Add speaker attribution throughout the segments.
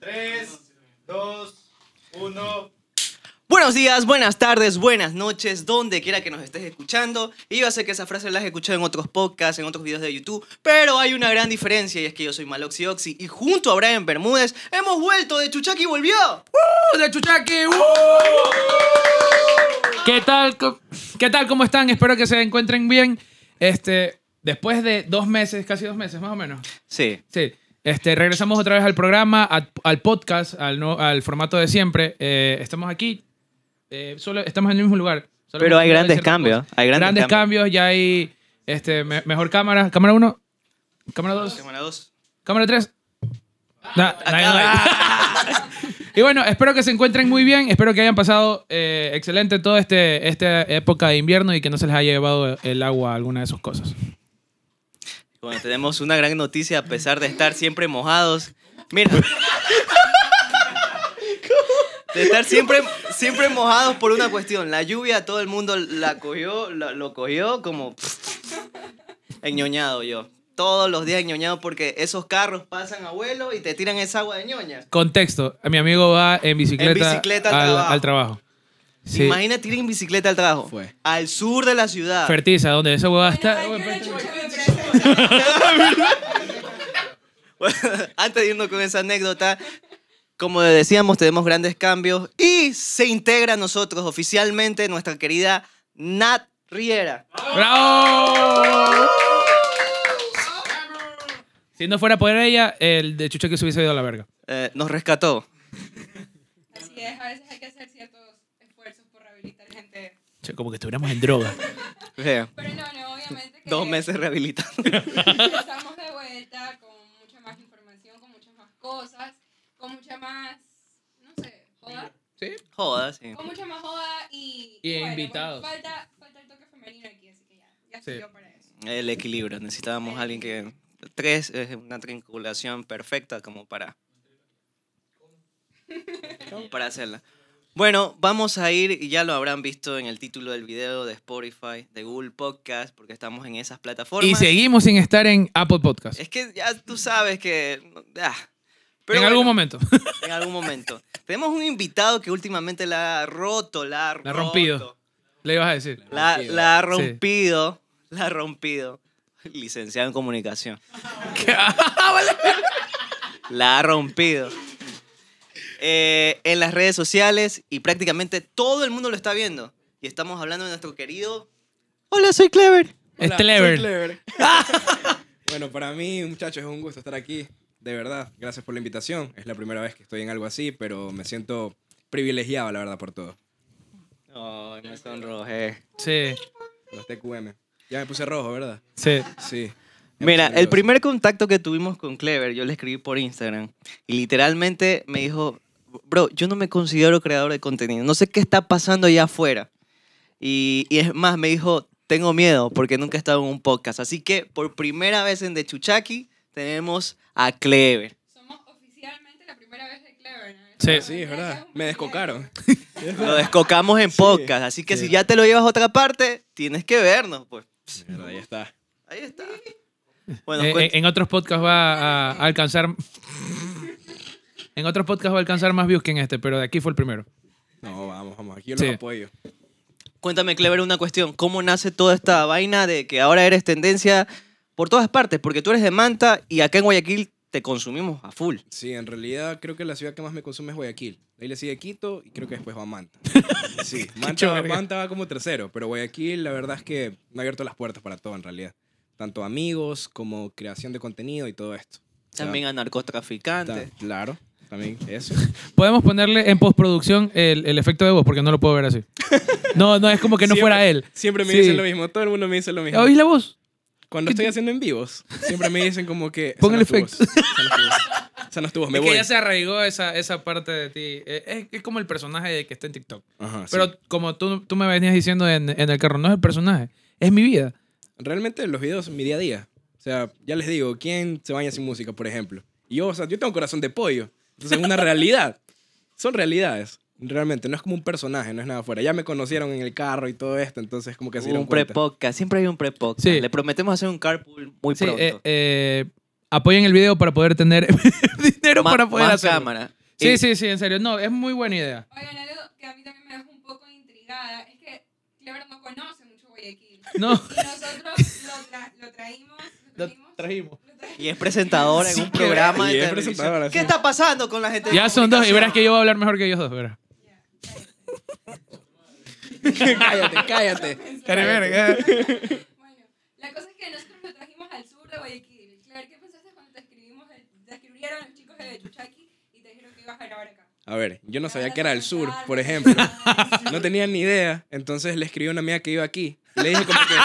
Speaker 1: 3, 2, 1.
Speaker 2: Buenos días, buenas tardes, buenas noches, donde quiera que nos estés escuchando. Y yo sé que esa frase la has escuchado en otros podcasts, en otros videos de YouTube, pero hay una gran diferencia y es que yo soy Maloxi Oxy y junto a Brian Bermúdez hemos vuelto de Chuchaki volvió.
Speaker 3: de Chuchaqui! ¿Qué tal? co- ¿Qué tal? ¿Cómo están? Espero que se encuentren bien. Este, después de dos meses, casi dos meses más o menos.
Speaker 2: Sí.
Speaker 3: Sí. Este, regresamos otra vez al programa, a- al podcast, al, no- al formato de siempre. Eh, estamos aquí, eh, solo, estamos en el mismo lugar. Solo
Speaker 2: Pero
Speaker 3: hemos
Speaker 2: hay
Speaker 3: cambiado
Speaker 2: grandes
Speaker 3: ciertas
Speaker 2: cambios,
Speaker 3: cosas.
Speaker 2: hay grandes cambios.
Speaker 3: cambios. Ya hay este, me- mejor cámara. Cámara 1, cámara 2,
Speaker 2: Semana 2.
Speaker 3: cámara 3.
Speaker 2: Ah,
Speaker 3: Y bueno, espero que se encuentren muy bien. Espero que hayan pasado eh, excelente toda este, esta época de invierno y que no se les haya llevado el agua a alguna de sus cosas.
Speaker 2: Bueno, tenemos una gran noticia a pesar de estar siempre mojados. Mira. De estar siempre, siempre mojados por una cuestión. La lluvia todo el mundo la cogió, la- lo cogió como ñoñado yo. Todos los días ñoñado porque esos carros pasan a vuelo y te tiran esa agua de ñoña.
Speaker 3: Contexto, mi amigo va en bicicleta,
Speaker 2: En bicicleta al trabajo.
Speaker 3: trabajo. Sí.
Speaker 2: Imagínate ir en bicicleta al trabajo.
Speaker 4: Fue.
Speaker 2: Al sur de la ciudad.
Speaker 3: Fertiza, donde esa huevada está.
Speaker 2: Bueno, antes de irnos con esa anécdota, como decíamos, tenemos grandes cambios y se integra a nosotros oficialmente nuestra querida Nat Riera.
Speaker 3: ¡Bravo! Si no fuera por ella, el de Chucho que se hubiese ido a la verga.
Speaker 2: Eh, nos rescató.
Speaker 5: Así es, a veces hay que hacer ciertos esfuerzos por rehabilitar gente.
Speaker 3: Che, como que estuviéramos en droga.
Speaker 2: O sea,
Speaker 5: Pero no, no, obviamente que
Speaker 2: dos meses rehabilitando.
Speaker 5: estamos de vuelta con mucha más información, con muchas más cosas, con mucha más, no sé, joda.
Speaker 2: Joda, sí.
Speaker 5: Con mucha más joda y,
Speaker 3: Y
Speaker 5: bueno,
Speaker 3: invitados.
Speaker 5: pues, falta, falta el toque femenino aquí, así que ya, ya
Speaker 3: Sí.
Speaker 5: estoy yo para eso.
Speaker 2: El equilibrio. Necesitábamos a alguien que. Tres es una trinculación perfecta como para. Para hacerla. Bueno, vamos a ir, y ya lo habrán visto en el título del video de Spotify, de Google Podcast, porque estamos en esas plataformas.
Speaker 3: Y seguimos sin estar en Apple Podcast.
Speaker 2: Es que ya tú sabes que. ah.
Speaker 3: en
Speaker 2: bueno,
Speaker 3: algún momento.
Speaker 2: En algún momento. Tenemos un invitado que últimamente la ha roto, la ha
Speaker 3: La ha rompido.
Speaker 2: roto,
Speaker 3: Le ibas a decir.
Speaker 2: La, la ha
Speaker 3: Sí.
Speaker 2: rompido. La ha rompido. Licenciado en comunicación. La ha rompido. Eh, en las redes sociales y prácticamente todo el mundo lo está viendo. Y estamos hablando de nuestro querido. Hola, soy Clever.
Speaker 3: Es Clever.
Speaker 4: Bueno, para mí, muchachos, es un gusto estar aquí. De verdad, gracias por la invitación. Es la primera vez que estoy en algo así, pero me siento privilegiado, la verdad, por todo.
Speaker 2: Ay, me sonrojé.
Speaker 3: Sí,
Speaker 4: Los TQM. Ya me puse rojo, ¿verdad?
Speaker 3: sí.
Speaker 4: Sí. Me
Speaker 2: Mira,
Speaker 4: puse
Speaker 2: el
Speaker 4: nervioso.
Speaker 2: primer contacto que tuvimos con Clever, yo le escribí por Instagram y literalmente me dijo, bro, yo no me considero creador de contenido, no sé qué está pasando allá afuera. Y, y es más, me dijo, tengo miedo porque nunca he estado en un podcast. Así que por primera vez en De Chuchaki tenemos a Clever.
Speaker 5: Somos oficialmente la primera vez de Clever, ¿no?
Speaker 3: Sí.
Speaker 4: Sí, es verdad. Me descocaron.
Speaker 2: Lo descocamos en podcast, así que si ya te lo llevas a otra parte, tienes que vernos, pues.
Speaker 4: Mierda, ahí está.
Speaker 2: Ahí está. Bueno,
Speaker 3: Eh,
Speaker 2: cuént-
Speaker 3: en, en otros podcasts va a, a alcanzar. En otros podcasts va a alcanzar más views que en este, pero de aquí fue el primero.
Speaker 4: No, vamos, vamos. Aquí yo
Speaker 3: Sí.
Speaker 4: los apoyo.
Speaker 2: Cuéntame, Clever, una cuestión. ¿Cómo nace toda esta vaina de que ahora eres tendencia por todas partes? Porque tú eres de Manta y acá en Guayaquil te consumimos a full.
Speaker 4: Sí, en realidad creo que la ciudad que más me consume es Guayaquil. Ahí le sigue Quito y creo que después va Manta. Sí, Manta, va,
Speaker 3: verga.
Speaker 4: Manta va como tercero, pero Guayaquil la verdad es que me ha abierto las puertas para todo en realidad. Tanto amigos como creación de contenido y todo esto. O sea,
Speaker 2: También a narcotraficantes.
Speaker 4: ta- Claro, también eso.
Speaker 3: Podemos ponerle en postproducción el, el efecto de voz, porque no lo puedo ver así. No, no, es como que no
Speaker 4: Siempre-
Speaker 3: fuera él.
Speaker 4: Siempre me
Speaker 3: Sí.
Speaker 4: dicen lo mismo, todo el mundo me dice lo mismo.
Speaker 3: ¿Oís la voz?
Speaker 4: Cuando estoy haciendo en vivos, siempre me dicen como que...
Speaker 3: Pon el
Speaker 4: "Esa no es tu
Speaker 3: efecto".
Speaker 4: voz, esa no es tu voz, Esa no es tu voz, me
Speaker 3: Es
Speaker 4: voy.
Speaker 3: que ya se arraigó esa, esa parte de ti. Eh, Es, es como el personaje de que está en TikTok.
Speaker 4: Ajá, sí.
Speaker 3: Pero como tú, tú me venías diciendo en, en el carro, no es el personaje, es mi vida.
Speaker 4: realmente los videos son mi día a día. O sea, ya les digo, ¿quién se baña sin música, por ejemplo? Y yo, o sea, yo tengo corazón de pollo. Entonces es una realidad. Son realidades. Realmente, no es como un personaje, no es nada afuera. Ya me conocieron en el carro y todo esto, entonces como que se
Speaker 2: Hubo
Speaker 4: dieron
Speaker 2: un
Speaker 4: cuenta.
Speaker 2: pre-podcast. Siempre hay un pre-podcast.
Speaker 3: Sí.
Speaker 2: Le prometemos hacer un carpool muy
Speaker 3: Sí,
Speaker 2: pronto.
Speaker 3: eh, eh, apoyen el video para poder tener dinero
Speaker 2: Ma-
Speaker 3: para poder
Speaker 2: más
Speaker 3: hacerlo.
Speaker 2: cámara.
Speaker 3: Sí,
Speaker 2: Eh,
Speaker 3: sí, sí, en serio. No, es muy buena idea.
Speaker 5: Oigan, algo que a mí también me dejó un poco intrigada es que Clever no conoce mucho Guayaquil.
Speaker 3: No,
Speaker 5: Y nosotros lo, tra- lo traímos. Lo
Speaker 3: la trajimos.
Speaker 5: trajimos. lo trajimos.
Speaker 2: Y es presentadora
Speaker 4: Sí,
Speaker 2: en un
Speaker 4: que-
Speaker 2: programa
Speaker 4: y
Speaker 2: de
Speaker 4: es
Speaker 2: televisión.
Speaker 4: presentadora,
Speaker 2: ¿Qué
Speaker 4: sí.
Speaker 2: está pasando con la gente? de
Speaker 3: Ya son dos y verás
Speaker 2: comunicación?
Speaker 3: que yo voy a hablar mejor que ellos dos, verás.
Speaker 4: cállate, cállate.
Speaker 5: Bueno, la cosa es que nosotros lo trajimos al sur de Guayaquil. Claro, ¿qué pensaste cuando te escribimos, el- te escribieron los chicos de Chuchaqui y te dijeron que ibas a grabar acá?
Speaker 4: A ver, yo no
Speaker 5: Te
Speaker 4: sabía
Speaker 5: van a
Speaker 4: que era el sur,
Speaker 5: preguntar,
Speaker 4: por
Speaker 5: te
Speaker 4: ejemplo.
Speaker 5: van a-
Speaker 4: No tenía ni idea. Entonces le escribí a una amiga que iba aquí. Le dije como que...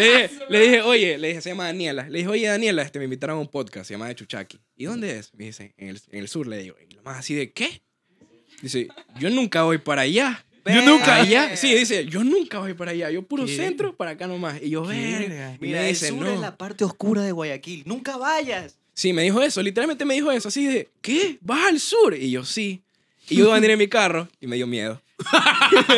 Speaker 4: Le dije, le dije, oye, le dije, se llama Daniela. Le dije, oye, Daniela, este, me invitaron a un podcast, se llama De Chuchaki. ¿Y dónde es? Me dice, en el, en el sur. Le digo, y lo más así de, ¿qué? Dice, yo nunca voy para allá.
Speaker 2: Yo nunca.
Speaker 4: Allá, sí, dice, yo nunca voy para allá. Yo puro
Speaker 3: ¿Qué?
Speaker 4: centro, para acá nomás. Y yo, verga. Y
Speaker 2: Mira, el
Speaker 4: me dice,
Speaker 2: sur
Speaker 4: no.
Speaker 2: es la parte oscura de Guayaquil. Nunca vayas.
Speaker 4: Sí, me dijo eso, literalmente me dijo eso, así de, ¿qué? ¿Vas al sur? Y yo, sí. Y yo iba a venir en mi carro y me dio miedo.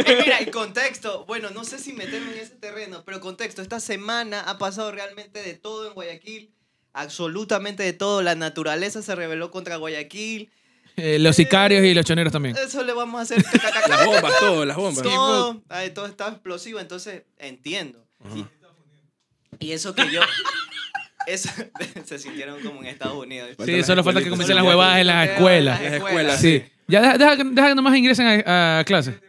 Speaker 2: Eh, Mira, el contexto, bueno, no sé si meterme en ese terreno, pero contexto, esta semana ha pasado realmente de todo en Guayaquil, absolutamente de todo, la naturaleza se rebeló contra Guayaquil,
Speaker 3: Eh, los sicarios y los choneros también.
Speaker 2: eso le vamos a hacer ca, ca, ca,
Speaker 4: Las
Speaker 2: ca,
Speaker 4: bombas, todo, las bombas.
Speaker 2: todo, ay, todo está explosivo, entonces entiendo. Y, y eso que yo... eso- se sintieron como en Estados Unidos.
Speaker 4: Faltan
Speaker 3: Sí,
Speaker 4: las
Speaker 3: solo falta que
Speaker 4: escuelitas.
Speaker 3: comiencen las huevadas en las escuelas.
Speaker 4: Las escuelas.
Speaker 3: Sí. Ya deja, deja que- deja que nomás ingresen a, a clase.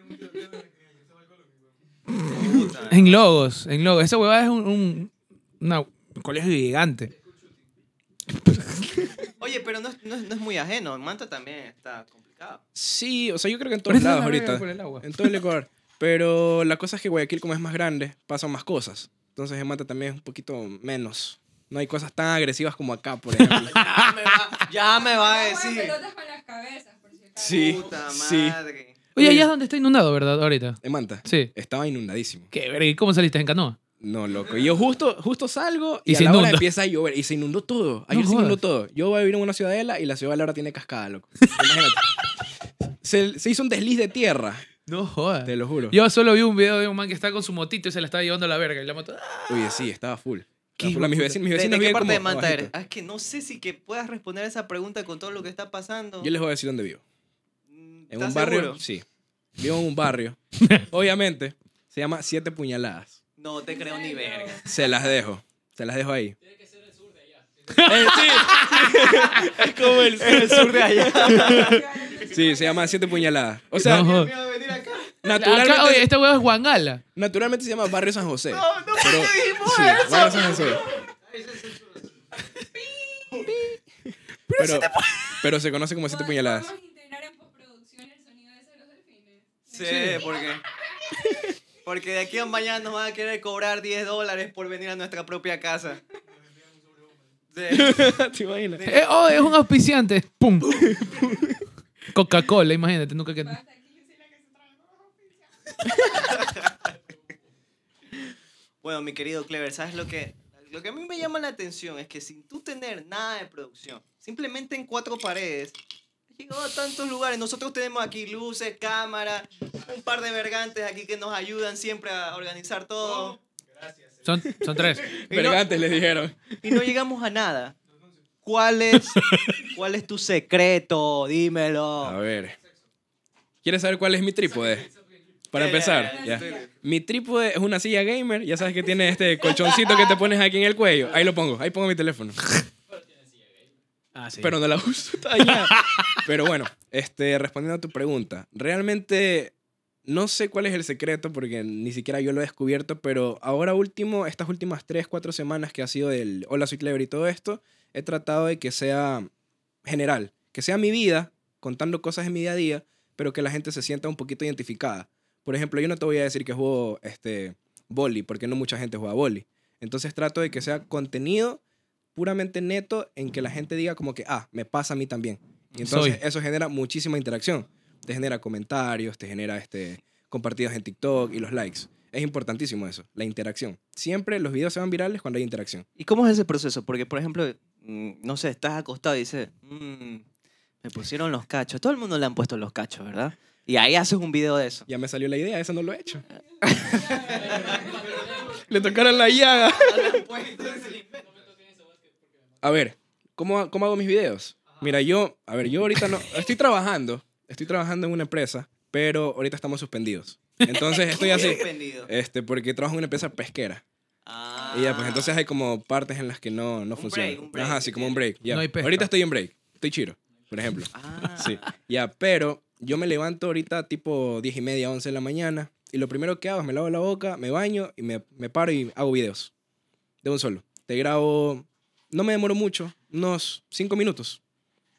Speaker 2: Puta.
Speaker 3: En Logos, en Logos. Esa huevada es un, un- una- un colegio gigante.
Speaker 2: Oye, pero no, es- no es- no es muy ajeno, en Manta también está complicado.
Speaker 4: Sí, o sea, yo creo que en
Speaker 3: Por
Speaker 4: todos
Speaker 3: eso
Speaker 4: lados
Speaker 3: la verga
Speaker 4: ahorita.
Speaker 3: por el agua.
Speaker 4: En todo el Ecuador. Pero la cosa es que Guayaquil, como es más grande, pasan más cosas. Entonces en Manta también es un poquito menos. No hay cosas tan agresivas como acá, por ejemplo.
Speaker 2: Ya me va, ya me va a
Speaker 5: No juegan
Speaker 2: decir.
Speaker 5: pelotas con las cabezas, por si acaso.
Speaker 4: Sí.
Speaker 2: Puta
Speaker 4: sí.
Speaker 2: madre.
Speaker 3: Oye, allá es donde está inundado, ¿verdad? Ahorita.
Speaker 4: En Manta.
Speaker 3: Sí.
Speaker 4: Estaba inundadísimo.
Speaker 3: ¿Qué verga? ¿Y cómo saliste en canoa?
Speaker 4: No, loco. Y Yo justo, justo salgo y,
Speaker 3: Y
Speaker 4: a
Speaker 3: se
Speaker 4: la hora
Speaker 3: inunda.
Speaker 4: empieza a llover. Y se inundó todo. Ayer
Speaker 3: No
Speaker 4: se inundó
Speaker 3: jodas.
Speaker 4: todo. Yo voy a vivir en una ciudadela y la ciudadela ahora tiene cascada, loco. Imagínate. se, se hizo un desliz de tierra,
Speaker 3: No jodas.
Speaker 4: te lo juro.
Speaker 3: Yo solo vi un video de un man que está con su motito y se la está llevando a la verga. Y la moto. ¡ah!
Speaker 4: Oye, sí, estaba full.
Speaker 3: Qué
Speaker 4: Estaba full. Mis vecinos, mis
Speaker 2: ¿De, de
Speaker 4: vecinos
Speaker 2: qué
Speaker 4: viven
Speaker 2: parte
Speaker 4: como
Speaker 2: de Manta
Speaker 4: abajito.
Speaker 2: eres? Ah, es que no sé si que puedas responder esa pregunta con todo lo que está pasando.
Speaker 4: Yo les voy a decir dónde vivo.
Speaker 2: Mm,
Speaker 4: En
Speaker 2: ¿estás
Speaker 4: un barrio.
Speaker 2: seguro?
Speaker 4: Sí. Vivo en un barrio. Obviamente. Se llama Siete Puñaladas.
Speaker 2: No te creo ni verga.
Speaker 4: Se las dejo. Se las dejo ahí. Tiene que ser el sur de allá. es como el sur.
Speaker 2: de allá.
Speaker 4: Sí, se llama Siete Puñaladas. O sea,
Speaker 3: No jodas.
Speaker 2: Mira, venir acá.
Speaker 4: naturalmente,
Speaker 3: Acá, oye, esta hueva es Guangala.
Speaker 4: naturalmente se llama Barrio San José.
Speaker 2: este- No, no,
Speaker 4: Pero-
Speaker 2: ¿por qué dijimos
Speaker 4: sí,
Speaker 2: eso?
Speaker 4: Barrio San José. Pero, pero se conoce como Siete Puñaladas.
Speaker 5: Podemos integrar en postproducción el sonido ese de los delfines.
Speaker 2: Sí, porque. Porque de aquí a mañana nos van a querer cobrar 10 dólares por venir a nuestra propia casa. Sí.
Speaker 4: ¿Te imaginas?
Speaker 3: Eh, oh, es un auspiciante. ¡Pum! Coca-Cola, imagínate. Nunca que.
Speaker 5: Hasta aquí yo soy la que se trae los oficios.
Speaker 2: Bueno, mi querido Clever, ¿sabes lo que, lo que a mí me llama la atención? Es que sin tú tener nada de producción, simplemente en cuatro paredes, has llegado a tantos lugares. Nosotros tenemos aquí luces, cámara, un par de vergantes aquí que nos ayudan siempre a organizar todo.
Speaker 3: Son, son tres.
Speaker 2: Y no,
Speaker 4: Vergantes les dijeron.
Speaker 2: y no llegamos a nada. ¿Cuál es, ¿Cuál es tu secreto?
Speaker 4: A
Speaker 2: Dímelo.
Speaker 4: ver. ¿Quieres saber cuál es mi trípode? Para
Speaker 2: Ya, ya,
Speaker 4: empezar,
Speaker 2: ya,
Speaker 4: ya.
Speaker 2: ya.
Speaker 4: Mi trípode es una silla gamer, ya sabes que tiene este colchoncito que te pones aquí en el cuello. Ahí lo pongo, ahí pongo mi teléfono.
Speaker 3: Ah, sí.
Speaker 4: Pero no la uso. está dañada. Pero bueno, este, respondiendo a tu pregunta, realmente no sé cuál es el secreto porque ni siquiera yo lo he descubierto, pero ahora último, estas últimas tres, cuatro semanas que ha sido del Hola Soy Clever y todo esto, he tratado de que sea general, que sea mi vida, contando cosas de mi día a día, pero que la gente se sienta un poquito identificada. Por ejemplo, yo no te voy a decir que juego este, boli, porque no mucha gente juega boli. Entonces trato de que sea contenido puramente neto en que la gente diga como que, ah, me pasa a mí también. Y entonces
Speaker 3: Soy.
Speaker 4: eso genera muchísima interacción. Te genera comentarios, te genera este, compartidas en TikTok y los likes. Es importantísimo eso, la interacción. Siempre los videos se van virales cuando hay interacción.
Speaker 2: ¿Y cómo es ese proceso? Porque, por ejemplo, mm, no sé, estás acostado y dices, "Mm, me pusieron los cachos. Todo el mundo le han puesto los cachos, ¿verdad? Y ahí haces un video de eso.
Speaker 4: Ya me salió la idea, eso no lo he hecho. Le tocaron la llaga. A ver, ¿Cómo, cómo hago mis videos? Mira, yo, a ver, yo ahorita no, estoy trabajando, estoy trabajando en una empresa, pero ahorita estamos suspendidos. Entonces estoy así,
Speaker 2: Suspendido.
Speaker 4: este, porque trabajo en una empresa pesquera.
Speaker 2: Ah.
Speaker 4: Y ya, pues entonces hay como partes en las que no, no
Speaker 2: Un
Speaker 4: funciona.
Speaker 2: break, un break
Speaker 4: Ajá,
Speaker 2: que
Speaker 4: sí, como
Speaker 2: tiene.
Speaker 4: un break. ya.
Speaker 3: No hay pesca.
Speaker 4: Ahorita estoy en break, estoy chiro, por ejemplo.
Speaker 2: Ah.
Speaker 4: Sí, ya, pero yo me levanto ahorita tipo 10 y media, 11 de la mañana, y lo primero que hago es me lavo la boca, me baño y me, me paro y hago videos. De un solo. Te grabo, no me demoro mucho, unos 5 minutos.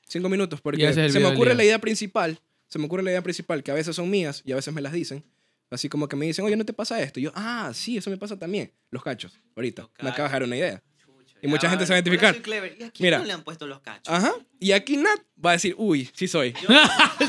Speaker 4: 5 minutos,
Speaker 3: Y
Speaker 4: porque
Speaker 3: haces el
Speaker 4: se me
Speaker 3: video del
Speaker 4: ocurre
Speaker 3: día.
Speaker 4: la idea principal, se me ocurre la idea principal, que a veces son mías y a veces me las dicen. Así como que me dicen, oye, ¿no te pasa esto? Y yo, ah, sí, eso me pasa también. Los cachos, ahorita.
Speaker 2: Los
Speaker 4: Me acaba de dejar una idea.
Speaker 2: Chucha,
Speaker 4: Y mucha
Speaker 2: ya,
Speaker 4: gente se va a
Speaker 2: por eso
Speaker 4: identificar.
Speaker 2: soy clever. ¿Y a quién
Speaker 4: Mira. Ah.
Speaker 2: no le han puesto los cachos?
Speaker 4: Ajá. Y aquí Nat va a decir, uy, sí soy.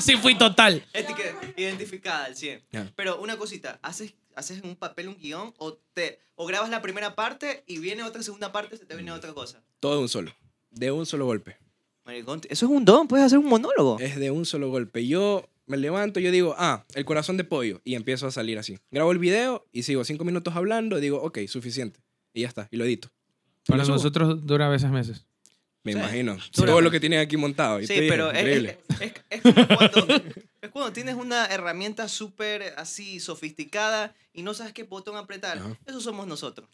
Speaker 3: sí, fui total.
Speaker 2: Este que- identificada al 100.
Speaker 4: Ya.
Speaker 2: Pero una cosita, ¿haces, ¿haces en un papel un guión o, te, o grabas la primera parte y viene otra segunda parte se te viene otra cosa?
Speaker 4: Todo de un solo. De un solo golpe.
Speaker 2: Maricón, eso es un don, puedes hacer un monólogo.
Speaker 4: Es de un solo golpe. Yo me levanto, yo digo, ah, el corazón de pollo. Y empiezo a salir así. Grabo el video y sigo cinco minutos hablando. Digo, ok, suficiente. Y ya está. Y lo edito.
Speaker 3: Para
Speaker 4: Lo subo.
Speaker 3: nosotros dura a veces meses.
Speaker 4: Me
Speaker 2: Sí.
Speaker 4: imagino.
Speaker 2: Dura.
Speaker 4: Todo lo que tienen aquí montado. Y
Speaker 2: Sí,
Speaker 4: te dije,
Speaker 2: pero eh, es,
Speaker 4: increíble.
Speaker 2: es- es- es como cuando, es cuando tienes una herramienta súper así sofisticada y no sabes qué botón apretar.
Speaker 4: Ajá.
Speaker 2: Eso somos nosotros.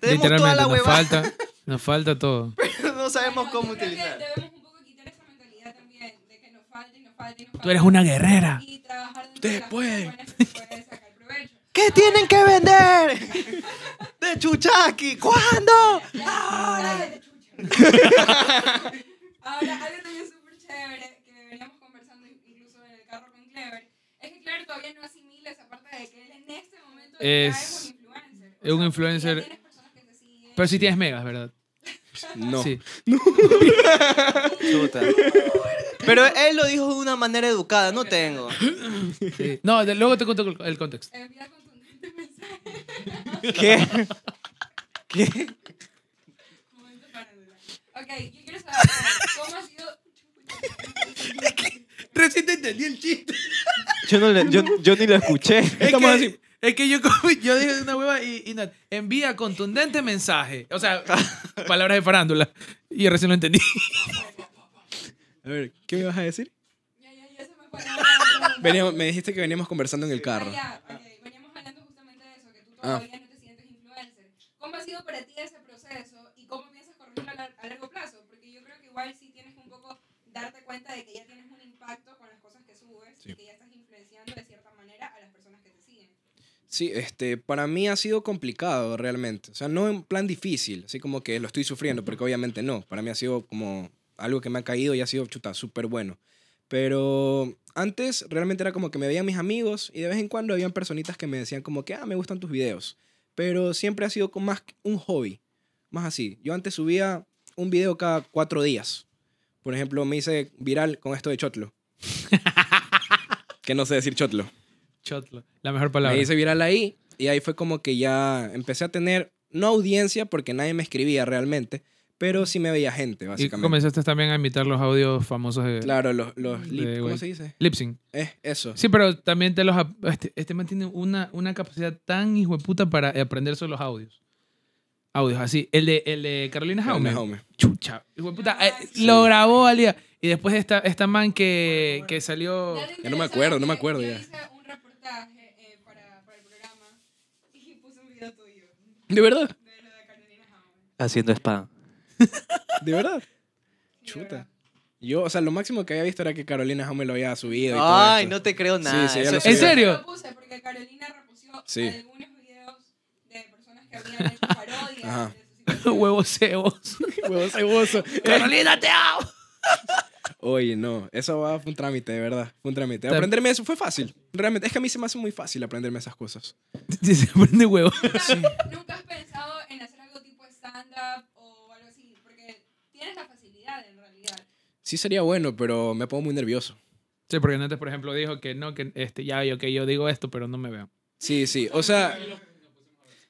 Speaker 2: Tenemos toda
Speaker 3: Literalmente
Speaker 2: la
Speaker 3: nos
Speaker 2: huevada,
Speaker 3: falta, nos falta todo.
Speaker 2: pero no sabemos
Speaker 5: Bueno,
Speaker 2: cómo
Speaker 5: yo creo que
Speaker 2: utilizar.
Speaker 5: Debemos un poco quitar esa mentalidad también de que nos falta y nos falta y nos falta.
Speaker 3: Tú eres una guerrera.
Speaker 5: Y trabajar dentro
Speaker 4: Ustedes
Speaker 5: de las
Speaker 4: pueden.
Speaker 5: cosas buenas que se puede sacar provecho.
Speaker 2: ¿Qué tienen que vender? De Chuchaki, ¿cuándo?
Speaker 5: Ahora, Ahora, algo también súper chévere que veníamos conversando incluso en el carro con Clever es que Clever todavía no asimila esa parte de que él en este momento ya
Speaker 3: Es-
Speaker 5: es un influencer.
Speaker 3: es un
Speaker 5: porque
Speaker 3: influencer.
Speaker 5: ya tienes personas que te siguen.
Speaker 3: Pero sí tienes megas, ¿verdad?
Speaker 2: eh,
Speaker 4: No.
Speaker 3: Sí.
Speaker 2: Pero él lo dijo de una manera educada, no tengo.
Speaker 3: sí. No, de- luego te cuento el- el contexto.
Speaker 5: Envía contundentes mensajes.
Speaker 2: ¿Qué? ¿Qué?
Speaker 5: Momento para dudar. Ok, yo quiero saber cómo ha sido.
Speaker 4: Recién te entendí el chiste.
Speaker 2: Yo, no le- yo, yo ni lo escuché.
Speaker 4: Estamos así.
Speaker 3: es que yo, como- yo dije una hueva y, y nada. envía contundente mensaje. O sea, palabras de farándula. Y yo recién lo entendí.
Speaker 4: A ver, ¿qué me vas a decir?
Speaker 5: Ya, ya, ya se me fue la pregunta.
Speaker 4: Veníamos- me dijiste que veníamos conversando en el carro. Ah.
Speaker 5: Ah, ya, ok. Veníamos hablando justamente de eso, que tú todavía no te sientes influencer. ¿Cómo ha sido para ti ese proceso y cómo piensas corregirlo a, lar- a largo plazo? Porque yo creo que igual sí tienes que un poco darte cuenta de que ya tienes un impacto con las cosas que subes
Speaker 4: Sí.
Speaker 5: y que ya estás influenciando de cierta manera a las personas que te siguen.
Speaker 4: Sí, este, para mí ha sido complicado realmente. O sea, no en plan difícil, así como que lo estoy sufriendo, porque obviamente no. Para mí ha sido como algo que me ha caído y ha sido chuta, súper bueno. Pero antes realmente era como que me veían mis amigos y de vez en cuando habían personitas que me decían como que, ah, me gustan tus videos. Pero siempre ha sido con más un hobby, más así. Yo antes subía un video cada cuatro días. Por ejemplo, me hice viral con esto de chotlo. que no sé decir chotlo.
Speaker 3: Chotlo. La mejor palabra.
Speaker 4: Me hice viral ahí y ahí fue como que ya empecé a tener, no audiencia porque nadie me escribía realmente, pero sí me veía gente,
Speaker 3: y
Speaker 4: básicamente.
Speaker 3: comenzaste también a imitar los audios famosos de
Speaker 4: Claro, los, los
Speaker 3: De
Speaker 4: lip- ¿cómo
Speaker 3: güey.
Speaker 4: se dice?
Speaker 3: lip sync.
Speaker 4: Eh, eso.
Speaker 3: Sí, pero también te los. ap- Este, este man tiene una, una capacidad tan hijo de puta para aprenderse los audios. Audios, así. El de, el de Carolina
Speaker 4: Jaume,
Speaker 3: Jaume.
Speaker 4: Jaume.
Speaker 3: Chucha. hijo de puta. Eh,
Speaker 5: Sí.
Speaker 3: Lo grabó al día. Y después esta, esta man que, que salió.
Speaker 5: Ya te
Speaker 4: Oh, Ya no me
Speaker 5: interesó
Speaker 4: acuerdo, no me
Speaker 5: que
Speaker 4: acuerdo
Speaker 5: yo
Speaker 4: ya.
Speaker 5: hice un reportaje eh, para, para el programa y puse un video tuyo
Speaker 4: ¿De verdad?
Speaker 5: de lo de Carolina Howard.
Speaker 2: Haciendo spam.
Speaker 4: ¿De verdad? Chuta. Yo, o sea, lo máximo que había visto era que Carolina Jaume lo había subido y todo
Speaker 2: Ay,
Speaker 4: esto.
Speaker 2: no te creo nada.
Speaker 4: Sí, sí, ya lo
Speaker 2: Eso-
Speaker 4: sé.
Speaker 2: eso-
Speaker 3: ¿En serio?
Speaker 5: Yo lo puse porque Carolina repusió
Speaker 4: Sí.
Speaker 5: algunos videos de personas que habían hecho parodias.
Speaker 4: Ajá.
Speaker 5: de su situación.
Speaker 3: Huevos cebos.
Speaker 4: Huevo ceboso.
Speaker 2: Eh.
Speaker 3: Carolina, te amo.
Speaker 4: Oye, no, eso va, fue un trámite, de verdad. Fue un trámite.
Speaker 3: Te-
Speaker 4: Aprenderme eso fue fácil. Realmente, es que a mí se me hace muy fácil aprenderme esas cosas.
Speaker 3: Se prende huevo.
Speaker 5: ¿Nunca, nunca has pensado en hacer algo tipo stand-up o algo así? Porque tienes la facilidad en realidad.
Speaker 4: Sí sería bueno, pero me pongo muy nervioso.
Speaker 3: Sí, porque antes, por ejemplo, dijo que no, que este, ya, yo, que yo digo esto, pero no me veo.
Speaker 4: Sí, sí. O sea,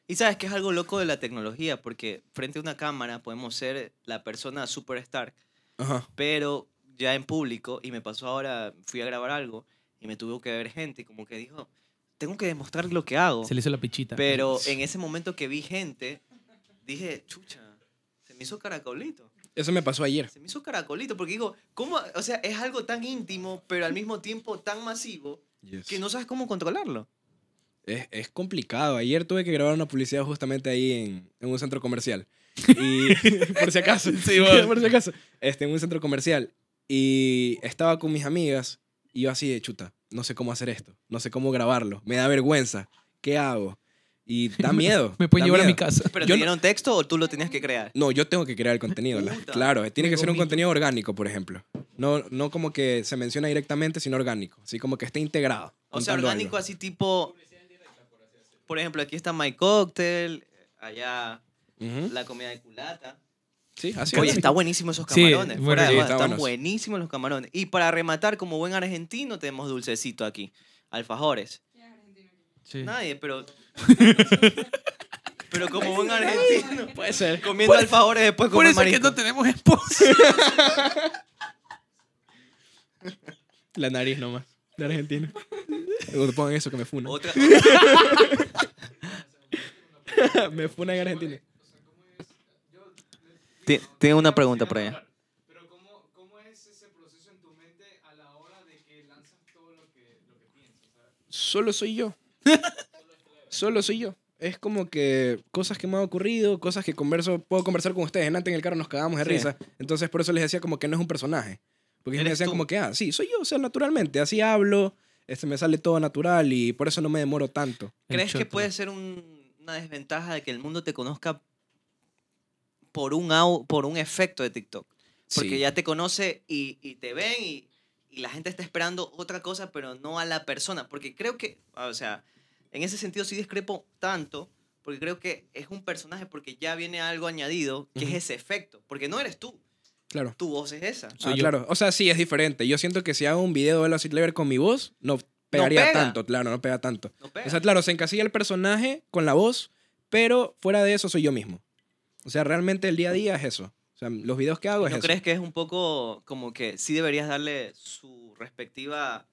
Speaker 2: Y sabes que es algo loco de la tecnología, porque frente a una cámara podemos ser la persona superstar,
Speaker 4: ajá.
Speaker 2: pero ya en público, y me pasó ahora, fui a grabar algo y me tuvo que ver gente, y como que dijo, tengo que demostrar lo que hago.
Speaker 3: Se le hizo la pichita.
Speaker 2: Pero en ese momento que vi gente, dije, chucha, se me hizo caracolito.
Speaker 4: Eso me pasó ayer.
Speaker 2: Se me hizo caracolito porque digo, ¿cómo? O sea, es algo tan íntimo, pero al mismo tiempo tan masivo
Speaker 4: Yes.
Speaker 2: que no sabes cómo controlarlo.
Speaker 4: Es, es complicado. Ayer tuve que grabar una publicidad justamente ahí en, en un centro comercial. Y, por si acaso.
Speaker 3: Sí, bueno.
Speaker 4: por si acaso. Este, en un centro comercial. Y estaba con mis amigas y yo así de chuta. No sé cómo hacer esto. No sé cómo grabarlo. Me da vergüenza. ¿Qué hago? Y da miedo.
Speaker 3: Me pueden
Speaker 4: da
Speaker 3: llevar a mi
Speaker 4: miedo.
Speaker 3: casa.
Speaker 2: ¿Pero
Speaker 4: Yo
Speaker 2: te
Speaker 4: no-
Speaker 2: dieron texto o tú lo tenías que crear?
Speaker 4: No, yo tengo que crear el contenido. la-
Speaker 2: Puta,
Speaker 4: claro, eh, tiene que ser un
Speaker 2: conmigo.
Speaker 4: contenido orgánico, por ejemplo. No, no como que se menciona directamente, sino orgánico. Así como que esté integrado.
Speaker 2: O sea,
Speaker 4: contando
Speaker 2: orgánico
Speaker 4: algo.
Speaker 2: así tipo... Por ejemplo, aquí está My Cocktail, eh, allá
Speaker 4: Ujú.
Speaker 2: la comida de culata.
Speaker 4: Sí, así
Speaker 2: Oye,
Speaker 4: es.
Speaker 2: está buenísimo esos
Speaker 3: Sí,
Speaker 2: camarones.
Speaker 3: bueno,
Speaker 2: fuera de
Speaker 4: sí,
Speaker 2: joda,
Speaker 4: está
Speaker 2: están
Speaker 4: buenos.
Speaker 2: buenísimos los camarones. Y para rematar, como buen argentino, tenemos dulcecito aquí. Alfajores.
Speaker 5: ¿Quién es argentino?
Speaker 3: Sí.
Speaker 2: Nadie, pero... pero como buen argentino...
Speaker 4: Puede ser.
Speaker 2: Comiendo alfajores después
Speaker 3: Por
Speaker 2: comer
Speaker 3: eso es que
Speaker 2: marisco.
Speaker 3: no tenemos esposa.
Speaker 4: La nariz nomás. De Argentina. No te pongan eso que me funan.
Speaker 2: Otra-
Speaker 4: me funan en Argentina.
Speaker 2: Ti- Tengo una pregunta para ella.
Speaker 6: Pero ¿cómo, ¿cómo es ese proceso en tu mente a la hora de que lanzas todo lo que, lo que piensas? ¿sabes?
Speaker 4: Solo soy yo. Solo soy yo. Es como que cosas que me han ocurrido, cosas que converso, puedo conversar con ustedes. Antes en el carro nos cagamos de
Speaker 2: Sí.
Speaker 4: risa. Entonces por eso les decía como que no es un personaje. Porque ellos me
Speaker 2: Eres
Speaker 4: decían
Speaker 2: tú.
Speaker 4: como que, ah, sí, soy yo, o sea, naturalmente. Así hablo, este, me sale todo natural y por eso no me demoro tanto.
Speaker 2: ¿Crees que
Speaker 3: choto.
Speaker 2: puede ser un- una desventaja de que el mundo te conozca por un, au- por un efecto de TikTok? Porque
Speaker 4: Sí.
Speaker 2: ya te conoce y, y te ven y, y la gente está esperando otra cosa, pero no a la persona. Porque creo que, ah, o sea, en ese sentido sí discrepo tanto, porque creo que es un personaje porque ya viene algo añadido, que
Speaker 4: Ujú.
Speaker 2: es ese efecto. Porque no eres tú,
Speaker 4: Claro.
Speaker 2: tu voz es esa.
Speaker 4: Ah, claro. O sea, sí, es diferente. Yo siento que si hago un video de la Clever con mi voz, no pegaría
Speaker 2: pega.
Speaker 4: tanto. Claro, no pega tanto.
Speaker 2: No pega.
Speaker 4: O sea, claro, se encasilla el personaje con la voz, pero fuera de eso soy yo mismo. O sea, realmente el día a día es eso. O sea, los videos que hago es
Speaker 2: ¿No
Speaker 4: eso.
Speaker 2: crees que es un poco como que sí deberías darle su respectiva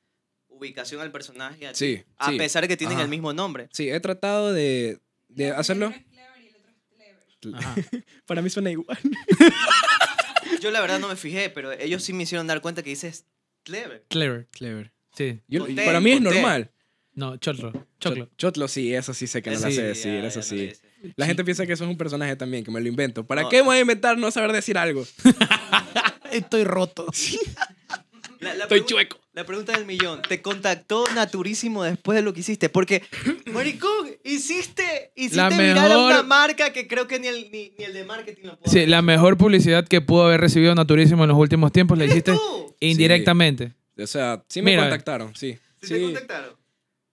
Speaker 2: ubicación al personaje? a ti?
Speaker 4: Sí,
Speaker 2: A
Speaker 4: sí.
Speaker 2: pesar de que tienen
Speaker 4: Ajá.
Speaker 2: el mismo nombre.
Speaker 4: Sí, he tratado de, de
Speaker 5: No, porque
Speaker 4: hacerlo.
Speaker 5: uno es clever y el otro es clever.
Speaker 3: Ajá.
Speaker 4: Para mí suena igual.
Speaker 2: Yo la verdad no me fijé, pero ellos sí me hicieron dar cuenta que dices clever.
Speaker 3: Clever.
Speaker 4: Clever.
Speaker 3: Sí.
Speaker 2: Conté,
Speaker 4: para mí es
Speaker 2: conté.
Speaker 4: normal.
Speaker 3: No, chotro. Choclo.
Speaker 4: Cho- Chotlo, sí, eso sí sé que no
Speaker 2: Eso
Speaker 4: lo
Speaker 2: sí,
Speaker 4: sé
Speaker 2: ya-
Speaker 4: decir,
Speaker 2: ya
Speaker 4: eso
Speaker 2: no
Speaker 4: sí.
Speaker 2: le dices.
Speaker 4: La gente piensa que eso es un personaje también, que me lo invento. ¿Para
Speaker 2: No.
Speaker 4: qué me voy a inventar no saber decir algo?
Speaker 3: Estoy roto.
Speaker 2: La- la
Speaker 4: Estoy
Speaker 2: pregun-
Speaker 4: chueco.
Speaker 2: La pregunta del millón. ¿Te contactó Naturísimo después de lo que hiciste? Porque, maricón, hiciste,
Speaker 3: La
Speaker 2: hiciste viral a una
Speaker 3: mejor-
Speaker 2: marca que creo que ni el, ni, ni el de marketing lo puede
Speaker 3: Sí, la mejor publicidad que pudo haber recibido Naturísimo en los últimos tiempos la hiciste
Speaker 2: tú?
Speaker 3: indirectamente.
Speaker 4: O sea, sí me
Speaker 3: Mira.
Speaker 4: contactaron, sí.
Speaker 2: ¿Sí
Speaker 4: sí.
Speaker 2: te contactaron?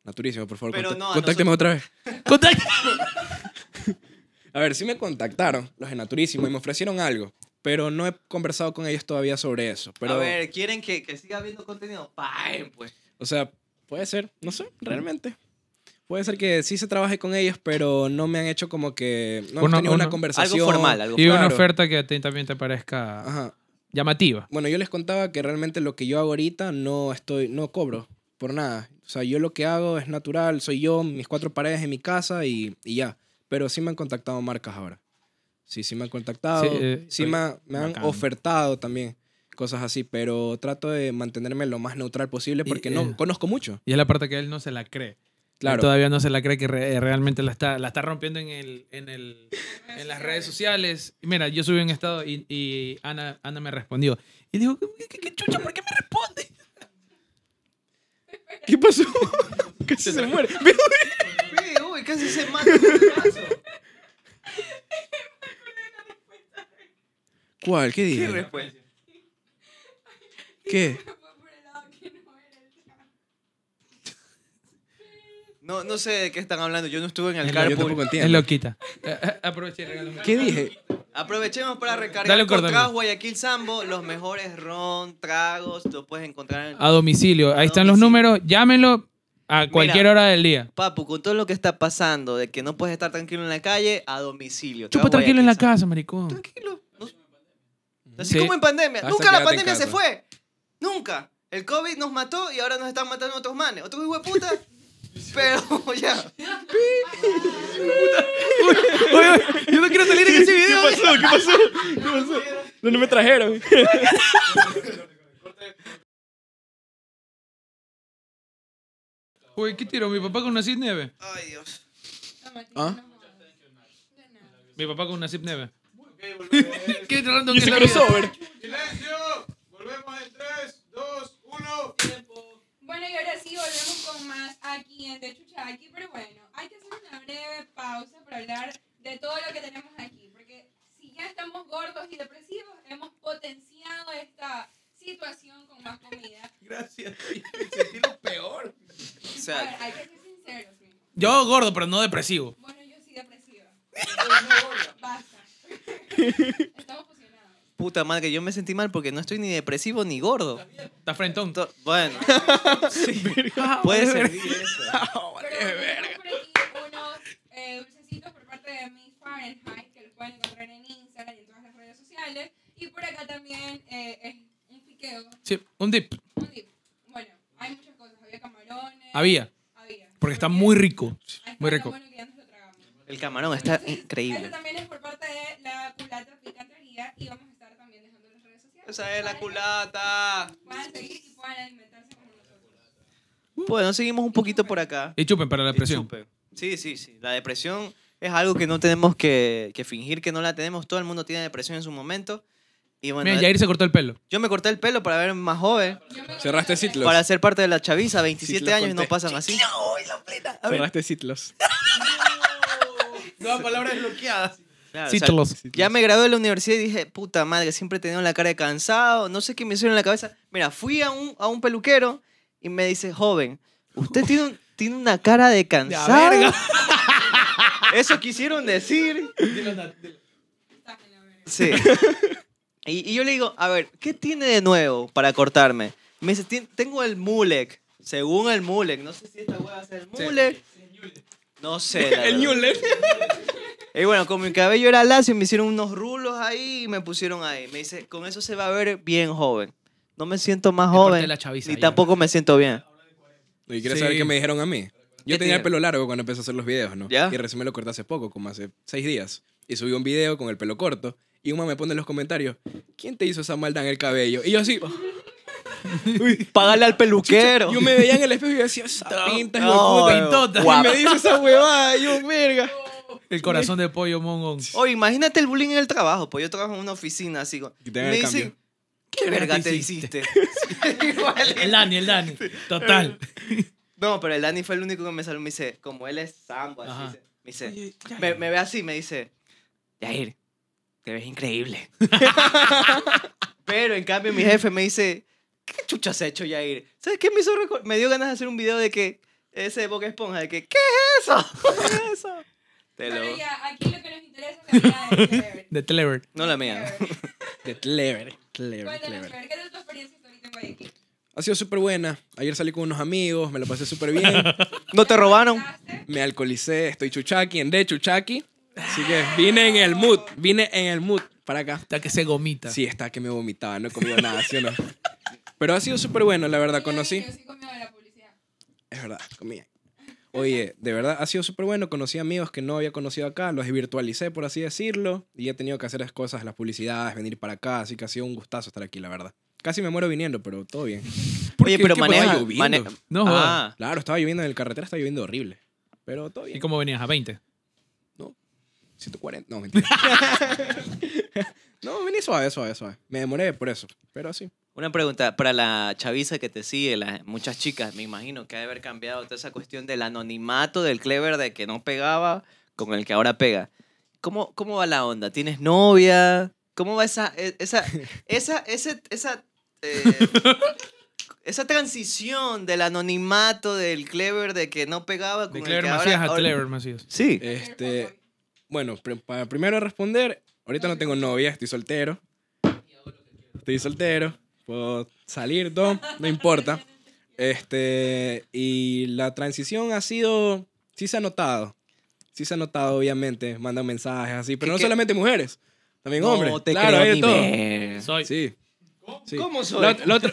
Speaker 4: Naturísimo, por favor.
Speaker 2: Pero
Speaker 4: contact-
Speaker 2: no, a
Speaker 4: contácteme
Speaker 2: nosotros-
Speaker 4: otra vez.
Speaker 3: Contact-
Speaker 4: A ver, sí me contactaron los de Naturísimo y me ofrecieron algo, pero no he conversado con ellos todavía sobre eso. Pero,
Speaker 2: A ver, ¿quieren que, que siga habiendo contenido? Paguen, pues.
Speaker 4: o sea, puede ser, no sé, realmente. Puede ser que sí se trabaje con ellos, pero no me han hecho como que. No hemos
Speaker 3: Uno-
Speaker 4: tenido una
Speaker 3: uno-
Speaker 4: conversación.
Speaker 2: Algo formal, algo
Speaker 3: Y una
Speaker 4: Claro.
Speaker 3: oferta que a ti también te parezca
Speaker 4: Ajá.
Speaker 3: llamativa.
Speaker 4: Bueno, yo les contaba que realmente lo que yo hago ahorita no estoy, no cobro por nada. O sea, yo lo que hago es natural, soy yo, mis cuatro paredes en mi casa y, y ya. Pero sí me han contactado marcas ahora. Sí, sí me han contactado.
Speaker 3: Sí, eh,
Speaker 4: Sí,
Speaker 3: oye,
Speaker 4: me, ha- me han
Speaker 3: bacán.
Speaker 4: ofertado también cosas así, pero trato de mantenerme lo más neutral posible
Speaker 3: Y,
Speaker 4: porque
Speaker 3: eh,
Speaker 4: no conozco mucho.
Speaker 3: Y es la parte que él no se la cree. Él
Speaker 4: Claro.
Speaker 3: todavía no se la cree que re- eh, realmente la está, la está rompiendo en, el, en, el, en las redes sociales. Y Mira, yo subí un estado y, y Ana, Ana me respondió. Y dijo, ¿qué, qué- qué chucha? ¿Por qué me responde?
Speaker 4: ¿Qué pasó? Casi se muere.
Speaker 2: Ve, uy, casi se mata en este el brazo.
Speaker 4: ¿Cuál? ¿Qué
Speaker 2: ¿Qué
Speaker 4: dije?
Speaker 2: respuesta?
Speaker 4: ¿Qué?
Speaker 5: Fue por el lado que no era el trabajo.
Speaker 2: No, no sé de qué están hablando. Yo no estuve en el
Speaker 4: Es lo- Yo tampoco
Speaker 2: carpool.
Speaker 3: Es
Speaker 4: entiendo.
Speaker 3: loquita. Eh, eh, Aprovecha y regálame.
Speaker 4: ¿Qué dije?
Speaker 2: Aprovechemos para recargar
Speaker 3: Dale un
Speaker 2: con
Speaker 3: cordón.
Speaker 2: Trago Guayaquil Sambo los mejores ron, tragos. Lo puedes encontrar en...
Speaker 3: A domicilio. Ahí
Speaker 2: A
Speaker 3: están los
Speaker 2: domicilio.
Speaker 3: números. Llámenlo a cualquier
Speaker 2: Mira.
Speaker 3: hora del día.
Speaker 2: Papu, con todo lo que está pasando, de que no puedes estar tranquilo en la calle, a domicilio.
Speaker 3: Chupa
Speaker 2: Trago
Speaker 3: tranquilo en la
Speaker 2: Guayaquil
Speaker 3: casa, maricón.
Speaker 2: Sambo. Tranquilo. No- Así
Speaker 3: Sí.
Speaker 2: como en pandemia.
Speaker 4: Hasta
Speaker 2: Nunca la
Speaker 4: quédate en
Speaker 2: pandemia se
Speaker 4: casa.
Speaker 2: fue. Nunca. El COVID nos mató y ahora nos están matando otros manes. Otros hijos de puta. Pero ya.
Speaker 3: Uy, uy, yo no quiero salir en ese video.
Speaker 4: pasó? ¿Qué pasó? ¿Qué pasó? No, no me trajeron.
Speaker 3: Uy, ¿qué tiro? Mi papá con una Sip Nieve.
Speaker 2: Ay, Dios.
Speaker 4: ¿Ah?
Speaker 3: Mi papá con una Sip Nieve. Qué random
Speaker 4: Y
Speaker 3: que
Speaker 4: ese
Speaker 3: la vida.
Speaker 4: crossover.
Speaker 6: ¡Silencio! Volvemos en 3, 2, 1.
Speaker 5: Bueno, y ahora sí, volvemos con más aquí en De Chucha Aquí, pero bueno, hay que hacer una breve pausa para hablar de todo lo que tenemos aquí, porque si ya estamos gordos y depresivos, hemos potenciado esta situación con más comida.
Speaker 1: Gracias. Me sentí lo peor.
Speaker 2: O
Speaker 5: A ver,
Speaker 2: sea,
Speaker 5: hay que ser sinceros. mijo.
Speaker 3: Yo gordo, pero no depresivo.
Speaker 5: Bueno, yo soy depresiva.
Speaker 6: Volvemos.
Speaker 5: Basta. Estamos fusionados.
Speaker 2: puta madre, yo me sentí mal porque no estoy ni depresivo ni gordo.
Speaker 3: Está frentón.
Speaker 2: To- Bueno, puede ser.
Speaker 5: Pero bueno, tenemos por aquí unos eh, dulcecitos por parte de Miss Fahrenheit que los pueden encontrar en Instagram y en todas las redes sociales. Y por acá también eh, es un piqueo,
Speaker 3: Sí, un dip.
Speaker 5: un dip. Bueno, hay muchas cosas. Había camarones.
Speaker 3: Había.
Speaker 5: Había.
Speaker 3: Porque está muy rico.
Speaker 5: Ahí está
Speaker 3: muy
Speaker 5: lo
Speaker 3: rico.
Speaker 5: bueno que ya nos lo tragamos.
Speaker 2: El camarón está
Speaker 5: Esto
Speaker 2: increíble.
Speaker 5: también es por parte de la culata picantería y vamos a estar también dejando las redes sociales.
Speaker 2: Esa es la
Speaker 5: para que
Speaker 2: culata.
Speaker 5: Puedan seguir y puedan alimentarse como nosotros.
Speaker 2: Bueno, seguimos un poquito por acá.
Speaker 3: Y chupen para la depresión.
Speaker 2: Chupe. Sí, sí, sí. La depresión es algo que no tenemos que, que fingir que no la tenemos. Todo el mundo tiene depresión en su momento. Y bueno,
Speaker 3: Mira, Jair se cortó el pelo.
Speaker 2: yo me corté el pelo para ver más joven,
Speaker 5: Yo me-
Speaker 4: Cerraste ciclos.
Speaker 2: para ser parte de la chaviza. 27
Speaker 4: Sí, la
Speaker 2: años y no
Speaker 4: conté.
Speaker 2: pasan así.
Speaker 4: Cerraste ciclos.
Speaker 1: Nueva palabra desbloqueada.
Speaker 2: Claro, o sea,
Speaker 3: Cítalos.
Speaker 2: ya me gradué de la universidad y dije, puta madre, siempre he tenido la cara de cansado. No sé qué me hicieron en la cabeza. Mira, fui a un, a un peluquero y me dice, joven, usted tiene, un- tiene una cara de cansado.
Speaker 3: verga.
Speaker 2: Eso quisieron decir.
Speaker 5: Estás en la verga.
Speaker 2: Sí. Y, y yo le digo, a ver, ¿qué tiene de nuevo para cortarme? Me dice, "Tien- tengo el mulek. Según el mulek. No sé si esta hueá es el mulek. No sé. la
Speaker 4: El
Speaker 2: verdad.
Speaker 4: Newlet.
Speaker 2: Y bueno, con mi cabello era lacio, me hicieron unos rulos ahí y me pusieron ahí. Me dice, con eso se va a ver bien joven. No me siento más
Speaker 3: Es parte de
Speaker 2: joven.
Speaker 3: la chaviza,
Speaker 2: ni
Speaker 3: ya.
Speaker 2: tampoco me siento bien.
Speaker 4: ¿Y quieres
Speaker 3: Sí.
Speaker 4: saber qué me dijeron a mí?
Speaker 2: ¿Qué
Speaker 4: Yo tenía
Speaker 2: tiene?
Speaker 4: el pelo largo cuando empecé a hacer los videos, ¿no?
Speaker 2: ¿Ya?
Speaker 4: Y recién me lo corté hace poco, como hace seis días. Y subí un video con el pelo corto. Y una me pone en los comentarios, ¿quién te hizo esa maldad en el cabello? Y yo así,
Speaker 2: Oh, Págale al peluquero.
Speaker 4: yo me veía en el espejo y yo decía, esa pinta es puta.
Speaker 3: pintota.
Speaker 4: Y me dice esa huevada, y yo, verga.
Speaker 3: El corazón de pollo, mongón.
Speaker 2: Oye, imagínate el bullying en el trabajo, pues yo trabajo en una oficina así. con-
Speaker 4: Que te hagan
Speaker 2: Me
Speaker 4: el
Speaker 2: dicen,
Speaker 4: cambio.
Speaker 2: ¿qué
Speaker 3: verga
Speaker 2: verga
Speaker 3: te
Speaker 2: te hiciste?
Speaker 3: El Dani, el Dani. Total.
Speaker 2: No, pero el Dani fue el único que me salió. Me dice, como él es sambo, así,
Speaker 3: Ajá.
Speaker 2: me dice, me, me ve así, me dice, Jair, te ves increíble. pero en cambio mi jefe me dice, ¿qué chucha has hecho, Jair? ¿Sabes qué me hizo recor- Me dio ganas de hacer un video de que ese de Boca Esponja, de que, ¿qué es eso? ¿Qué es eso? Te lo...
Speaker 5: Pero ya, aquí lo que nos interesa es la vida de Clever.
Speaker 3: De Telever.
Speaker 2: No la mía.
Speaker 4: De clever, clever,
Speaker 5: Cuéntanos,
Speaker 4: clever.
Speaker 5: Clever, ¿qué tal tu experiencia hasta ahorita en Guayaquil?
Speaker 4: Ha sido súper buena. Ayer salí con unos amigos, me lo pasé súper bien.
Speaker 2: ¿No te robaron?
Speaker 5: ¿Pasaste?
Speaker 4: Me alcoholicé, estoy chuchaqui, en de chuchaqui. Así que vine en el mood, vine en el mood para acá.
Speaker 3: Está que se gomita.
Speaker 4: Sí, está que me vomitaba, no he comido nada, ¿sí o no? Pero ha sido súper bueno, la verdad,
Speaker 5: Yo-
Speaker 4: conocí.
Speaker 5: Yo sí comía de la publicidad.
Speaker 4: Es verdad, comía. Oye, de verdad, ha sido súper bueno. Conocí amigos que no había conocido acá, los virtualicé, por así decirlo, y he tenido que hacer las cosas, las publicidades, venir para acá, así que ha sido un gustazo estar aquí, la verdad. Casi me muero viniendo, pero todo bien.
Speaker 2: Oye,
Speaker 4: qué?
Speaker 2: pero
Speaker 4: ¿Qué pasó?
Speaker 2: maneja.
Speaker 4: Lloviendo.
Speaker 2: mane-
Speaker 3: No
Speaker 2: Ah.
Speaker 4: Claro, estaba lloviendo en el carretera, estaba lloviendo horrible, pero todo
Speaker 3: ¿Y
Speaker 4: bien.
Speaker 3: cómo venías? ¿A 20?
Speaker 4: 140, no, mentira. no, vení suave, suave, suave. Me demoré por eso, pero sí.
Speaker 2: Una pregunta para la chaviza que te sigue, las muchas chicas, me imagino que ha de haber cambiado toda esa cuestión del anonimato del clever de que no pegaba con el que ahora pega. ¿Cómo, cómo va la onda? ¿Tienes novia? ¿Cómo va esa e- esa esa ese- esa eh, esa transición del anonimato del clever de que no pegaba con
Speaker 3: De
Speaker 2: el
Speaker 3: Clever
Speaker 2: que ahora-
Speaker 3: Macías a
Speaker 2: ahora-
Speaker 3: Telever Macías.
Speaker 2: Sí.
Speaker 4: Este, Bueno, pr- para primero responder, ahorita no tengo novia, estoy soltero. Estoy soltero, puedo salir, no, no importa. Este, y la transición ha sido, sí se ha notado. Sí se ha notado, obviamente, mandan mensajes así, pero
Speaker 2: ¿Qué-
Speaker 4: no
Speaker 2: qué?
Speaker 4: solamente mujeres, también
Speaker 2: No
Speaker 4: hombres.
Speaker 2: te
Speaker 4: claro,
Speaker 2: creo
Speaker 4: hay de
Speaker 2: ni
Speaker 4: todo.
Speaker 2: ver.
Speaker 3: Soy.
Speaker 4: Sí. sí.
Speaker 2: ¿Cómo soy?
Speaker 4: La ot- la otra-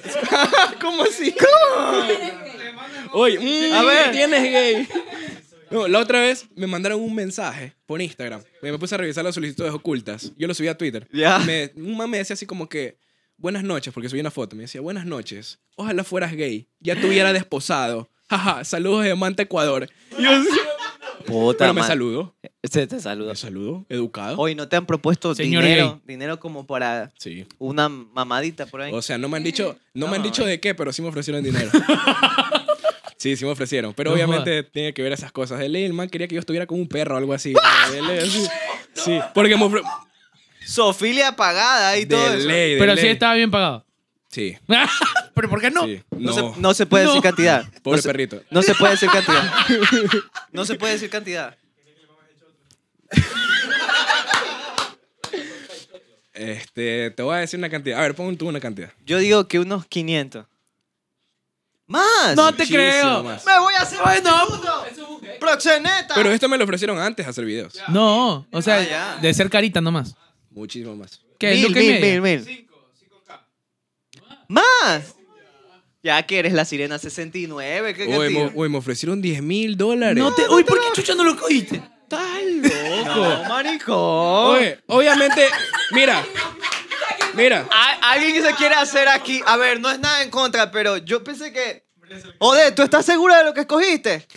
Speaker 4: ¿Cómo así? ¡Ah!
Speaker 5: Eres gay.
Speaker 6: Te mandan
Speaker 3: Oh.
Speaker 4: Oye, mm,
Speaker 2: A ver.
Speaker 4: tienes gay. No, la otra vez me mandaron un mensaje por Instagram. Me, me puse a revisar las solicitudes ocultas. Yo lo subí a Twitter.
Speaker 2: Ya.
Speaker 4: Me, un man me decía así como que, buenas noches, porque subí una foto. Me decía, buenas noches. Ojalá fueras gay. Ya te hubiera desposado. Jaja, saludos de Manta Ecuador. Y yo así-
Speaker 2: Puta
Speaker 4: pero me
Speaker 2: madre.
Speaker 4: saludó.
Speaker 2: Se te saluda.
Speaker 4: Me saludó. Educado.
Speaker 2: Hoy no te han propuesto
Speaker 3: Señor
Speaker 2: dinero,
Speaker 3: gay.
Speaker 2: dinero como para
Speaker 4: Sí.
Speaker 2: una mamadita por ahí.
Speaker 4: O sea, no me han dicho, no, me han
Speaker 2: No,
Speaker 4: dicho
Speaker 2: eh.
Speaker 4: de qué, pero sí me ofrecieron dinero. sí, sí me ofrecieron. Pero
Speaker 3: No
Speaker 4: obviamente tiene que ver esas cosas. El, el man quería que yo estuviera con un perro o algo así. De ley, así. Sí, porque me ofre-
Speaker 2: Sofilia pagada y
Speaker 4: de
Speaker 2: todo eso.
Speaker 4: ley, de
Speaker 3: Pero
Speaker 4: ley.
Speaker 3: sí estaba bien pagado.
Speaker 4: Sí.
Speaker 3: ¿Pero por qué no?
Speaker 4: sí.
Speaker 2: No,
Speaker 4: No,
Speaker 2: Se, no se puede
Speaker 3: No.
Speaker 2: decir cantidad.
Speaker 4: pobre
Speaker 2: no, se,
Speaker 4: perrito.
Speaker 2: no se puede decir cantidad. No se puede decir cantidad.
Speaker 4: Este, te voy a decir una cantidad. A ver, pon tú una cantidad.
Speaker 2: Yo digo que unos 500. ¡Más!
Speaker 3: No te
Speaker 4: Muchísimo
Speaker 3: creo.
Speaker 4: más.
Speaker 2: ¡Me voy a hacer bueno! ¡Proxeneta!
Speaker 4: Pero esto me lo ofrecieron antes de hacer videos.
Speaker 3: No, o
Speaker 2: Ah,
Speaker 3: sea,
Speaker 2: ya.
Speaker 3: de ser carita nomás.
Speaker 4: Muchísimo más.
Speaker 3: ¿Qué?
Speaker 2: mil,
Speaker 3: ¿Luca y
Speaker 2: mil,
Speaker 3: media?
Speaker 2: mil, mil. ¡Más! Ya que eres la sirena 69. ¿qué
Speaker 4: Uy, me,
Speaker 2: cantidad?
Speaker 4: uy, me ofrecieron 10 mil dólares.
Speaker 3: No te, uy, ¿por qué chucha no lo cogiste?
Speaker 4: Tal loco.
Speaker 2: No, maricón.
Speaker 4: Oye, obviamente, mira. Mira.
Speaker 2: A- alguien se quiere hacer aquí. A ver, no es nada en contra, pero yo pensé que. Ode, ¿tú estás segura de lo que escogiste?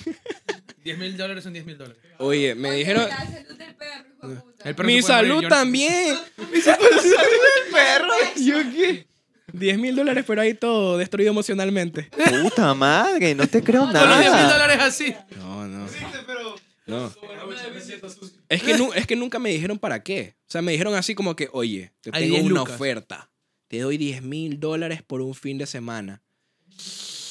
Speaker 3: 10 mil dólares son 10 mil dólares.
Speaker 4: Oye, me dijeron.
Speaker 5: La salud del perro, hijo de puta.
Speaker 3: El perro
Speaker 4: Mi
Speaker 3: se puede morir,
Speaker 4: salud
Speaker 3: yo no-
Speaker 4: también.
Speaker 2: el perro.
Speaker 4: ¿Yo qué? 10 mil dólares, pero ahí todo destruido emocionalmente.
Speaker 2: Puta madre, no te creo
Speaker 3: Son los 10 mil
Speaker 2: nada.
Speaker 3: dólares así.
Speaker 4: No, no.
Speaker 6: pero.
Speaker 4: No.
Speaker 6: Bueno, me siento sucio.
Speaker 4: Es que, nu- es que nunca me dijeron para qué. O sea, me dijeron así como que, oye, te
Speaker 3: Hay
Speaker 4: tengo
Speaker 3: 10
Speaker 4: una
Speaker 3: lucas.
Speaker 4: oferta. Te doy 10 mil dólares por un fin de semana.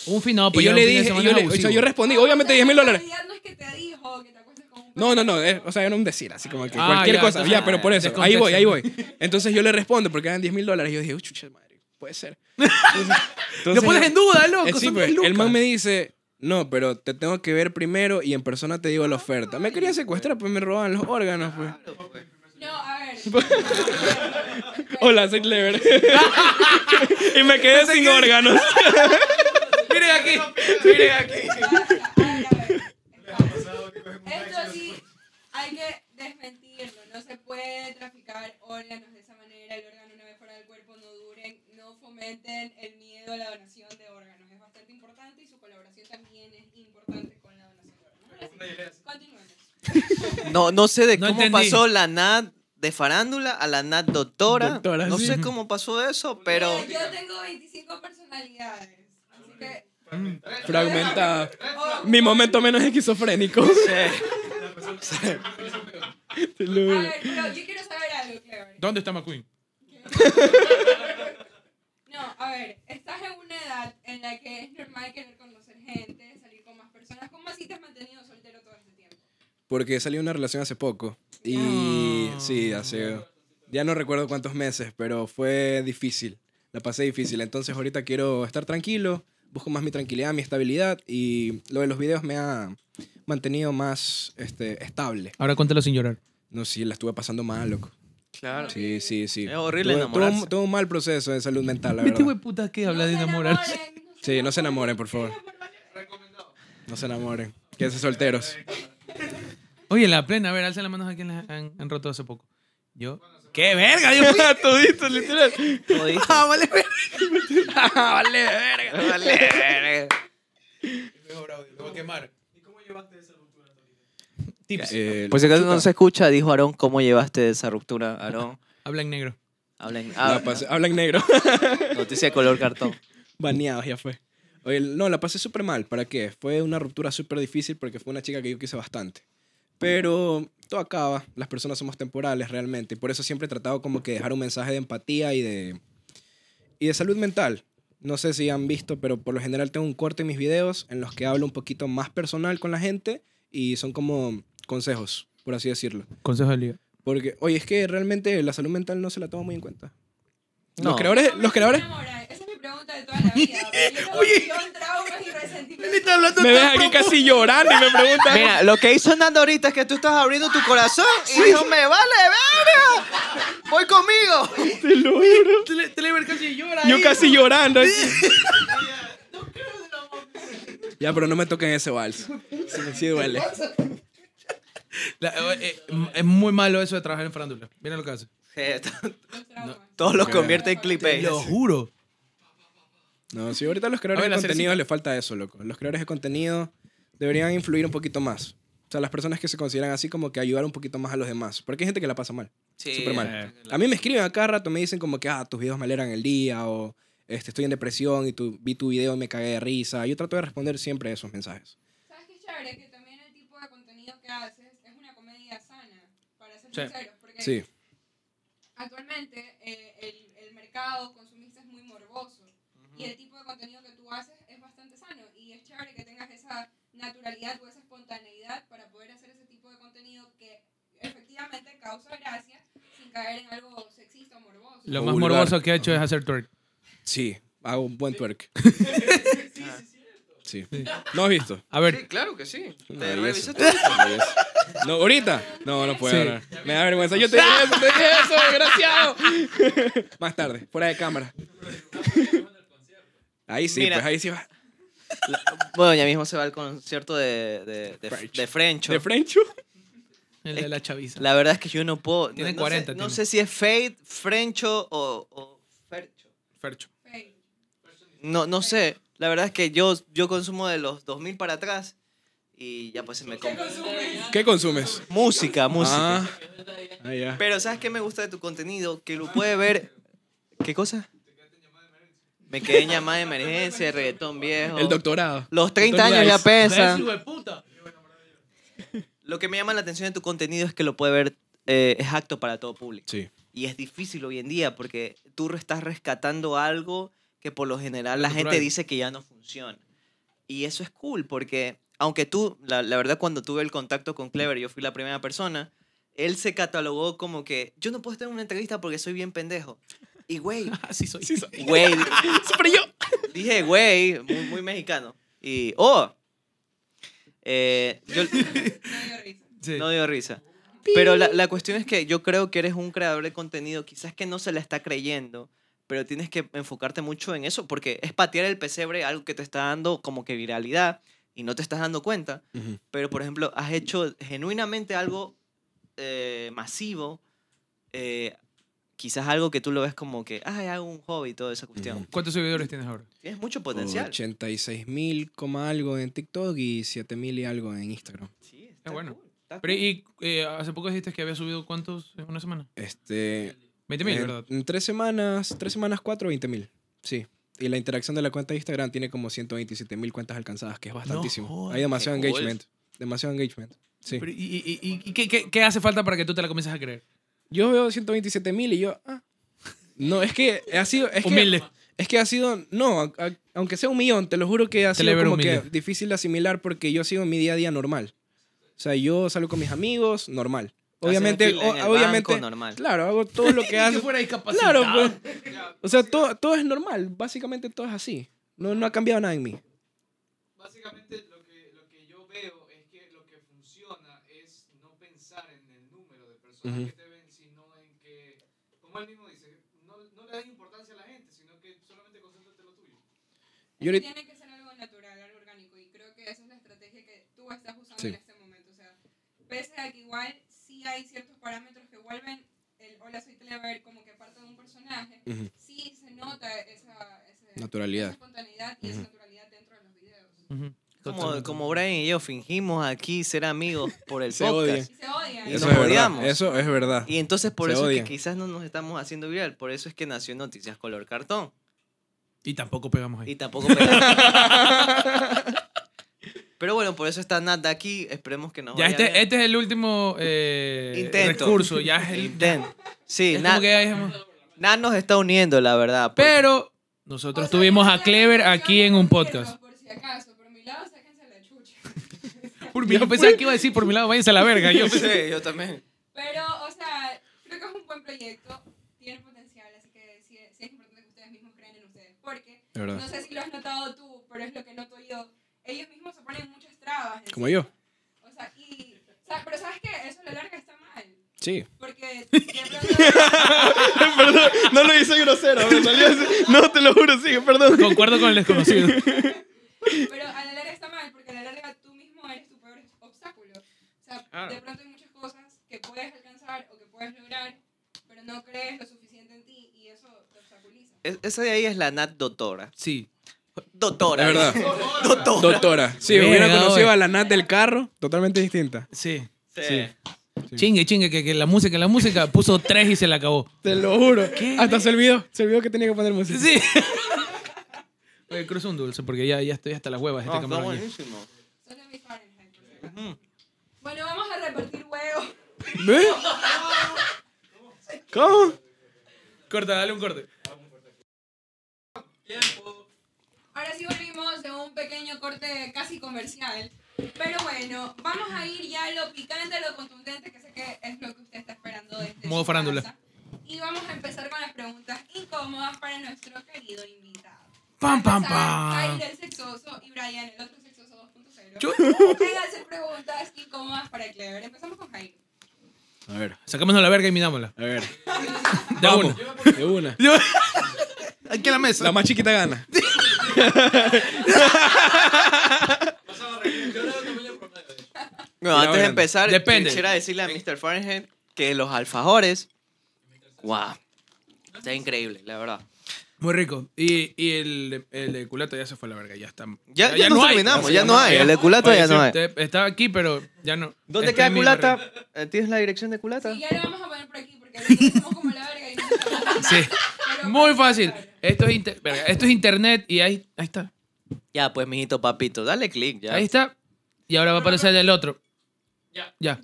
Speaker 3: Un fin, no,
Speaker 4: y
Speaker 3: pues
Speaker 4: yo
Speaker 3: ya
Speaker 4: le
Speaker 3: un fin de
Speaker 4: dije, y
Speaker 3: semana
Speaker 4: yo,
Speaker 3: es
Speaker 4: le- o sea,
Speaker 3: abusivo.
Speaker 4: yo respondí, obviamente 10 mil dólares.
Speaker 5: En realidad no es que te dijo que te acuestes con un
Speaker 4: No, no, no. eh, o sea, era un decir, así como que
Speaker 3: Ah,
Speaker 4: cualquier
Speaker 3: ya,
Speaker 4: cosa.
Speaker 3: entonces,
Speaker 4: ya, pero por eso. Ahí
Speaker 3: descontexto.
Speaker 4: voy, ahí voy. Entonces yo le respondo porque eran 10 mil dólares. Y yo dije, uy, chucha madre, puede ser. Entonces-
Speaker 3: Lo
Speaker 4: entonces
Speaker 3: pones
Speaker 4: yo-
Speaker 3: en duda, loco.
Speaker 4: Eh, sí,
Speaker 3: son
Speaker 4: pues,
Speaker 3: 10
Speaker 4: el man
Speaker 3: lucas.
Speaker 4: me dice, no, pero te tengo que ver primero y en persona te digo la oferta. Me querían secuestrar, pues me robaban los órganos, pues.
Speaker 5: No, a ver.
Speaker 4: Hola, soy Clever. y me quedé sin órganos.
Speaker 3: Miren aquí, miren aquí.
Speaker 5: Esto
Speaker 6: eh,
Speaker 5: sí, hay que desmentirlo. No se puede traficar órganos de esa manera. El órgano una vez fuera del cuerpo no duren, no fomenten el miedo a la donación de órganos. Es bastante importante y su colaboración también es importante con la donación de órganos. Ahora sí, Continuemos.
Speaker 2: No, no sé de
Speaker 3: No
Speaker 2: cómo
Speaker 3: entendí.
Speaker 2: pasó la Nat de farándula a la Nat doctora.
Speaker 4: Doctora,
Speaker 2: no
Speaker 4: sí.
Speaker 2: sé cómo pasó eso, pero.
Speaker 5: Mira, Yo tengo 25 personalidades. Así que.
Speaker 4: Fragmenta.
Speaker 5: oh,
Speaker 4: Mi momento menos esquizofrénico. Te lo
Speaker 5: a
Speaker 4: juro.
Speaker 5: ver, pero yo quiero saber algo, Clever.
Speaker 3: ¿Dónde está McQueen?
Speaker 5: No, a ver, estás en una edad en la que es normal querer conocer gente, salir con más personas. ¿Cómo así te has mantenido soltero todo este tiempo?
Speaker 4: Porque salí de una relación hace poco. Y
Speaker 2: Ah.
Speaker 4: sí, hace. Ya no recuerdo cuántos meses, pero fue difícil. La pasé difícil. Entonces, ahorita quiero estar tranquilo. Busco más mi tranquilidad, mi estabilidad. Y lo de los videos me ha mantenido más este, estable.
Speaker 3: Ahora cuéntalo sin llorar.
Speaker 4: No, sí, la estuve pasando mal, loco.
Speaker 2: Claro.
Speaker 4: Sí, sí, sí.
Speaker 2: Es horrible
Speaker 4: Tuve- tuve un-
Speaker 2: enamorarse.
Speaker 4: tuve un mal proceso de salud mental, la
Speaker 3: Vete,
Speaker 4: verdad.
Speaker 3: güey, puta, que
Speaker 5: No
Speaker 3: habla Este de
Speaker 5: se
Speaker 3: enamorarse.
Speaker 5: enamoren, no se
Speaker 4: Sí, no se enamoren, por favor.
Speaker 6: Recomendado.
Speaker 4: No se enamoren. Quédense solteros.
Speaker 3: Oye, la plena, a ver, alza las manos a quien las han, han roto hace poco. Yo. ¡Qué verga! Dios mío!
Speaker 4: Todito, literal.
Speaker 2: Ah, vale, verga.
Speaker 4: vale, verga.
Speaker 2: Vale, verga.
Speaker 3: Lo voy a quemar.
Speaker 6: ¿Y cómo llevaste esa ruptura, Tony?
Speaker 3: Tips.
Speaker 4: Eh,
Speaker 2: Por si acaso
Speaker 4: chuta.
Speaker 2: no se escucha, dijo Aarón, ¿cómo llevaste esa ruptura, Aarón?
Speaker 3: Habla en negro.
Speaker 2: Hablen,
Speaker 4: La pasé- hablan negro.
Speaker 2: noticia color cartón.
Speaker 4: Baneados, ya fue. Oye, no, la pasé súper mal. ¿Para qué? Fue una ruptura súper difícil porque fue una chica que yo quise bastante. Pero todo acaba. Las personas somos temporales realmente. Y por eso siempre he tratado como que dejar un mensaje de empatía y de, y de salud mental. No sé si han visto, pero por lo general tengo un corte en mis videos en los que hablo un poquito más personal con la gente y son como consejos, por así decirlo.
Speaker 3: Consejo de liga.
Speaker 4: Porque, oye, es que realmente la salud mental no se la toma muy en cuenta.
Speaker 2: No.
Speaker 4: Los creadores,
Speaker 5: enamoren.
Speaker 4: los creadores
Speaker 5: Esa es mi pregunta de toda la vida. Oye. traumas y resentimientos.
Speaker 4: me ves aquí casi llorando y me preguntan
Speaker 2: Mira, lo que hizo Nando ahorita es que tú estás abriendo tu corazón y dijo, me vale, verga. Voy conmigo.
Speaker 4: Te lo juro.
Speaker 3: Telever casi llora.
Speaker 4: Yo casi llorando. ya, pero no me toquen ese vals. Sí, sí duele.
Speaker 3: La- eh, eh, es muy malo eso de trabajar en farándula. Mira lo que hace.
Speaker 5: Los traumas.
Speaker 2: Todos los
Speaker 4: Ok.
Speaker 2: convierte en clipes.
Speaker 5: Eh,
Speaker 3: Te lo juro.
Speaker 4: No, sí, ahorita a los
Speaker 3: A
Speaker 4: creadores
Speaker 3: ver, la
Speaker 4: de contenido
Speaker 3: cerecita.
Speaker 4: les falta eso, loco. Los creadores de contenido deberían influir un poquito más. O sea, las personas que se consideran así como que ayudar un poquito más a los demás. Porque hay gente que la pasa mal.
Speaker 2: Sí,
Speaker 4: Súper mal.
Speaker 2: eh,
Speaker 4: A mí me escriben a cada rato, me dicen como que, ah, tus videos me alegran el día o este, estoy en depresión y tu, vi tu video y me cagué de risa. Yo trato de responder siempre esos mensajes.
Speaker 5: ¿Sabes qué chévere? Que también el tipo de contenido que haces es una comedia sana, para ser
Speaker 3: Sí.
Speaker 5: sinceros. Porque
Speaker 4: Sí.
Speaker 5: actualmente eh, el, el mercado consumista es muy morboso. Y el tipo de contenido que tú haces es bastante sano. Y es chévere que tengas esa naturalidad o esa espontaneidad para poder hacer ese tipo de contenido que efectivamente causa gracia sin caer en algo sexista o morboso.
Speaker 3: Lo
Speaker 4: O
Speaker 3: más
Speaker 4: vulgar.
Speaker 3: morboso que ha hecho es hacer twerk.
Speaker 4: Sí, hago un buen twerk. Sí. ¿No has visto?
Speaker 3: A ver,
Speaker 1: claro que sí.
Speaker 4: Una
Speaker 2: Te revisé
Speaker 4: belleza. Una belleza. No, ahorita. No, no puedo
Speaker 3: Sí.
Speaker 4: hablar. Me da vergüenza. Yo te dije eso, te dije eso, desgraciado. Más tarde, fuera de cámara. Ahí sí,
Speaker 2: Mira.
Speaker 4: pues ahí sí va.
Speaker 2: la- Bueno, ya mismo se va al concierto de, de, de,
Speaker 4: French.
Speaker 2: de Frencho.
Speaker 4: ¿De Frencho?
Speaker 3: el de la chaviza.
Speaker 2: La verdad es que yo no puedo.
Speaker 3: Tiene
Speaker 2: no,
Speaker 3: 40
Speaker 2: No sé, no
Speaker 3: tiene.
Speaker 2: sé si es Fate, Frencho o, o Fercho.
Speaker 3: Fercho.
Speaker 5: Fake.
Speaker 2: No, no sé. La verdad es que yo, yo consumo de los 2000 para atrás y ya pues se me come.
Speaker 4: ¿Qué consumes?
Speaker 2: Música, música.
Speaker 4: Ah, ah, ya.
Speaker 2: Pero ¿sabes qué me gusta de tu contenido? Que lo puede ver... ¿Qué cosa? Me quedé en llamada de emergencia, reggaetón viejo.
Speaker 4: El doctorado.
Speaker 2: Los 30 años ya
Speaker 4: Lies.
Speaker 2: pesan.
Speaker 3: hijo de puta?
Speaker 2: Lo que me llama la atención de tu contenido es que lo puede ver, eh, es acto para todo público.
Speaker 4: Sí.
Speaker 2: Y es difícil hoy en día porque tú re- estás rescatando algo que por lo general la
Speaker 3: Natural.
Speaker 2: gente dice que ya no funciona. Y eso es cool porque, aunque tú, la, la verdad cuando tuve el contacto con Clever, yo fui la primera persona, él se catalogó como que yo no puedo estar en una entrevista porque soy bien pendejo. Y güey,
Speaker 3: Así Ah, soy.
Speaker 4: Sí, soy.
Speaker 2: güey,
Speaker 4: Pero yo.
Speaker 2: dije güey, muy, muy mexicano. Y, oh, eh, yo,
Speaker 5: No dio risa.
Speaker 3: Sí.
Speaker 2: no dio risa. Pero la, la cuestión es que yo creo que eres un creador de contenido, quizás que no se la está creyendo, pero tienes que enfocarte mucho en eso, porque es patear el pesebre algo que te está dando como que viralidad y no te estás dando cuenta.
Speaker 4: Ujú.
Speaker 2: Pero, por ejemplo, has hecho genuinamente algo eh, masivo, eh, quizás algo que tú lo ves como que, ay, hago un hobby y toda esa cuestión.
Speaker 4: Ujú.
Speaker 3: ¿Cuántos seguidores tienes ahora?
Speaker 2: Tienes mucho potencial.
Speaker 4: 86 mil, coma algo en TikTok y 7 mil y algo en Instagram.
Speaker 2: Sí, está
Speaker 3: Es bueno.
Speaker 2: cool, está
Speaker 3: Pero,
Speaker 2: cool.
Speaker 3: y eh, hace poco dijiste que había subido cuántos en una semana.
Speaker 4: Este,
Speaker 3: 20 mil,
Speaker 4: en,
Speaker 3: ¿verdad?
Speaker 4: en tres semanas, tres semanas, cuatro, 20 mil. Sí. Y la interacción de la cuenta de Instagram tiene como 127 mil cuentas alcanzadas, que es bastantísimo.
Speaker 3: jodas,
Speaker 4: Hay demasiado
Speaker 2: qué cool.
Speaker 4: engagement. Demasiado engagement. Sí.
Speaker 3: Pero, ¿Y, y- y- y qué, qué- qué hace falta para que tú te la comiences a creer?
Speaker 4: Yo veo 127 mil y yo, ah. No, es que ha sido. Es que-
Speaker 3: Humilde.
Speaker 4: es que ha sido. No, a- a- aunque sea un millón, te lo juro que ha
Speaker 3: Te
Speaker 4: sido
Speaker 3: le veo
Speaker 4: como que
Speaker 3: humilde.
Speaker 4: difícil de asimilar porque yo sigo en mi día a día normal. O sea, yo salgo con mis amigos, normal. Obviamente,
Speaker 2: Haces fila en
Speaker 4: o-
Speaker 2: el
Speaker 4: obviamente.
Speaker 2: banco, normal.
Speaker 4: Claro, hago todo lo que hago.
Speaker 3: fuera
Speaker 4: Claro, pues. O sea, todo, todo es normal. Básicamente todo es así. No, no ha cambiado nada en mí.
Speaker 6: Básicamente lo que, lo que yo veo es que lo que funciona es no pensar en el número de personas
Speaker 4: Ujú.
Speaker 6: que te ven, sino en que, como él mismo dice, no, no le das importancia a la gente, sino que solamente concéntrate en lo tuyo.
Speaker 4: Yo
Speaker 5: Es que
Speaker 4: ahorita-
Speaker 5: Tiene que ser algo natural, algo orgánico. Y creo que esa es la estrategia que tú estás usando
Speaker 4: Sí.
Speaker 5: en este momento. O sea, pese a que igual sí hay ciertos parámetros que vuelven el hola soy clever como que parte de un personaje,
Speaker 4: Ujú.
Speaker 5: sí se nota esa, esa-
Speaker 4: Naturalidad.
Speaker 5: esa espontaneidad y esa naturalidad dentro de los videos.
Speaker 2: Como, como Brian y yo fingimos aquí ser amigos por el
Speaker 4: Se
Speaker 2: podcast.
Speaker 4: odian.
Speaker 5: Y se odian.
Speaker 2: Y
Speaker 4: Eso
Speaker 2: nos
Speaker 4: es
Speaker 2: odiamos.
Speaker 4: verdad. Eso es verdad.
Speaker 2: Y entonces por
Speaker 4: Se
Speaker 2: eso
Speaker 4: odian.
Speaker 2: es que quizás no nos estamos haciendo viral. Por eso es que nació Noticias Color Cartón.
Speaker 3: Y tampoco pegamos ahí.
Speaker 2: Y tampoco... pegamos. Pero bueno, por eso está Nat aquí. Esperemos que nos
Speaker 3: Ya
Speaker 2: vaya
Speaker 3: este,
Speaker 2: bien.
Speaker 3: este es el último eh,
Speaker 2: Intento.
Speaker 3: recurso, ya es el...
Speaker 2: Intento. Sí,
Speaker 3: es como
Speaker 2: Nat,
Speaker 3: que ya dijimos,
Speaker 2: Nat nos está uniendo, la verdad. porque-
Speaker 3: Pero nosotros tuvimos a Clever aquí en un podcast.
Speaker 5: Por si acaso, por mi lado, sáquense la chucha.
Speaker 3: Por mi- yo pensaba que iba a decir, por mi lado, váyanse a la verga. Yo pensé-
Speaker 2: yo también.
Speaker 5: Pero, o sea, creo que es un buen proyecto, tiene potencial, así que sí, sí es importante que ustedes mismos crean en ustedes. Porque, no
Speaker 4: Es verdad.
Speaker 5: sé si lo has notado tú, pero es lo que noto yo, ellos mismos se ponen muchas trabas. en
Speaker 4: Como
Speaker 5: sí.
Speaker 4: yo.
Speaker 5: O sea, y, o sea, pero ¿sabes qué? Eso a la larga está mal.
Speaker 4: Sí.
Speaker 5: Porque de pronto-
Speaker 4: Perdón, no lo hice grosero. me salió así. No, te lo juro, sí, perdón.
Speaker 3: Concuerdo con el desconocido.
Speaker 5: pero a la larga está mal, porque a la larga tú mismo eres tu peor obstáculo. O sea,
Speaker 3: Claro.
Speaker 5: de pronto hay muchas
Speaker 2: esa de ahí es la Nat Doctora.
Speaker 3: Sí.
Speaker 2: Doctora.
Speaker 4: Es verdad.
Speaker 2: Doctora.
Speaker 4: Doctora. Si
Speaker 3: Verga,
Speaker 4: hubiera conocido
Speaker 3: güey.
Speaker 4: a la Nat del carro, totalmente distinta.
Speaker 3: Sí.
Speaker 2: Sí.
Speaker 4: Sí.
Speaker 3: Chingue, chingue, que, que la música, la música puso tres y se la acabó.
Speaker 4: Te lo juro. Hasta se olvidó. Se olvidó que tenía que poner música.
Speaker 3: Sí. Oye, cruzo un dulce porque ya, ya estoy hasta las huevas de este
Speaker 2: No, está
Speaker 3: camarón.
Speaker 2: buenísimo.
Speaker 5: Solo mi Fahrenheit, por si acaso. Bueno, vamos a repartir huevos.
Speaker 4: ¿Ve? ¿Cómo?
Speaker 3: Corta, dale un corte.
Speaker 5: Ahora sí volvimos de un pequeño corte casi comercial. Pero bueno, vamos a ir ya a lo picante, a lo contundente, que sé que es lo que usted está esperando desde
Speaker 3: Modo
Speaker 5: su
Speaker 3: farándula.
Speaker 5: casa. Y vamos a empezar con las preguntas incómodas para nuestro querido invitado.
Speaker 3: Pam, pam,
Speaker 5: Kyle
Speaker 3: pam.
Speaker 5: el sexoso y Brian el otro sexoso 2.0.
Speaker 3: Chu-
Speaker 5: Háganse preguntas incómodas para Clever. Empezamos con Jairo.
Speaker 4: A ver,
Speaker 3: Sacámonos la verga y midámosla.
Speaker 4: a ver.
Speaker 3: De a uno.
Speaker 4: De una.
Speaker 3: Aquí en la mesa.
Speaker 4: La más chiquita gana.
Speaker 6: Pasaba reír. Yo era de tamaño promedio. de hecho.
Speaker 2: No, antes de
Speaker 4: hablando.
Speaker 2: empezar,
Speaker 3: Depende.
Speaker 2: quisiera decirle a Mr. Fahrenheit que los alfajores. ¡Wow! Está increíble, la verdad.
Speaker 3: Muy rico. Y, y el, de- el de culata ya se fue a la verga. Ya está.
Speaker 2: Ya, ya, no
Speaker 3: hay.
Speaker 2: terminamos,
Speaker 3: se
Speaker 2: ya no hay. El de culata
Speaker 3: Oye,
Speaker 2: ya
Speaker 3: sí,
Speaker 2: no hay.
Speaker 3: te- Estaba aquí, pero ya no.
Speaker 2: ¿Dónde
Speaker 3: Está
Speaker 2: queda
Speaker 3: en mi
Speaker 2: culata?
Speaker 3: barriga.
Speaker 2: Eh, ¿Tienes la dirección de culata?
Speaker 5: Y ya lo vamos a poner por aquí porque ahorita somos como la verga. Y no sabemos.
Speaker 3: Sí.
Speaker 5: Pero
Speaker 3: Muy
Speaker 5: bueno,
Speaker 3: fácil.
Speaker 5: claro.
Speaker 3: Esto es, inter- verga, esto es internet y ahí, ahí está.
Speaker 2: Ya, pues, mijito papito, dale click ya.
Speaker 3: Ahí está. Y ahora va a aparecer el otro.
Speaker 6: Ya.
Speaker 3: Ya.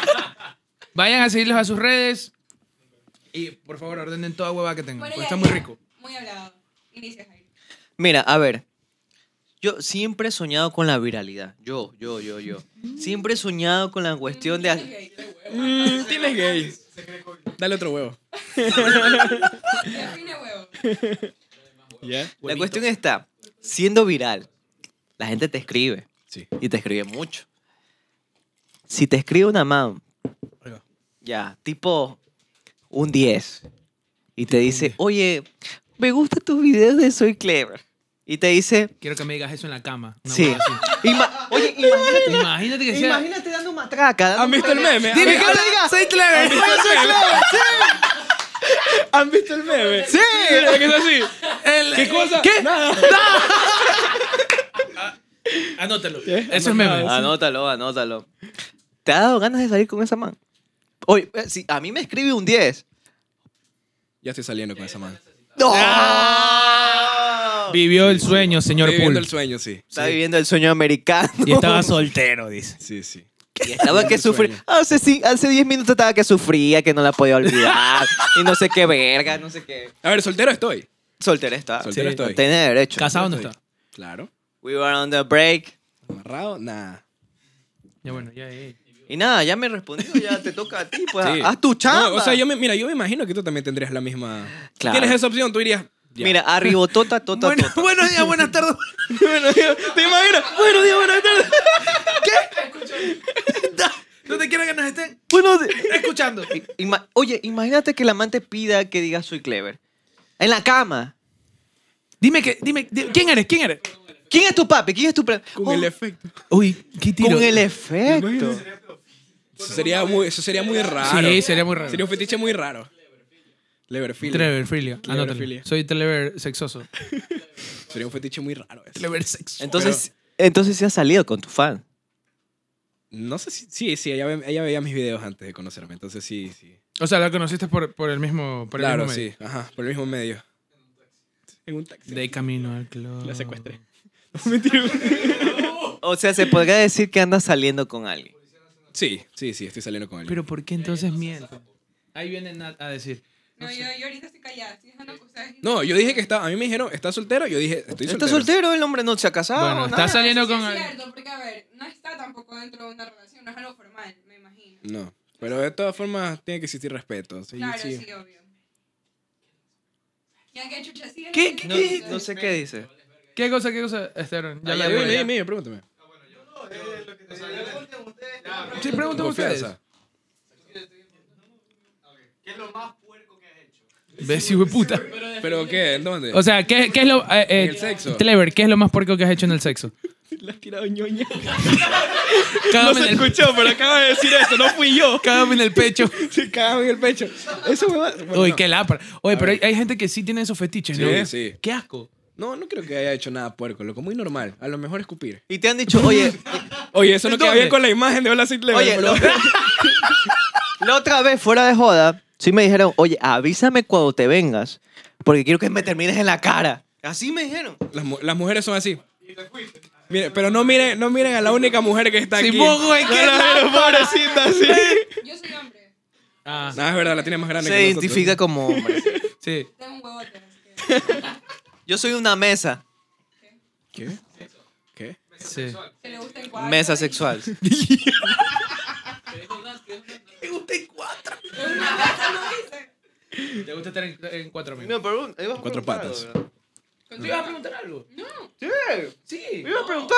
Speaker 3: Vayan a seguirlos a sus redes. Y por favor, ordenen toda hueva que tengan.
Speaker 5: Bueno,
Speaker 3: porque
Speaker 5: ya,
Speaker 3: está muy
Speaker 5: ya.
Speaker 3: rico.
Speaker 5: Muy hablado. Inicia, Jairo.
Speaker 2: Mira, a ver. Yo siempre he soñado con la viralidad. Yo, yo, yo, yo. Siempre he soñado con la cuestión de...
Speaker 5: Ok,
Speaker 2: al-
Speaker 4: Mm, tienes gay. Dale otro huevo.
Speaker 5: define huevo.
Speaker 4: ¿Ya?
Speaker 2: La cuestión está, siendo viral, la gente te escribe.
Speaker 4: Sí.
Speaker 2: Y te escribe mucho. Si te escribe una man,
Speaker 3: Ahí va.
Speaker 2: ya, tipo un 10, y te dice, oye, me gustan tus videos de Soy Clever. Y te dice,
Speaker 3: Quiero que me digas eso en la cama. Una
Speaker 2: sí.
Speaker 3: hueva así.
Speaker 2: Ima- oye, imagínate,
Speaker 3: Imagínate que sea.
Speaker 2: imagínate dando matraca. dando
Speaker 4: ¿Han visto el
Speaker 2: matraca.
Speaker 4: meme?
Speaker 2: Dime
Speaker 4: ¿Han-
Speaker 2: que lo digas. Soy
Speaker 4: ¿Han
Speaker 2: Clever.
Speaker 4: visto el meme? ¿Han visto el meme?
Speaker 2: Sí.
Speaker 4: ¿Verdad que es así? ¿Qué cosa?
Speaker 2: ¿Qué?
Speaker 4: Nada.
Speaker 3: Anótalo.
Speaker 4: ¿Qué?
Speaker 3: Eso es meme.
Speaker 2: Anótalo, anótalo. ¿Te ha dado ganas de salir con esa man? Oye, eh, si a mí me escribe un 10.
Speaker 4: Ya estoy saliendo con esa mano.
Speaker 2: ¡No!
Speaker 3: Vivió el sueño, señor
Speaker 4: Estoy viviendo
Speaker 3: Pool.
Speaker 4: el sueño, Ah. sí.
Speaker 2: Está viviendo el sueño americano.
Speaker 3: Y estaba soltero, dice.
Speaker 4: Sí, sí.
Speaker 2: Y estaba que
Speaker 4: el sueño.
Speaker 2: sufría. Hace, cin- hace 10 minutos estaba que sufría, que no la podía olvidar. y no sé qué verga, no sé qué.
Speaker 4: A ver, soltero estoy.
Speaker 2: Soltera está. Ah,
Speaker 4: Soltero
Speaker 2: Sí,
Speaker 4: estoy.
Speaker 2: Tiene derecho.
Speaker 3: Casado no
Speaker 4: estoy.
Speaker 3: está.
Speaker 4: Claro.
Speaker 2: We were on the break.
Speaker 4: Amarrado, nada.
Speaker 3: Ya bueno, ya, ya.
Speaker 2: Y nada, ya me respondió, ya te toca a ti, pues
Speaker 4: Sí.
Speaker 2: haz tu chamba.
Speaker 4: No, o sea, yo me, mira, yo me imagino que tú también tendrías la misma.
Speaker 2: Claro.
Speaker 4: Tienes esa opción, tú dirías. ya.
Speaker 2: Mira, arribotota, tota,
Speaker 3: Bueno,
Speaker 2: tota.
Speaker 3: buenos días, buenas tardes.
Speaker 4: Bueno, digo, ¿Te imaginas? Bueno, Dios, buenas tardes.
Speaker 3: Donde quiera que nos estén
Speaker 2: Bueno, de-
Speaker 3: escuchando.
Speaker 2: Ima- Oye, imagínate que el amante pida que diga soy clever. En la cama.
Speaker 3: Dime que, dime, di- ¿quién eres? ¿Quién eres?
Speaker 2: ¿Quién es tu papi? ¿Quién es tu pre-
Speaker 4: Con
Speaker 2: Oh,
Speaker 4: el efecto.
Speaker 3: Uy, qué tiro.
Speaker 2: con el efecto.
Speaker 4: Eso sería muy, eso sería muy raro.
Speaker 3: Sí, sería muy raro.
Speaker 4: Sería un fetiche muy raro. Leverfield.
Speaker 3: Trevor Filia,
Speaker 4: Trevor
Speaker 3: anótalo.
Speaker 4: Filia.
Speaker 3: Soy Trevor sexoso.
Speaker 4: Sería un fetiche muy raro. ese.
Speaker 3: Trevor sexoso.
Speaker 2: Entonces, entonces sí has salido con tu fan.
Speaker 4: No sé si. Sí, sí, ella, ve- ella veía mis videos antes de conocerme. Entonces sí, sí.
Speaker 3: O sea, la conociste por, por el mismo, por el
Speaker 4: claro,
Speaker 3: mismo medio.
Speaker 4: sí. Ajá, por el mismo medio. En un taxi.
Speaker 3: De camino al club.
Speaker 4: La secuestré. Mentira.
Speaker 2: O sea, se podría decir que andas saliendo con alguien.
Speaker 4: Sí, sí, sí, estoy saliendo con él.
Speaker 3: Pero ¿por qué entonces miento? Ahí viene Nat a decir.
Speaker 5: No, yo, yo ahorita estoy callada. Estoy dejando que ustedes-
Speaker 4: No, yo dije que estaba. A mí me dijeron, ¿estás soltero? Yo dije, estoy soltero.
Speaker 2: Está soltero, el hombre no se ha casado.
Speaker 3: Bueno,
Speaker 2: nada.
Speaker 3: está saliendo
Speaker 5: Sí,
Speaker 3: con
Speaker 5: Es
Speaker 3: alguien.
Speaker 5: cierto, porque a ver, no está tampoco dentro de una relación, no es algo formal, me imagino.
Speaker 4: No. Pero de todas formas, tiene que existir respeto. Sí,
Speaker 5: claro,
Speaker 4: sí.
Speaker 5: sí, obvio. ¿Ya qué chucha sí, es
Speaker 2: ¿Qué?
Speaker 5: que-
Speaker 2: No,
Speaker 5: Sí,
Speaker 2: no sé qué dice.
Speaker 3: ¿Qué cosa, qué cosa, Esteban?
Speaker 4: Ya,
Speaker 3: la-
Speaker 4: dime,
Speaker 3: ya-
Speaker 4: dime, pregúntame.
Speaker 6: O sea, yo le- Ya,
Speaker 3: Sí,
Speaker 6: pero-
Speaker 3: pregúntame ustedes.
Speaker 4: Confianza.
Speaker 6: ¿Qué es lo más puerco que has hecho?
Speaker 3: Ves, hijo de puta.
Speaker 4: ¿Pero qué? ¿En dónde?
Speaker 3: O sea, ¿qué, qué es lo. eh, eh,
Speaker 4: el sexo.
Speaker 3: Trevor, ¿qué es lo más porco que has hecho en el sexo?
Speaker 4: Le has tirado ñoña. No
Speaker 3: Cágame
Speaker 4: se
Speaker 3: en el-
Speaker 4: escuchó, pero acaba de decir eso. No fui yo.
Speaker 3: cágame en el pecho.
Speaker 4: Se cagaba en el pecho. Eso me va. bueno,
Speaker 3: Uy,
Speaker 4: no.
Speaker 3: qué lámpara. Oye,
Speaker 4: A
Speaker 3: pero hay,
Speaker 4: ver.
Speaker 3: hay gente que sí tiene esos fetiches,
Speaker 4: Sí,
Speaker 3: ¿no?
Speaker 4: sí.
Speaker 3: Qué asco.
Speaker 4: No, no creo que haya hecho nada puerco, loco. Muy normal. A lo mejor escupir.
Speaker 2: Y te han dicho, oye,
Speaker 4: Oye, eso no queda
Speaker 3: ¿Dónde?
Speaker 4: bien con la imagen de Hola Sith Level,
Speaker 2: Oye,
Speaker 4: bro.
Speaker 2: lo- la otra vez, fuera de joda, sí me dijeron, oye, avísame cuando te vengas, porque quiero que me termines en la cara. Así me dijeron.
Speaker 4: Las, mu- las mujeres son así. Mire, pero no miren, no miren a la única mujer que está
Speaker 3: Sí,
Speaker 4: aquí.
Speaker 3: vos, güey,
Speaker 4: no
Speaker 3: qué
Speaker 4: la vieron, pobrecita, sí.
Speaker 5: Yo soy hombre,
Speaker 3: Ah,
Speaker 4: No, es verdad, la tiene más grande
Speaker 2: Se
Speaker 4: que nosotros.
Speaker 2: identifica como hombre.
Speaker 3: sí.
Speaker 5: tengo un huevote. así que-
Speaker 2: Yo soy una mesa.
Speaker 4: ¿Qué? ¿Qué?
Speaker 3: sí.
Speaker 5: Que le gusta el cuadro.
Speaker 2: Mesa sexual.
Speaker 5: Es una mesa, no dice.
Speaker 3: ¿Te gusta estar en, en cuatro amigos?
Speaker 4: Cuatro patas.
Speaker 3: ¿Tú ibas a preguntar algo? No. Sí.
Speaker 2: iba a preguntar,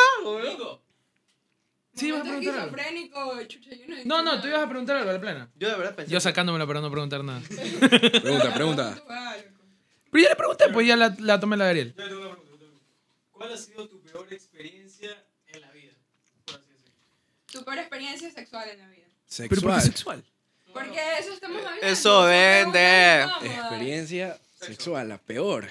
Speaker 3: Sí, vas a
Speaker 5: Momento
Speaker 3: preguntar algo.
Speaker 5: esquizofrénico, chucha, yo no he
Speaker 3: No,
Speaker 5: dicho
Speaker 3: no, tú
Speaker 5: nada.
Speaker 3: ibas a preguntar algo, a la plena.
Speaker 2: Yo de verdad pensé.
Speaker 3: Yo sacándomela para no preguntar nada.
Speaker 4: Pregunta, pregunta.
Speaker 3: Pero ya le pregunté, pues ya la, la tomé la Gabriel.
Speaker 6: Yo tengo una pregunta, yo tengo una pregunta. ¿Cuál ha sido tu peor experiencia en la vida? Por así decirlo.
Speaker 5: Tu peor experiencia sexual en la vida.
Speaker 3: ¿Pero por qué
Speaker 4: Sexual.
Speaker 3: sexual?
Speaker 5: Porque de eso estamos hablando.
Speaker 2: Eso
Speaker 5: son
Speaker 2: vende.
Speaker 5: preguntas incómodas.
Speaker 4: Experiencia sexual, la peor.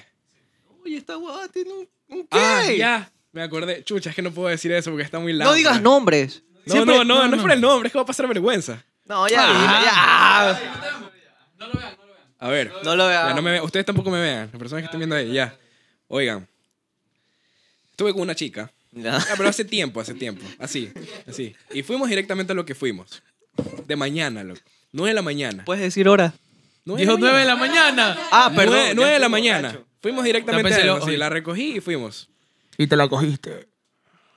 Speaker 2: Oye, esta guada tiene un, un
Speaker 4: Ah,
Speaker 2: gay.
Speaker 4: ya. Me acordé. Chucha, es que no puedo decir eso porque está muy largo.
Speaker 2: No digas nombres.
Speaker 4: No,
Speaker 3: Siempre-
Speaker 4: no, no, no,
Speaker 3: no,
Speaker 4: es
Speaker 3: no.
Speaker 4: por el nombre, es que va a pasar vergüenza.
Speaker 2: No, ya, dime, ya.
Speaker 6: No lo vean, no lo vean.
Speaker 4: A ver.
Speaker 2: No lo
Speaker 4: Ah. Ya
Speaker 2: veas.
Speaker 4: no me vean. Ustedes tampoco me vean. Las personas que están viendo ahí, ya. Oigan. Estuve con una chica.
Speaker 2: Ya.
Speaker 4: Ah, pero hace tiempo, hace tiempo. Así, así. Y fuimos directamente a lo que fuimos. De mañana, loco. 9 de la mañana.
Speaker 2: Puedes decir hora.
Speaker 3: Pues, Dijo nueve de la mañana.
Speaker 2: Ah, perdón.
Speaker 4: Nueve-
Speaker 2: ya
Speaker 4: nueve de la
Speaker 2: estoy
Speaker 4: mañana.
Speaker 2: borracho.
Speaker 4: Fuimos
Speaker 3: Ya
Speaker 4: directamente
Speaker 3: pensé
Speaker 4: a
Speaker 3: lo-
Speaker 4: eso,
Speaker 3: oye.
Speaker 4: sí, la recogí y fuimos.
Speaker 3: Y te la cogiste.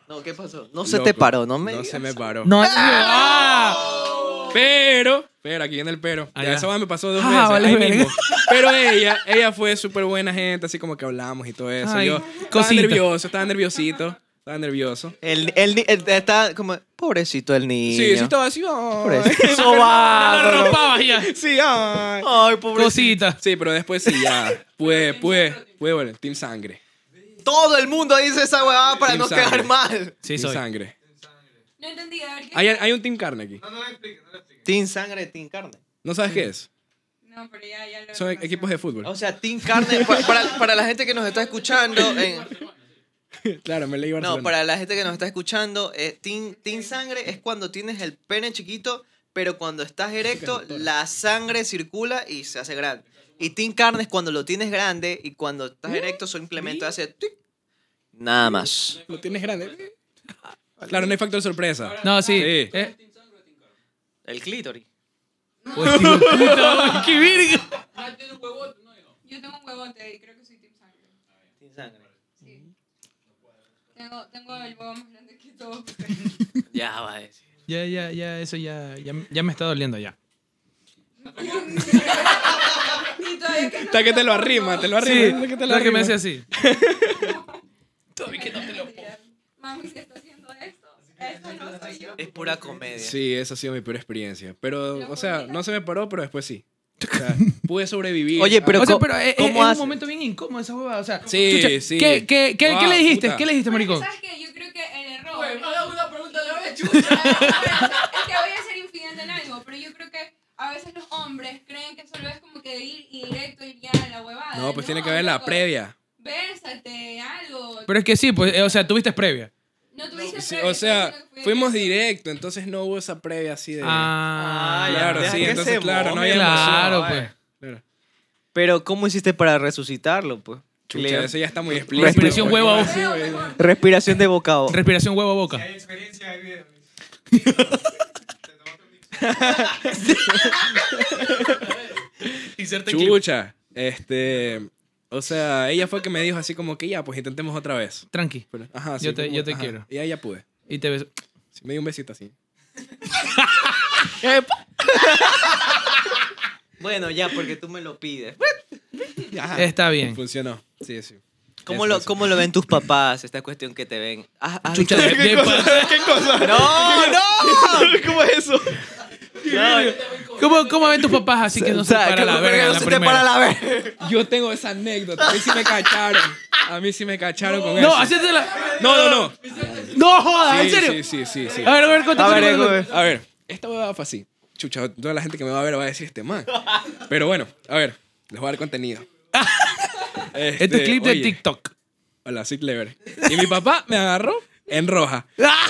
Speaker 2: No, ¿qué pasó? No se te
Speaker 4: Loco,
Speaker 2: paró, no me.
Speaker 4: No
Speaker 2: digas.
Speaker 4: se me paró.
Speaker 3: No, ¡Ah!
Speaker 4: Pero, pero, aquí viene el pero.
Speaker 3: Ah,
Speaker 4: ya,
Speaker 3: ya.
Speaker 4: esa vaina me pasó dos
Speaker 3: Ah,
Speaker 4: veces.
Speaker 3: vale,
Speaker 4: ahí
Speaker 3: verga.
Speaker 4: mismo. Pero ella, ella fue súper buena gente, así como que hablamos y todo eso.
Speaker 3: Ay,
Speaker 4: Yo estaba
Speaker 3: cosita.
Speaker 4: nervioso, estaba nerviosito, estaba nervioso.
Speaker 2: El, el, ni- el- está como. Pobrecito el niño.
Speaker 4: Sí, sí estaba así. ay.
Speaker 2: Pobrecito.
Speaker 3: La
Speaker 2: Sobaco.
Speaker 3: rompabas ya.
Speaker 4: Sí, ay.
Speaker 2: Ay, pobrecito.
Speaker 3: Cosita.
Speaker 4: Sí, pero después sí, ya. Pude, pude, pude, bueno, Team Sangre.
Speaker 2: Todo el mundo dice esa huevada para
Speaker 4: Team
Speaker 2: no
Speaker 4: sangre.
Speaker 2: quedar mal.
Speaker 3: Sí,
Speaker 4: team
Speaker 3: soy.
Speaker 4: Sangre.
Speaker 5: No entendí, a ver qué.
Speaker 4: Hay, hay un Team Carne aquí.
Speaker 6: No, no lo expliquen, no lo expliquen.
Speaker 2: Team sangre, team carne.
Speaker 4: ¿No sabes qué es?
Speaker 5: No, pero ya, ya lo
Speaker 4: Son
Speaker 5: reconozco.
Speaker 4: equipos de fútbol.
Speaker 2: O sea, team carne. pa- Para, para la gente que nos está escuchando. En,
Speaker 4: Claro, me leí Barcelona.
Speaker 2: No, para la gente que nos está escuchando, eh, teen, teen sangre es cuando tienes el pene chiquito, pero cuando estás erecto, la sangre circula y se hace grande. Y tin carne es cuando lo tienes grande y cuando estás
Speaker 4: ¿Eh?
Speaker 2: erecto simplemente hace... tic. Nada más.
Speaker 4: Lo tienes grande. Claro, no hay factor sorpresa.
Speaker 3: No, sí.
Speaker 4: Sí.
Speaker 3: Eh,
Speaker 2: El clítoris.
Speaker 3: pues, tío, puta, qué virga.
Speaker 5: Yo tengo un huevote y creo que soy Team Sangre.
Speaker 2: Teen sangre.
Speaker 5: Sí. Tengo, tengo el huevo más grande que todos ustedes.
Speaker 2: Ya va a decir.
Speaker 3: Ya, ya, ya, eso ya, ya, ya me está doliendo ya.
Speaker 5: Y todavía que no
Speaker 4: Hasta que te lo arrima, te lo
Speaker 3: Sí,
Speaker 4: arrima. hasta que te lo
Speaker 3: la que me
Speaker 4: arrima.
Speaker 3: hace así.
Speaker 5: Mami, si está haciendo esto, esto no soy yo.
Speaker 2: Es pura comedia.
Speaker 4: Sí, esa ha sido mi peor experiencia. Pero,
Speaker 5: ¿Pero
Speaker 4: o sea,
Speaker 5: bonita?
Speaker 4: no se me paró, pero después sí. O sea, pude sobrevivir.
Speaker 2: Oye, pero,
Speaker 3: O sea,
Speaker 2: co-
Speaker 3: pero eh, es, es-
Speaker 2: ¿cómo
Speaker 3: es un
Speaker 2: haces?
Speaker 3: momento bien incómodo esa huevada. O sea,
Speaker 4: Sí,
Speaker 3: chucha,
Speaker 4: sí.
Speaker 3: ¿qué, qué, qué, qué
Speaker 4: Ah,
Speaker 3: le dijiste?
Speaker 4: puta.
Speaker 3: ¿Qué le dijiste, maricón?
Speaker 5: ¿Sabes qué? Yo creo que el error.
Speaker 6: una pregunta la vez,
Speaker 5: es que voy a ser infidente en algo, pero yo creo que a veces los hombres creen que solo es como que ir y directo ir ya a la huevada.
Speaker 4: No, pues tiene que haber la
Speaker 5: loco,
Speaker 4: previa.
Speaker 5: Bésate, algo.
Speaker 3: Pero es que sí, pues, eh, o sea, tuviste previa.
Speaker 5: no tuviste
Speaker 4: Sí,
Speaker 5: previa,
Speaker 4: O sea,
Speaker 5: solo fue-
Speaker 4: fuimos directo, entonces no hubo esa previa así de.
Speaker 3: Ah,
Speaker 2: Ah, ya,
Speaker 4: Claro,
Speaker 2: deja
Speaker 4: sí,
Speaker 2: que
Speaker 4: entonces,
Speaker 2: se
Speaker 4: claro, no
Speaker 2: mome,
Speaker 4: había
Speaker 3: Claro,
Speaker 4: emoción.
Speaker 3: pues.
Speaker 4: Claro.
Speaker 2: Pero ¿cómo hiciste para resucitarlo? pues?
Speaker 4: Chucha,
Speaker 2: Leo.
Speaker 4: eso ya está muy explícito.
Speaker 3: Respiración
Speaker 4: güey.
Speaker 3: huevo a boca.
Speaker 4: Sí, güey.
Speaker 2: Respiración de bocado.
Speaker 3: Respiración huevo a
Speaker 6: Si
Speaker 3: boca.
Speaker 6: hay experiencia, hay video.
Speaker 4: Chucha. Este. O sea, ella fue que me dijo así como que ya, pues intentemos otra vez.
Speaker 3: Tranqui.
Speaker 4: Pero, ajá,
Speaker 3: Yo te-
Speaker 4: como-
Speaker 3: yo te
Speaker 4: ajá.
Speaker 3: quiero.
Speaker 4: Y ahí ya pude.
Speaker 3: Y te ves.
Speaker 4: Sí, me dio un besito así.
Speaker 2: Bueno, ya, porque tú me lo pides.
Speaker 4: Ajá.
Speaker 3: Está bien.
Speaker 4: Funcionó. Sí, sí.
Speaker 2: ¿Cómo
Speaker 4: Eso,
Speaker 2: lo,
Speaker 4: eso.
Speaker 2: cómo lo ven tus papás, esta cuestión que te ven? ¿Has- has
Speaker 3: Chucha,
Speaker 2: visto-
Speaker 3: de- de pa-
Speaker 4: ¿Qué cosa?
Speaker 2: ¡No, no!
Speaker 4: ¿Cómo es eso?
Speaker 3: ¿Cómo, ¿Cómo ven tus papás así que no se para la verga en la primera?
Speaker 2: la verga.
Speaker 4: Yo tengo esa anécdota. A mí sí me cacharon. A mí sí me cacharon con eso.
Speaker 3: No, hacete la.
Speaker 4: No, no, no.
Speaker 3: No jodas, Ah, en
Speaker 4: Sí,
Speaker 3: serio.
Speaker 4: sí, sí, sí, sí.
Speaker 3: A ver, a ver,
Speaker 2: A ver,
Speaker 3: cuéntame. cuéntame.
Speaker 2: Egoe.
Speaker 4: A ver, esta huevada fue así. Chucha, toda la gente que me va a ver va a decir este man. Pero bueno, a ver, les voy a dar contenido. Este,
Speaker 3: Este clip de
Speaker 4: oye,
Speaker 3: TikTok.
Speaker 4: Hola, soy Clever. Y mi papá me agarró en roja.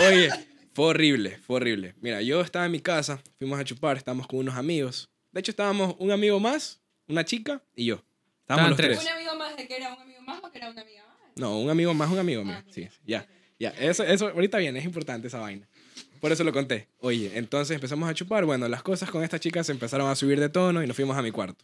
Speaker 4: Oye, fue horrible, fue horrible. Mira, yo estaba en mi casa, fuimos a chupar, estábamos con unos amigos. De hecho, estábamos un amigo más, una chica y yo.
Speaker 3: Estaban
Speaker 4: Estábamos los
Speaker 3: tres.
Speaker 4: tres.
Speaker 5: ¿Un amigo más de que era un amigo más o que era una amiga más?
Speaker 4: No, un amigo más, un amigo mío. Sí, ya. Ya, eso, eso ahorita viene, es importante esa vaina. Por eso lo conté. Oye, entonces empezamos a chupar. Bueno, las cosas con esta chica se empezaron a subir de tono y nos fuimos a mi cuarto.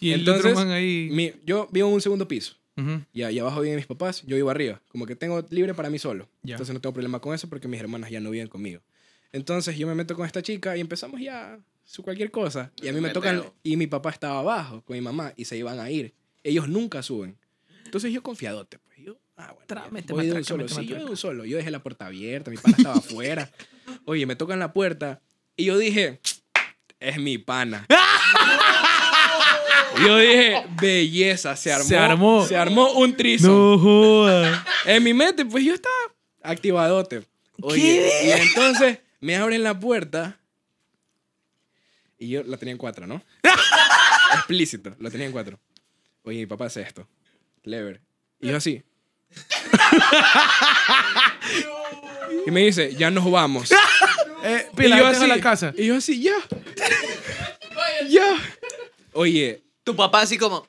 Speaker 3: Y el
Speaker 4: Entonces,
Speaker 3: otro man ahí.
Speaker 4: Mi- yo vivo en un segundo piso.
Speaker 3: Ujú.
Speaker 4: Y ahí abajo viven mis papás, yo vivo arriba. Como que tengo libre para mí solo.
Speaker 3: Ya.
Speaker 4: Entonces no tengo problema con eso porque mis hermanas ya no viven conmigo. Entonces yo me meto con esta chica y empezamos ya su cualquier cosa. Y a mí me tocan.
Speaker 1: Meteo.
Speaker 4: Y mi papá estaba abajo con mi mamá y se iban a ir. Ellos nunca suben. Entonces yo confiadote, pues yo. Ah, bueno.
Speaker 3: Tra-
Speaker 4: ya,
Speaker 3: mete
Speaker 4: voy de un
Speaker 3: matraca,
Speaker 4: solo.
Speaker 3: mete
Speaker 4: Sí, yo de
Speaker 3: matraca.
Speaker 4: un solo. Yo dejé la puerta abierta, mi pana estaba afuera. Oye, me tocan la puerta y yo dije, es mi pana. Yo dije, belleza, se armó.
Speaker 3: Se armó.
Speaker 4: Se armó un trizo.
Speaker 3: No jodas.
Speaker 4: En mi mente, pues yo estaba activadote. Oye, y entonces me abren la puerta y yo la tenía en cuatro, ¿no? Explícito, la tenía en cuatro. Oye, mi papá hace esto. Lever. Y yo así. y me dice, ya nos vamos.
Speaker 3: Eh, pila,
Speaker 4: y yo
Speaker 3: yo tengo la casa.
Speaker 4: Y yo así, ya. ya. Oye,
Speaker 2: Tu papá así como...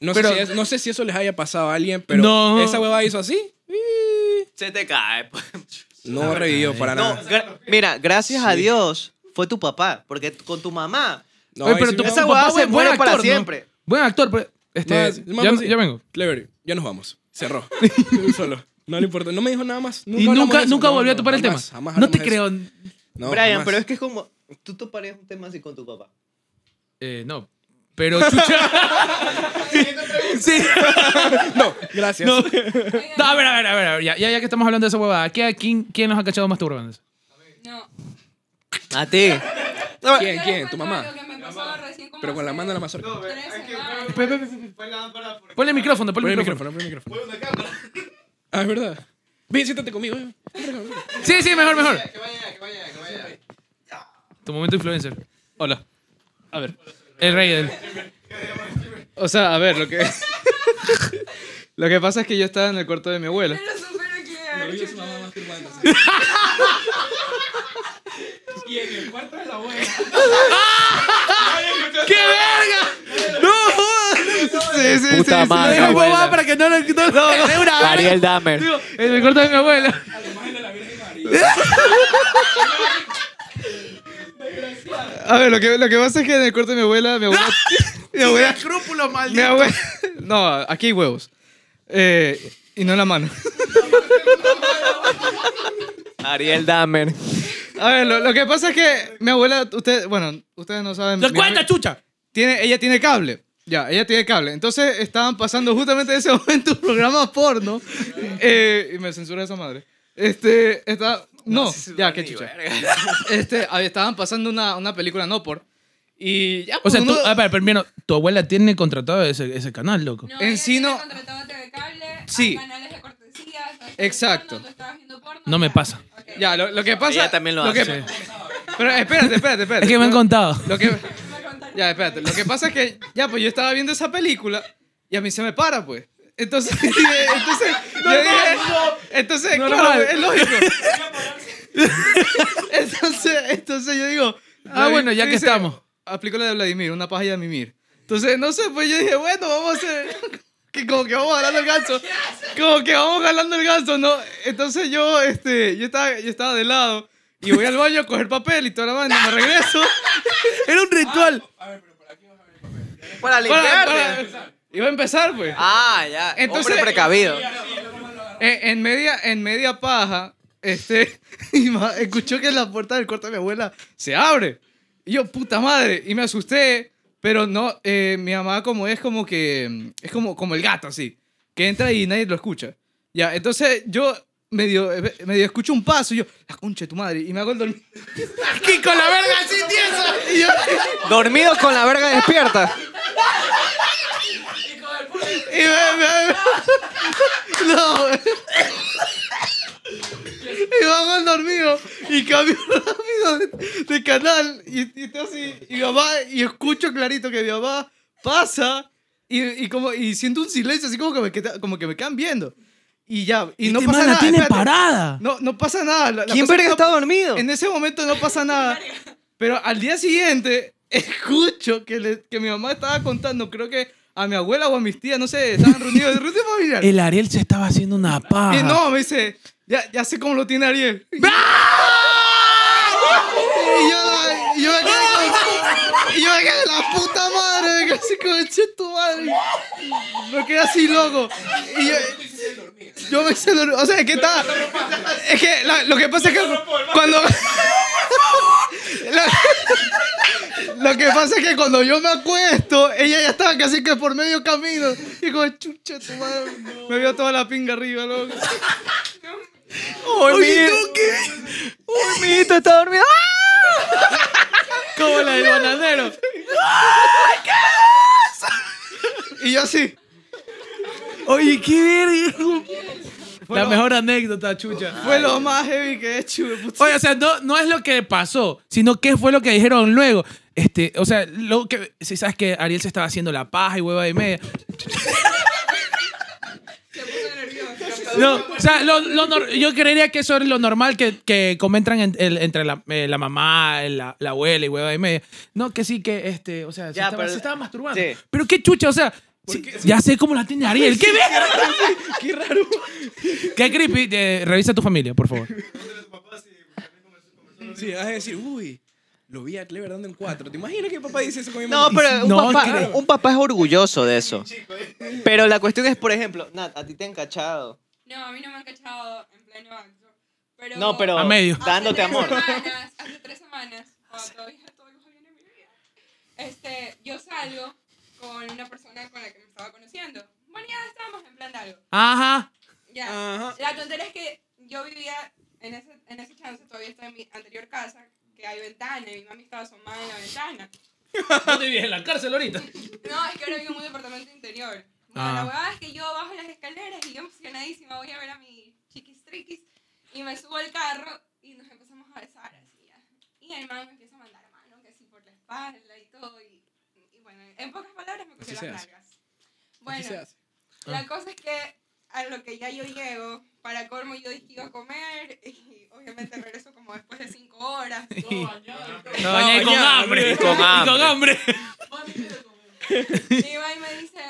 Speaker 4: no,
Speaker 3: Pero-
Speaker 4: sé si es- no sé si eso les haya pasado a alguien, pero
Speaker 3: No.
Speaker 4: esa hueva hizo así. y
Speaker 2: Se te cae. pues.
Speaker 4: Ah, No revivió para
Speaker 2: No,
Speaker 4: nada.
Speaker 2: gra- mira, gracias a
Speaker 4: Sí.
Speaker 2: Dios fue tu papá, porque t- con tu mamá...
Speaker 4: No,
Speaker 3: Oye,
Speaker 4: ahí
Speaker 3: pero
Speaker 4: sí
Speaker 3: tu
Speaker 4: me-
Speaker 2: Esa
Speaker 3: tu
Speaker 2: huevada
Speaker 3: papá
Speaker 2: se
Speaker 3: es
Speaker 2: muere
Speaker 3: buen
Speaker 2: para
Speaker 3: actor, ¿no?
Speaker 2: siempre.
Speaker 3: Buen actor, pero. Este,
Speaker 4: Más- más
Speaker 3: ya,
Speaker 4: así.
Speaker 3: ya vengo.
Speaker 4: Clever, ya nos vamos. Cerró. Yo solo. No le importa. No me dijo nada más.
Speaker 3: y
Speaker 4: hablamos de
Speaker 3: nunca,
Speaker 4: eso.
Speaker 3: nunca
Speaker 4: No,
Speaker 3: volvió a
Speaker 4: no,
Speaker 3: topar el
Speaker 4: jamás,
Speaker 3: tema.
Speaker 4: jamás
Speaker 3: no
Speaker 4: hablamos
Speaker 3: te
Speaker 4: de
Speaker 3: creo.
Speaker 4: eso. No,
Speaker 2: Brian,
Speaker 4: jamás.
Speaker 2: pero es que es como... Tú toparías un tema así con tu papá.
Speaker 3: Eh, no. Pero chucha. sí.
Speaker 4: No, gracias.
Speaker 3: No. No, a ver, a ver, a ver. a ver, Ya, ya ya que estamos hablando de esa huevada, ¿qué- a quién, quién nos ha cachado más turbante?
Speaker 5: No.
Speaker 2: A ti.
Speaker 4: ¿Quién?
Speaker 5: Yo les
Speaker 4: ¿Quién?
Speaker 5: cuento
Speaker 4: ¿Tu mamá?
Speaker 5: algo que me pasó recién con
Speaker 4: Pero con la
Speaker 5: Marcelo.
Speaker 4: mano de la mazorca.
Speaker 6: No, ve,
Speaker 5: Tres
Speaker 6: es que
Speaker 5: semanas.
Speaker 6: fue, fue- fue la lámpara porque
Speaker 3: Ponle el micrófono, ponle el
Speaker 4: Pon el
Speaker 3: micrófono.
Speaker 4: micrófono, pon el micrófono.
Speaker 6: fue una cámara.
Speaker 4: Ah, es verdad. Ven, siéntate conmigo. eh. ven.
Speaker 3: Sí, sí, mejor, mejor.
Speaker 6: Que vaya, que vaya, que vaya.
Speaker 3: Tu momento influencer. Hola. A ver. El rey del.
Speaker 7: O sea, a ver, lo que. lo que pasa es que yo estaba en el cuarto de mi abuela.
Speaker 5: Pero súper clear, chucha.
Speaker 6: Y en el cuarto de la abuela.
Speaker 3: ¡Qué verga! ¡No!
Speaker 7: Sí, sí,
Speaker 8: Puta madre,
Speaker 3: Deja mi
Speaker 8: abuela.
Speaker 3: mamá para que no lo. No, no, de una verga.
Speaker 8: Ariel Dahmer.
Speaker 3: Digo, en el cuarto de mi abuela.
Speaker 7: A ver, lo que, lo que pasa es que en el cuarto de mi abuela, mi abuela. mi abuela. mi abuela. No, aquí hay huevos. Eh, y no en la mano.
Speaker 8: Ariel Dahmer.
Speaker 7: A ver, lo, lo que pasa es que mi abuela, ustedes, bueno, ustedes no saben.
Speaker 3: ¡Lo
Speaker 7: mi
Speaker 3: cuenta,
Speaker 7: abue-
Speaker 3: chucha!
Speaker 7: tiene, ella tiene cable. Ya, ella tiene cable. Entonces estaban pasando justamente en ese momento un programa porno. eh, y me censura esa madre. Este, está. No, ya, qué chucha. Este, ahí estaban pasando una, una película no por. Y ya,
Speaker 3: O
Speaker 7: pues,
Speaker 3: sea, tú,
Speaker 7: uno-
Speaker 3: a ver, primero, tu abuela tiene contratado ese, ese canal, loco.
Speaker 5: No,
Speaker 7: En
Speaker 5: ella
Speaker 7: sí no-
Speaker 5: tiene contratado TV Cable,
Speaker 7: Sí.
Speaker 5: hay canales de cortesía, estás viendo
Speaker 7: Exacto.
Speaker 5: porno, tú estabas viendo porno,
Speaker 3: No me
Speaker 5: ya.
Speaker 3: pasa.
Speaker 5: Ok.
Speaker 7: Ya, lo, lo que pasa.
Speaker 2: Ella también lo
Speaker 7: que-
Speaker 2: hace.
Speaker 7: pero espérate, espérate, espérate.
Speaker 3: Es que me han
Speaker 7: Lo-
Speaker 3: contado.
Speaker 7: Lo que.
Speaker 5: Me voy a contar.
Speaker 7: Ya, espérate. Lo que pasa es que, ya, pues yo estaba viendo esa película y a mí se me para, pues. Entonces, entonces, yo dije, entonces, claro, es lógico. entonces, entonces yo digo,
Speaker 3: Ah, bueno, ya
Speaker 7: tú
Speaker 3: que
Speaker 7: dices,
Speaker 3: estamos.
Speaker 7: Aplico la de Vladimir, una paja de Mimir. Entonces, no sé, pues yo dije, bueno, vamos a hacer, que como que vamos jalando el ganso, como que vamos jalando el ganso, ¿no? Entonces yo, este, yo estaba, yo estaba de lado y voy al baño a coger papel y toda la banda, me regreso.
Speaker 3: Era un ritual.
Speaker 2: Para
Speaker 7: Para-
Speaker 2: limpiarte.
Speaker 7: para- Iba a empezar, pues.
Speaker 2: Ah, ya.
Speaker 7: Entonces-
Speaker 2: Hombre precavido.
Speaker 7: Eh, En, en media, en media paja, este, mi ma- escuchó que la puerta del cuarto de mi abuela se abre. Y yo, puta madre, y me asusté, pero no, eh, mi mamá como es como que, mm, es como, como el gato, así, que entra y nadie lo escucha. Ya, entonces yo medio, eh, medio escucho un paso y yo, la concha de tu madre, y me hago el dormido.
Speaker 3: ¡Aquí con la verga así tiesa!
Speaker 7: Y yo,
Speaker 2: Dormido con la verga despierta.
Speaker 7: y me- me- me- no, me van al dormido y cambio rápido de, de canal y, y estoy así, y mi mamá, y escucho clarito que mi mamá pasa y, y como, y siento un silencio así como que me, queda- como que me quedan viendo. Y ya, y no pasa nada.
Speaker 3: tiene
Speaker 7: espérate.
Speaker 3: parada.
Speaker 7: No, no pasa nada. la- la
Speaker 2: ¿Quién
Speaker 7: cosa
Speaker 2: verga
Speaker 7: es que
Speaker 2: está
Speaker 7: no-
Speaker 2: dormido?
Speaker 7: En ese momento no pasa nada. Pero al día siguiente, escucho que, le- que mi mamá estaba contando, creo que a mi abuela o a mis tías, no sé, estaban reunidos de reunión familiar.
Speaker 3: El Ariel se estaba haciendo una paja.
Speaker 7: Y no, me dice, ya, ya sé cómo lo tiene Ariel. Y yo, y yo me quedé con. Y yo me quedé la puta madre, me quedé así como "Che, tu madre. Me quedé así loco. Y yo, yo me hice dormir. O sea, es que está. Es que la- lo que pasa es que cuando. La- lo que pasa es que cuando yo me acuesto, ella ya estaba casi que por medio camino. Y como, chucha, tu madre. Me vio toda la pinga arriba, loco.
Speaker 2: Oye, Uy, mijito, está dormido. ¡Ah!
Speaker 7: Como la del bananero. Y yo así.
Speaker 3: Oye, qué verga. La mejor anécdota, chucha.
Speaker 7: Fue lo más heavy que he hecho, de puta.
Speaker 3: Oye, o sea, no, no es lo que pasó, sino qué fue lo que dijeron luego. Este, o sea, lo que. Si sabes que Ariel se estaba haciendo la paja y hueva de media.
Speaker 5: Se puso nervioso.
Speaker 3: No, o sea, lo- lo nor- yo creería que eso es lo normal que, que comentan en- el- entre la, eh, la mamá, la, la abuela y hueva de media. No, que sí, que este, o sea, se,
Speaker 2: Ya,
Speaker 3: estaba,
Speaker 2: pero-
Speaker 3: se estaba masturbando.
Speaker 2: Sí.
Speaker 3: Pero qué chucha, o sea. sí, ya sé cómo la tiene Ariel. ¡Qué verga!
Speaker 4: Qué raro.
Speaker 3: ¡Qué creepy! Eh, revisa a tu familia, por favor.
Speaker 4: Sí, vas a decir, uy, lo vi a Clever dando en cuatro. ¿Te imaginas que papá dice eso con mi
Speaker 2: No,
Speaker 4: mamá?
Speaker 2: pero un,
Speaker 3: No,
Speaker 2: papá,
Speaker 3: creo.
Speaker 2: un papá es orgulloso de eso. Pero la cuestión es, por ejemplo, Nat, a ti te han cachado.
Speaker 5: No, a mí no me han cachado en pleno acto. Pero
Speaker 2: No, pero
Speaker 3: A medio.
Speaker 5: hace
Speaker 2: dándote
Speaker 5: tres
Speaker 2: amor.
Speaker 5: Semanas, hace tres semanas, cuando todavía todo iba bien en mi vida, este, yo salgo con una persona con la que me estaba conociendo. Bueno, ya estábamos en plan de algo.
Speaker 3: Ajá.
Speaker 5: Ya. La tontería es que yo vivía en ese, en ese chance, todavía estaba en mi anterior casa, que hay ventana, y mi mami estaba asomada en la ventana.
Speaker 3: ¿Dónde vives? ¿En la cárcel ahorita?
Speaker 5: No, es que ahora vivo en un departamento interior. Bueno,
Speaker 3: Ah.
Speaker 5: la huevada es que yo bajo las escaleras y yo emocionadísima voy a ver a mi chiquis triquis y me subo al carro y nos empezamos a besar así ya. Y el man me empieza a mandar mano que así por la espalda y todo y, y bueno, en pocas palabras me cogió
Speaker 4: Así se
Speaker 5: las
Speaker 4: hace.
Speaker 5: nalgas. Bueno, la cosa es que a lo que ya yo llego, para colmo yo dije que iba a comer y obviamente regreso como después de cinco horas.
Speaker 3: No, bañé con hambre.
Speaker 2: Con hambre.
Speaker 3: Y con hambre.
Speaker 5: Y va y me dice,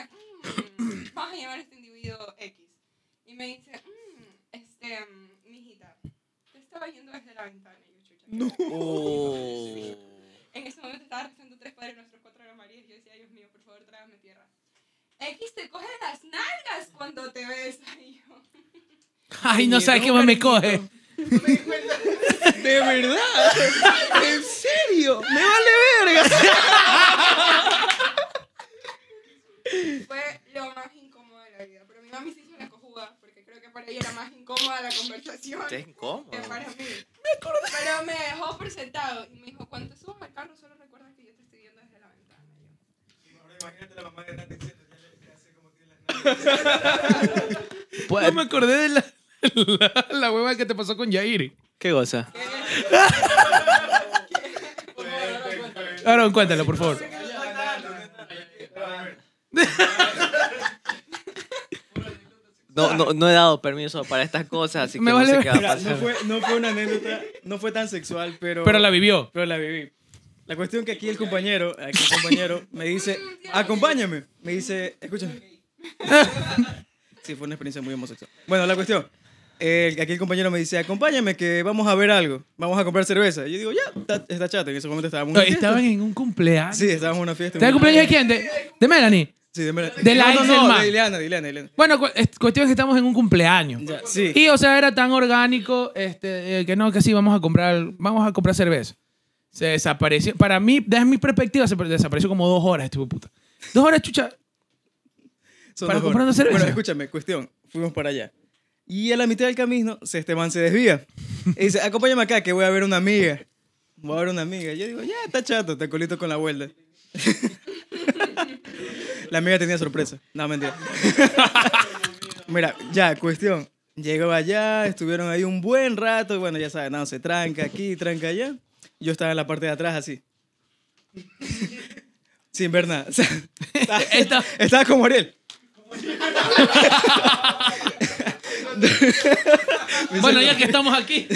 Speaker 5: "Mm, vamos a llamar a este individuo X. Y me dice, "Mm, este, mm, mijita, te estaba yendo desde la ventana. Y yo, chucha. No. En ese momento estaba rezando tres padres nuestros cuatro de María. Y yo decía, Dios mío, por favor, trágame tierra. X te coge las nalgas cuando te besa. Y yo,
Speaker 3: Ay, no sabes qué más me coge.
Speaker 4: De verdad. En serio. Me vale
Speaker 5: fue lo más incómodo de la vida. Pero mi mami se hizo la cojuda, porque creo que para ella era más incómoda la conversación.
Speaker 2: incómodo.
Speaker 5: que para mí. Pero me dejó por sentado y me dijo, cuando te subas al carro solo recuerda que yo te estoy viendo desde la ventana. Y yo,
Speaker 3: No me acordé de la, la, la hueva que te pasó con Yair.
Speaker 2: ¿Qué cosa?
Speaker 3: Aaron, cuéntalo, por favor.
Speaker 2: No, no, no he dado permiso para estas cosas, así que
Speaker 3: Me
Speaker 2: no
Speaker 3: vale
Speaker 2: sé qué va a
Speaker 3: verga.
Speaker 2: pasar.
Speaker 9: No fue, no fue una anécdota, no fue tan sexual, pero,
Speaker 3: Pero la vivió.
Speaker 9: pero la viví. La cuestión que aquí el compañero, aquí el compañero me dice, acompáñame. Me dice, escúchame. Sí, fue una experiencia muy homosexual. Bueno, la cuestión. el- aquí el compañero me dice, acompáñame que vamos a ver algo. Vamos a comprar cerveza. Y yo digo, ya, está, está chato. En ese momento estábamos en una fiesta.
Speaker 3: Estaban en un cumpleaños.
Speaker 9: Sí, estábamos en una fiesta.
Speaker 3: ¿Te da cumpleaños de quién? ¿De, de Melanie?
Speaker 9: Sí, de, Mera-
Speaker 3: De la
Speaker 9: no,
Speaker 3: ex
Speaker 9: no,
Speaker 3: del
Speaker 9: no,
Speaker 3: man.
Speaker 9: de Ileana, de Ileana, de Ileana.
Speaker 3: Bueno, cu- es- cuestión es que estamos en un cumpleaños.
Speaker 9: Ya, sí.
Speaker 3: Y, o sea, era tan orgánico este, eh, que no, que sí, vamos a comprar, vamos a comprar cerveza. Se desapareció. Para mí, desde mi perspectiva, se desapareció como dos horas, este hijo de puta. Dos horas, chucha.
Speaker 9: Son
Speaker 3: Para
Speaker 9: dos
Speaker 3: comprar
Speaker 9: horas.
Speaker 3: una cerveza.
Speaker 9: Bueno, escúchame, cuestión. Fuimos para allá. Y a la mitad del camino, se- este man se desvía. Y dice, acompáñame acá, que voy a ver una amiga. Voy a ver una amiga. Yo digo, ya, está chato, te colito con la vuelta. la amiga tenía sorpresa. No, mentira. Mira, ya, cuestión. Llegó allá, estuvieron ahí un buen rato, y bueno, ya saben, no, se tranca aquí, tranca allá. Yo estaba en la parte de atrás así. Sin ver nada. O sea, estaba, estaba como Ariel.
Speaker 3: Bueno, ya que estamos aquí.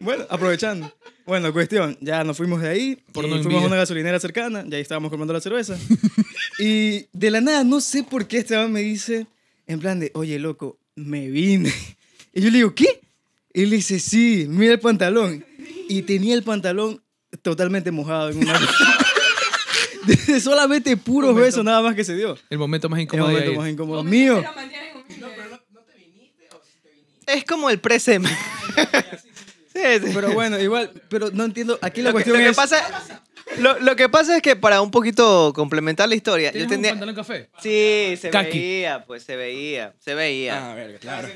Speaker 9: Bueno, aprovechando. Bueno, cuestión, ya nos fuimos de ahí,
Speaker 3: Por
Speaker 9: y
Speaker 3: no
Speaker 9: fuimos
Speaker 3: envidia.
Speaker 9: a una gasolinera cercana, y ahí estábamos comprando la cerveza. y de la nada, no sé por qué este man me dice, en plan de, oye, loco, me vine. Y yo le digo, ¿qué? Y él dice, sí, mira el pantalón. Y tenía el pantalón totalmente mojado en una... De solamente puros besos nada más que se dio.
Speaker 3: El momento más
Speaker 9: El
Speaker 3: incómodo de
Speaker 9: momento
Speaker 3: ahí.
Speaker 9: más incómodo mío.
Speaker 5: Lo mantienen humilde.
Speaker 2: Es como el presem. Sí, sí.
Speaker 9: Pero bueno, igual, pero no entiendo. Aquí la
Speaker 2: Lo que,
Speaker 9: cuestión
Speaker 2: lo que
Speaker 9: es...
Speaker 2: pasa, lo, lo que pasa es que para un poquito complementar la historia, yo
Speaker 3: ¿Tienes un
Speaker 2: tenía...
Speaker 3: pantalón café?
Speaker 2: Sí, se
Speaker 3: Kaki.
Speaker 2: veía, pues se veía, se veía.
Speaker 4: Ah, verga, claro.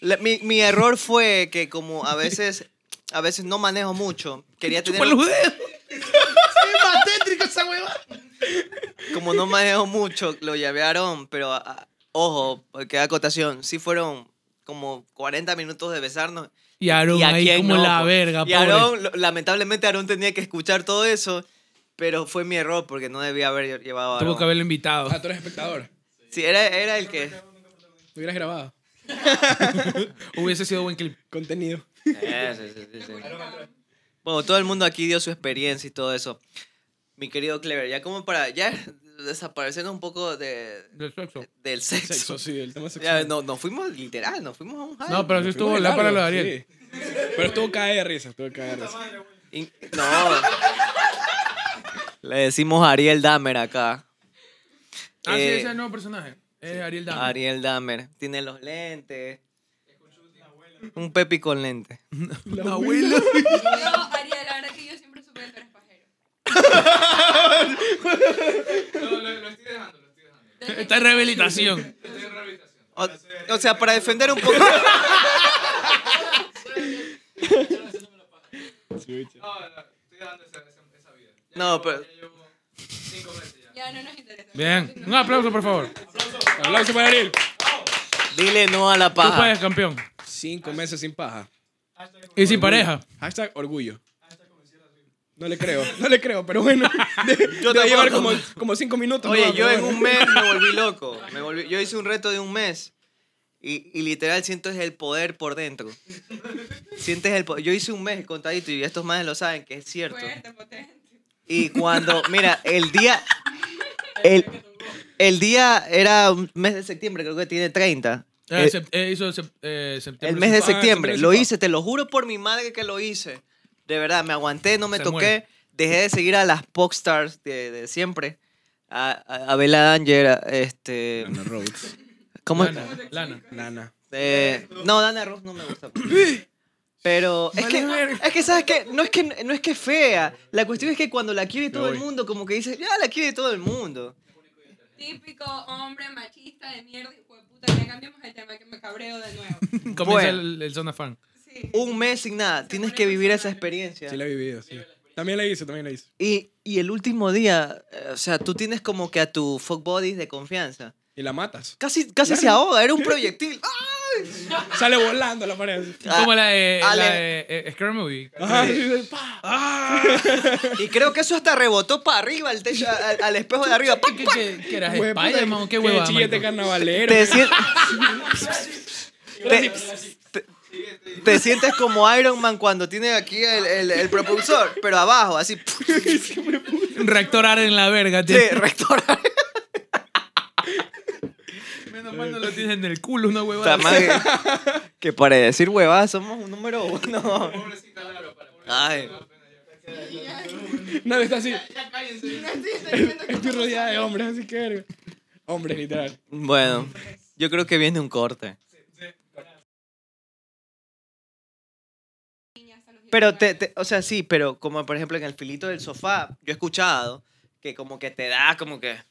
Speaker 2: La- mi, mi error fue que como a veces, a veces no manejo mucho, quería tener...
Speaker 3: Por los dedos.
Speaker 2: Como no manejo mucho, lo llavearon, pero a- a- ojo, porque acotación, sí fueron como 40 minutos de besarnos.
Speaker 3: Y Aarón
Speaker 2: ¿Y a
Speaker 3: ahí
Speaker 2: quién
Speaker 3: como
Speaker 2: no,
Speaker 3: la
Speaker 2: po?
Speaker 3: verga,
Speaker 2: Y
Speaker 3: pobre.
Speaker 2: Aarón, lo- lamentablemente Aarón tenía que escuchar todo eso, pero fue mi error porque no debía haber llevado a
Speaker 3: Tuvo que
Speaker 2: Aarón.
Speaker 3: haberlo invitado.
Speaker 4: Ah, tú eres espectador.
Speaker 2: Sí, era, era el que...
Speaker 4: Lo hubieras grabado.
Speaker 3: Hubiese sido buen clip.
Speaker 4: Contenido.
Speaker 2: Eh, sí, sí, sí, sí. Bueno, todo el mundo aquí dio su experiencia y todo eso. Mi querido Clever, ya como para ya desaparecernos un poco de,
Speaker 3: Del sexo.
Speaker 2: del sexo.
Speaker 4: Sexo, sí, el tema
Speaker 2: Ya,
Speaker 4: sexual.
Speaker 2: no, nos fuimos literal, nos fuimos a un high.
Speaker 3: No, pero sí
Speaker 4: Nos
Speaker 3: estuvo
Speaker 4: fuimos
Speaker 3: la
Speaker 4: largo,
Speaker 3: para lo de Ariel.
Speaker 4: sí. Pero estuvo caer de risa, estuvo caer de risa.
Speaker 2: In- No. Le decimos Ariel Dahmer acá.
Speaker 3: Ah, sí,
Speaker 2: Eh,
Speaker 3: ese es el nuevo personaje. Es Ariel Dahmer.
Speaker 2: Ariel Dahmer. Tiene los lentes. Un pepi con lente.
Speaker 3: La abuela.
Speaker 5: Yo, Ariel, la verdad que yo siempre supe que tú eres pajero.
Speaker 6: No, lo, lo estoy dejando, lo estoy dejando.
Speaker 3: Está en rehabilitación.
Speaker 6: Estoy en rehabilitación.
Speaker 2: O, o sea, para defender un poco.
Speaker 6: No, no, estoy dejando esa, esa, esa vida. Ya
Speaker 2: No,
Speaker 6: llevo-
Speaker 2: pero-
Speaker 6: Ya llevo cinco meses ya.
Speaker 5: Ya no nos interesa.
Speaker 3: Bien. Un aplauso, por favor. Tú
Speaker 4: Aplauso para Ariel.
Speaker 2: Dile no a la paja.
Speaker 3: puedes, campeón.
Speaker 4: Cinco meses sin paja.
Speaker 3: Y sin pareja.
Speaker 4: Hashtag orgullo. No le creo, no le creo, pero bueno. De,
Speaker 2: Yo
Speaker 4: debe llevar
Speaker 2: tampoco.
Speaker 4: como, como cinco minutos.
Speaker 2: Oye,
Speaker 4: ¿no?
Speaker 2: yo
Speaker 4: Pero
Speaker 2: en
Speaker 4: bueno.
Speaker 2: un mes me volví loco. Me volví- yo hice un reto de un mes. Y, y literal sientes el poder por dentro. Sientes el poder. Yo hice un mes contadito y estos más lo saben, que es cierto.
Speaker 5: Fuerte, potente.
Speaker 2: Y cuando, mira, el día. El, el día era un mes de septiembre, creo que tiene 30.
Speaker 4: Ah,
Speaker 3: Eh,
Speaker 2: Eh,
Speaker 3: sep- eh, hizo sep- eh, septiembre.
Speaker 2: el mes de
Speaker 4: sin
Speaker 2: septiembre.
Speaker 4: pa- septiembre
Speaker 2: Lo
Speaker 4: sin pa-
Speaker 2: hice, te lo juro por mi madre que lo hice. De verdad, me aguanté, no me
Speaker 3: Se
Speaker 2: toqué.
Speaker 3: muere.
Speaker 2: Dejé de seguir a las popstars de, de siempre. A, a, a Bella Danger, a- este.
Speaker 4: Nana Rhodes.
Speaker 2: ¿Cómo es?
Speaker 3: Lana, Lana.
Speaker 4: Nana.
Speaker 2: Eh, no, Dana Ross no me gusta. Pero es que, es que, ¿sabes qué? No es que, no es que es fea. La cuestión es que cuando la quiere todo el
Speaker 4: voy.
Speaker 2: mundo, como que dices, ya la quiere todo el mundo.
Speaker 5: Típico hombre machista de mierda y puta. Ya cambiamos el tema que me cabreo de nuevo.
Speaker 3: Comienza
Speaker 2: Bueno.
Speaker 3: el, el Zona Fan.
Speaker 5: Sí.
Speaker 2: un mes sin nada. Tienes que vivir esa experiencia.
Speaker 4: Sí, la he vivido, sí. También la hice, también la hice.
Speaker 2: Y, y el último día, eh, o sea, tú tienes como que a tu fuck buddies de confianza.
Speaker 4: Y la matas.
Speaker 2: Casi, casi se ahoga, era un proyectil. ¡Ah!
Speaker 4: Sale volando la pared.
Speaker 3: Como la de, la
Speaker 2: Ale.
Speaker 3: de eh, Scary Movie.
Speaker 4: Ajá, sí, sí, pa.
Speaker 2: Y creo que eso hasta rebotó para arriba al techo, al, al espejo de arriba. ¡Pac,
Speaker 3: ¿Qué,
Speaker 2: pac!
Speaker 3: qué, qué eras?
Speaker 4: Hueputa,
Speaker 3: Spider-Man o qué hueva?
Speaker 4: Qué chillete
Speaker 3: marico?
Speaker 4: carnavalero.
Speaker 2: Te, sien- te- te- te sientes como Iron Man cuando tiene aquí el, el- el propulsor, pero abajo, así.
Speaker 3: Un Rector Ara en la verga. tío.
Speaker 2: de rector.
Speaker 3: Menos mal no lo tienes en el culo, una
Speaker 2: O sea,
Speaker 3: huevada.
Speaker 2: más que- que para decir huevadas somos un número uno. Ay.
Speaker 4: Nadie está así.
Speaker 5: No
Speaker 2: Uh,
Speaker 5: estoy entendiendo que
Speaker 4: Estoy rodeada de hombres, así que verga. Hombres, literal.
Speaker 2: Bueno, yo creo que viene un corte.
Speaker 5: niña hasta los
Speaker 2: Pero,
Speaker 5: 19.
Speaker 2: te, te- o sea, sí, pero como por ejemplo en el filito del sofá, yo he escuchado que como que te da como que la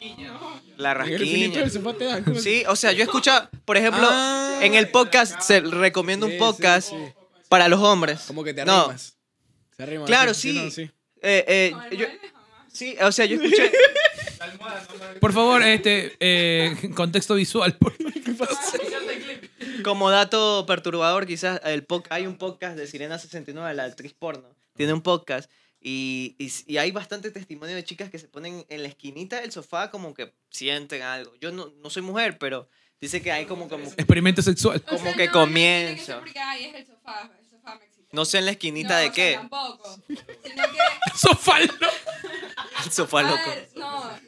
Speaker 4: En el finito
Speaker 2: rasquiña.
Speaker 4: del sofá te dan.
Speaker 2: Sí, o sea, yo he escuchado, por ejemplo,
Speaker 4: Ah.
Speaker 2: en el podcast, se recomiendo
Speaker 4: Sí,
Speaker 2: un
Speaker 4: sí,
Speaker 2: podcast
Speaker 4: sí.
Speaker 2: para los hombres.
Speaker 4: Como que te
Speaker 2: No.
Speaker 4: arrimas. Se arrima.
Speaker 2: Claro, sí.
Speaker 4: no, sí.
Speaker 2: Eh, eh,
Speaker 5: Con
Speaker 2: yo-
Speaker 5: almohadas jamás.
Speaker 2: sí, o sea, yo escuché...
Speaker 3: Por favor, este, eh, contexto visual. por favor.
Speaker 5: Yo te
Speaker 2: Como dato perturbador, quizás el poc- hay un podcast de Sirena 69, la actriz porno. Tiene un podcast. Y, y, y hay bastante testimonio de chicas que se ponen en la esquinita del sofá como que sienten algo. Yo no, no soy mujer, pero dice que hay como, como
Speaker 3: Experimento sexual.
Speaker 5: O sea,
Speaker 2: como que
Speaker 5: no, No, tiene que
Speaker 2: comienzo.
Speaker 5: ser porque, ay, es el sofá, el sofá me excita.
Speaker 2: No sé en la esquinita
Speaker 5: No,
Speaker 2: de
Speaker 5: o sea,
Speaker 2: qué.
Speaker 5: Tampoco. Sino que,
Speaker 3: Sofá loco.
Speaker 2: El sofá
Speaker 5: a
Speaker 2: loco.
Speaker 5: ver, no.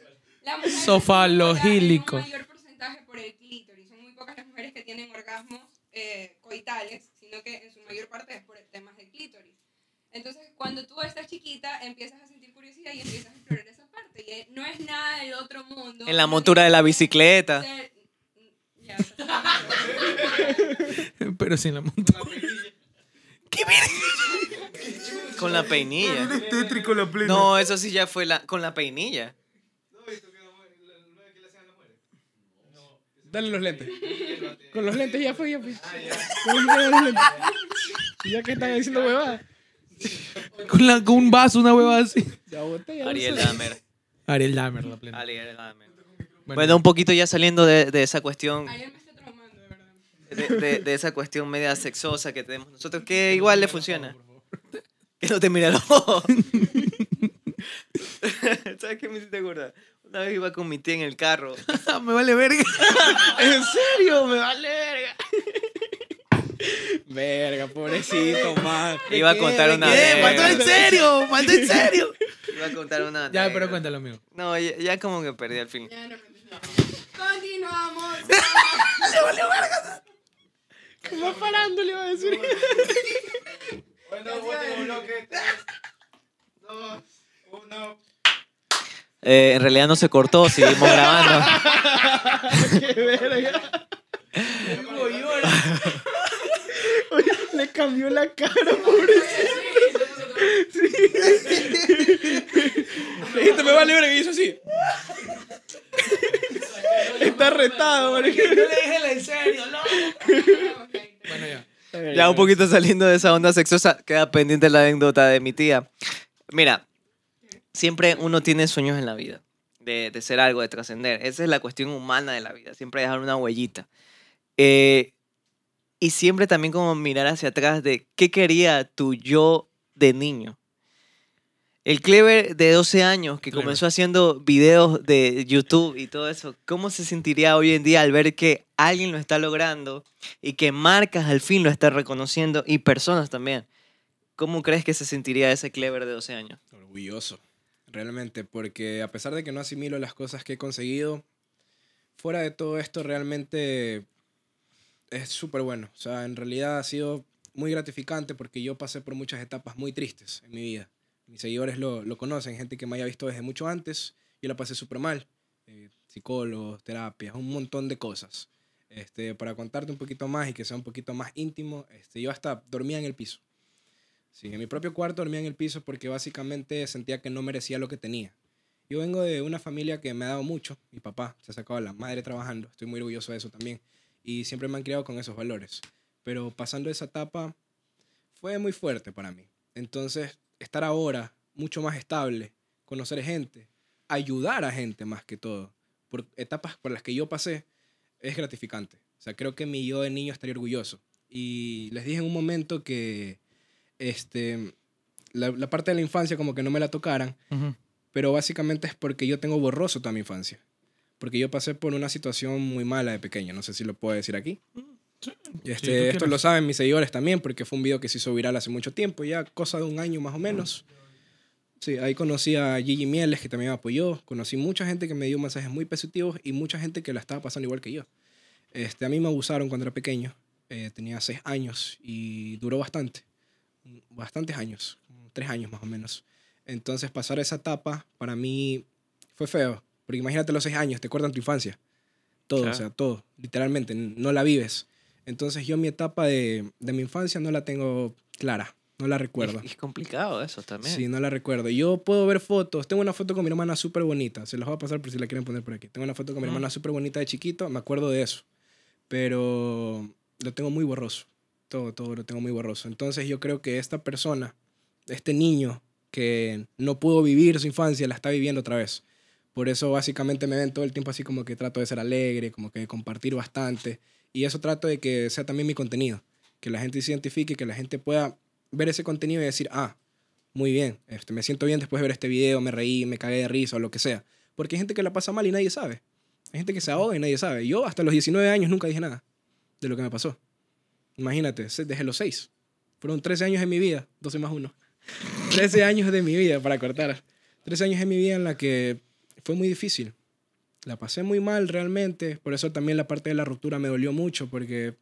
Speaker 5: La mujer
Speaker 3: Sofalogílico.
Speaker 5: tiene Un mayor porcentaje por el clítoris. Son muy pocas las mujeres que tienen orgasmos eh, coitales, sino que en su mayor parte es por temas del clítoris. Entonces, cuando tú estás chiquita, empiezas a sentir curiosidad y empiezas a explorar esa parte. Y eh, no es nada del otro mundo.
Speaker 2: En la
Speaker 5: No
Speaker 2: montura
Speaker 5: tiene
Speaker 2: de la
Speaker 5: que
Speaker 2: bicicleta.
Speaker 5: ser- Ya, o sea,
Speaker 3: Pero sin la montura.
Speaker 2: Con la peinilla.
Speaker 9: Tétrico la plena.
Speaker 2: No, eso sí ya fue la, con la peinilla.
Speaker 6: ¿No he visto que la mujer- la- la- la- que le hacían a las mujeres?
Speaker 4: Dale los lentes.
Speaker 6: Hiérvate.
Speaker 4: Con los lentes ya fue, ya fue. Con los lentes. Ya que están diciendo huevadas.
Speaker 3: Con, la- con un vaso, una hueva así.
Speaker 4: Ya boté, ya no
Speaker 2: Ariel
Speaker 4: sé.
Speaker 2: Dahmer.
Speaker 3: Ariel Dahmer, la plena.
Speaker 2: Ariel Dahmer. Bueno, un poquito ya saliendo de, de esa cuestión.
Speaker 5: Ariel me está traumando, de verdad.
Speaker 2: de, de- de esa cuestión media sexosa que tenemos nosotros, que igual le funciona. Que no te mire los ojos. ¿Sabes qué me hiciste acordar? Una vez iba con mi tía en el carro.
Speaker 3: me vale verga.
Speaker 2: ¿En serio? Me vale verga.
Speaker 4: Verga, pobrecito, man.
Speaker 2: Iba a contar una
Speaker 4: ¿Qué?
Speaker 2: anécdota.
Speaker 4: ¿Mató en serio? ¿Mató en serio?
Speaker 2: Iba a contar una.
Speaker 3: Ya, pero
Speaker 2: anécdota.
Speaker 3: cuéntalo, amigo.
Speaker 2: No, ya, ya como que perdí al fin.
Speaker 5: Ya, no aprendí nada. Continuamos.
Speaker 6: Bueno, último bloque. Tres, dos, uno.
Speaker 2: Eh, en realidad no se cortó, seguimos grabando.
Speaker 9: Le cambió la cara.
Speaker 4: Le dijiste, me vale verga, y hizo así. Está retado, man.
Speaker 3: Bueno, ya.
Speaker 2: Ya un poquito saliendo de esa onda sexosa, queda pendiente la anécdota de mi tía. Mira, siempre uno tiene sueños en la vida, de, de ser algo, de trascender. Esa es la cuestión humana de la vida, siempre dejar una huellita. Eh, y siempre también como mirar hacia atrás de qué quería tu yo de niño. El Clever de 12 años que
Speaker 3: Clever.
Speaker 2: comenzó haciendo videos de YouTube y todo eso, ¿cómo se sentiría hoy en día al ver que alguien lo está logrando y que marcas al fin lo están reconociendo y personas también? ¿Cómo crees que se sentiría ese Clever de 12 años?
Speaker 4: Orgulloso, realmente, porque a pesar de que no asimilo las cosas que he conseguido, fuera de todo esto realmente es súper bueno. O sea, en realidad ha sido muy gratificante porque yo pasé por muchas etapas muy tristes en mi vida. Mis seguidores lo, lo conocen, gente que me haya visto desde mucho antes, yo la pasé súper mal. Eh, psicólogos, terapias, un montón de cosas. Este, para contarte un poquito más y que sea un poquito más íntimo, este, yo hasta dormía en el piso. Sí, en mi propio cuarto dormía en el piso porque básicamente sentía que no merecía lo que tenía. Yo vengo de una familia que me ha dado mucho. Mi papá se ha sacado a la madre trabajando. Estoy muy orgulloso de eso también. Y siempre me han criado con esos valores. Pero pasando esa etapa fue muy fuerte para mí. Entonces, estar ahora mucho más estable, conocer gente, ayudar a gente más que todo, por etapas por las que yo pasé, es gratificante. O sea, creo que mi yo de niño estaría orgulloso. Y les dije en un momento que este, la, la parte de la infancia como que no me la tocaran, pero básicamente es porque yo tengo borroso toda mi infancia. Porque yo pasé por una situación muy mala de pequeño, no sé si lo puedo decir aquí. Y
Speaker 3: tú
Speaker 4: Este,
Speaker 3: quieres.
Speaker 4: esto lo saben mis seguidores también, porque fue un video que se hizo viral hace mucho tiempo, ya cosa de un año más o menos. Sí, ahí conocí a Gigi Mieles, que también me apoyó. Conocí mucha gente que me dio mensajes muy positivos y mucha gente que la estaba pasando igual que yo. Este, a mí me abusaron cuando era pequeño. Eh, tenía seis años y duró bastante. Bastantes años, como tres años más o menos. Entonces pasar esa etapa para mí fue feo. Porque imagínate los seis años, te cortan tu infancia. Todo, o
Speaker 2: Claro.
Speaker 4: sea, todo. Literalmente, n- no la vives. Entonces yo mi etapa de, de mi infancia no la tengo clara. No la recuerdo.
Speaker 2: Es, es complicado eso también.
Speaker 4: Ah. Sí, no la recuerdo. Yo puedo ver fotos. Tengo una foto con mi hermana súper bonita. Se las voy a pasar por si la quieren poner por aquí. Tengo una foto con mi
Speaker 2: Mm.
Speaker 4: hermana súper bonita de chiquito. Me acuerdo de eso. Pero lo tengo muy borroso. Todo, todo lo tengo muy borroso. Entonces yo creo que esta persona, este niño que no pudo vivir su infancia, la está viviendo otra vez. Por eso básicamente me ven todo el tiempo así como que trato de ser alegre, como que de compartir bastante. Y eso trato de que sea también mi contenido, que la gente se identifique, que la gente pueda ver ese contenido y decir, ah, muy bien, este, me siento bien después de ver este video, me reí, me cagué de risa o lo que sea. Porque hay gente que la pasa mal y nadie sabe. Hay gente que se ahoga y nadie sabe. Yo hasta los 19 años nunca dije nada de lo que me pasó. Imagínate, se- desde los 6. Fueron 13 años de mi vida, 12 más 1. 13 años de mi vida, para cortar. 13 años de mi vida en la que fue muy difícil. La pasé muy mal realmente. Por eso también la parte de la ruptura me dolió mucho porque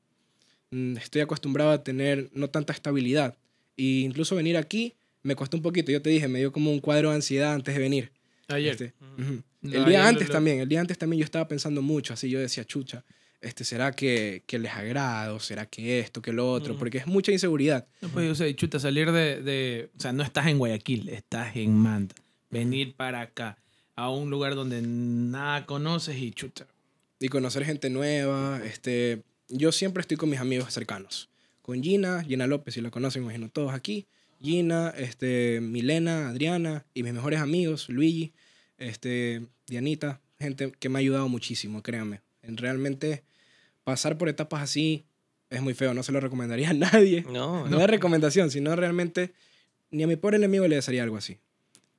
Speaker 4: mm, estoy acostumbrado a tener no tanta estabilidad. Y incluso venir aquí me costó un poquito. Yo te dije, me dio como un cuadro de ansiedad antes de venir.
Speaker 3: Ayer.
Speaker 4: Este,
Speaker 3: Ujú.
Speaker 4: ujú.
Speaker 3: No,
Speaker 4: el
Speaker 3: ayer
Speaker 4: día
Speaker 3: lo-
Speaker 4: antes
Speaker 3: lo-
Speaker 4: también, el día antes también yo estaba pensando mucho, así yo decía, chucha, este, ¿será que, que les agrado? ¿Será que esto, que lo otro?
Speaker 3: Ujú.
Speaker 4: Porque es mucha inseguridad.
Speaker 3: No, pues, o sea, y chuta, salir de, de- O sea, no estás en Guayaquil, estás en Manta. Venir para acá, a un lugar donde nada conoces y chuta.
Speaker 4: Y conocer gente nueva, este, yo siempre estoy con mis amigos cercanos. Con Gina, Gina López, si la conocen, imagino todos aquí. Gina, este, Milena, Adriana y mis mejores amigos, Luigi, este, Dianita, gente que me ha ayudado muchísimo, créanme. En realmente pasar por etapas así es muy feo, no se lo recomendaría a nadie.
Speaker 2: No,
Speaker 4: No es recomendación, sino realmente ni a mi pobre enemigo le desearía algo así,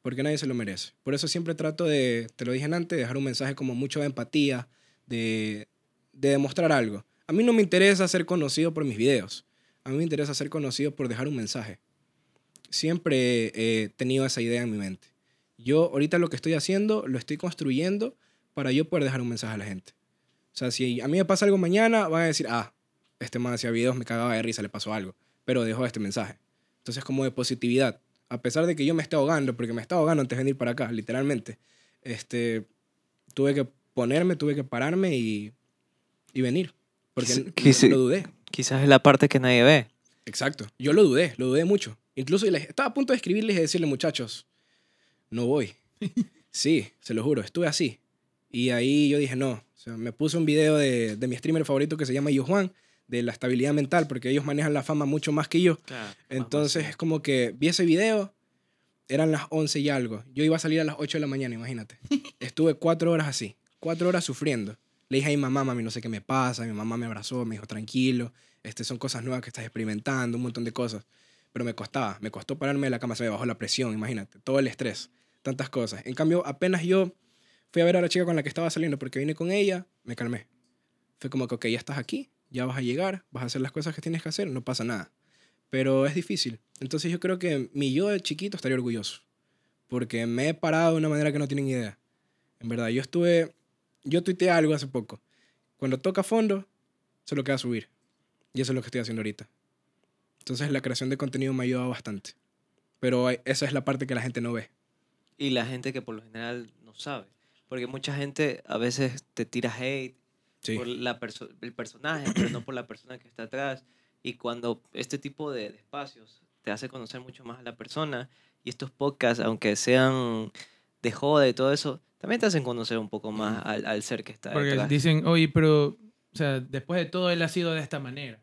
Speaker 4: porque nadie se lo merece. Por eso siempre trato de, te lo dije antes, dejar un mensaje como mucho de empatía, de, de demostrar algo. A mí no me interesa ser conocido por mis videos, a mí me interesa ser conocido por dejar un mensaje. Siempre eh, he tenido esa idea en mi mente. Yo ahorita lo que estoy haciendo, lo estoy construyendo para yo poder dejar un mensaje a la gente. O sea, si a mí me pasa algo mañana, van a decir, ah, este man hacía videos, me cagaba de risa, le pasó algo pero dejó este mensaje. Entonces, como de positividad, a pesar de que yo me esté ahogando, porque me estaba ahogando antes de venir para acá, literalmente, este, tuve que ponerme, tuve que pararme y, y venir. Porque
Speaker 2: Quise-
Speaker 4: n-
Speaker 2: quise-
Speaker 4: lo dudé.
Speaker 2: Quizás es la parte que nadie ve.
Speaker 4: Exacto. Yo lo dudé, lo dudé mucho. Incluso les- estaba a punto de escribirles y decirles, muchachos, no voy. Sí, se lo juro, estuve así. Y ahí yo dije, no. O sea, me puse un video de, de mi streamer favorito que se llama Yo Juan, de la estabilidad mental, porque ellos manejan la fama mucho más que yo. Entonces es como que vi ese video, eran las 11 y algo. Yo iba a salir a las 8 de la mañana, imagínate. Estuve cuatro horas así, cuatro horas sufriendo. Le dije a mi mamá, mami, no sé qué me pasa. Mi mamá me abrazó, me dijo, tranquilo, este, son cosas nuevas que estás experimentando, un montón de cosas. Pero me costaba, me costó pararme de la cama, se me bajó la presión, imagínate, todo el estrés, tantas cosas. En cambio, apenas yo fui a ver a la chica con la que estaba saliendo, porque vine con ella, me calmé. Fue como que, ok, ya estás aquí, ya vas a llegar, vas a hacer las cosas que tienes que hacer, no pasa nada pero es difícil. Entonces yo creo que mi yo de chiquito estaría orgulloso, porque me he parado de una manera que no tienen idea. En verdad, yo estuve, yo tuiteé algo hace poco. Cuando toca fondo, solo queda subir. Y eso es lo que estoy haciendo ahorita. Entonces la creación de contenido me ha ayudado bastante. Pero hay- esa es la parte que la gente no ve.
Speaker 2: Y la gente que por lo general no sabe. Porque mucha gente a veces te tira hate
Speaker 4: Sí.
Speaker 2: por la perso- el personaje, pero no por la persona que está atrás. Y cuando este tipo de, de espacios te hace conocer mucho más a la persona, y estos podcasts, aunque sean de joda y todo eso, también te hacen conocer un poco más al, al ser que está
Speaker 3: Porque
Speaker 2: detrás.
Speaker 3: dicen, oye, pero, o sea, después de todo él ha sido de esta manera.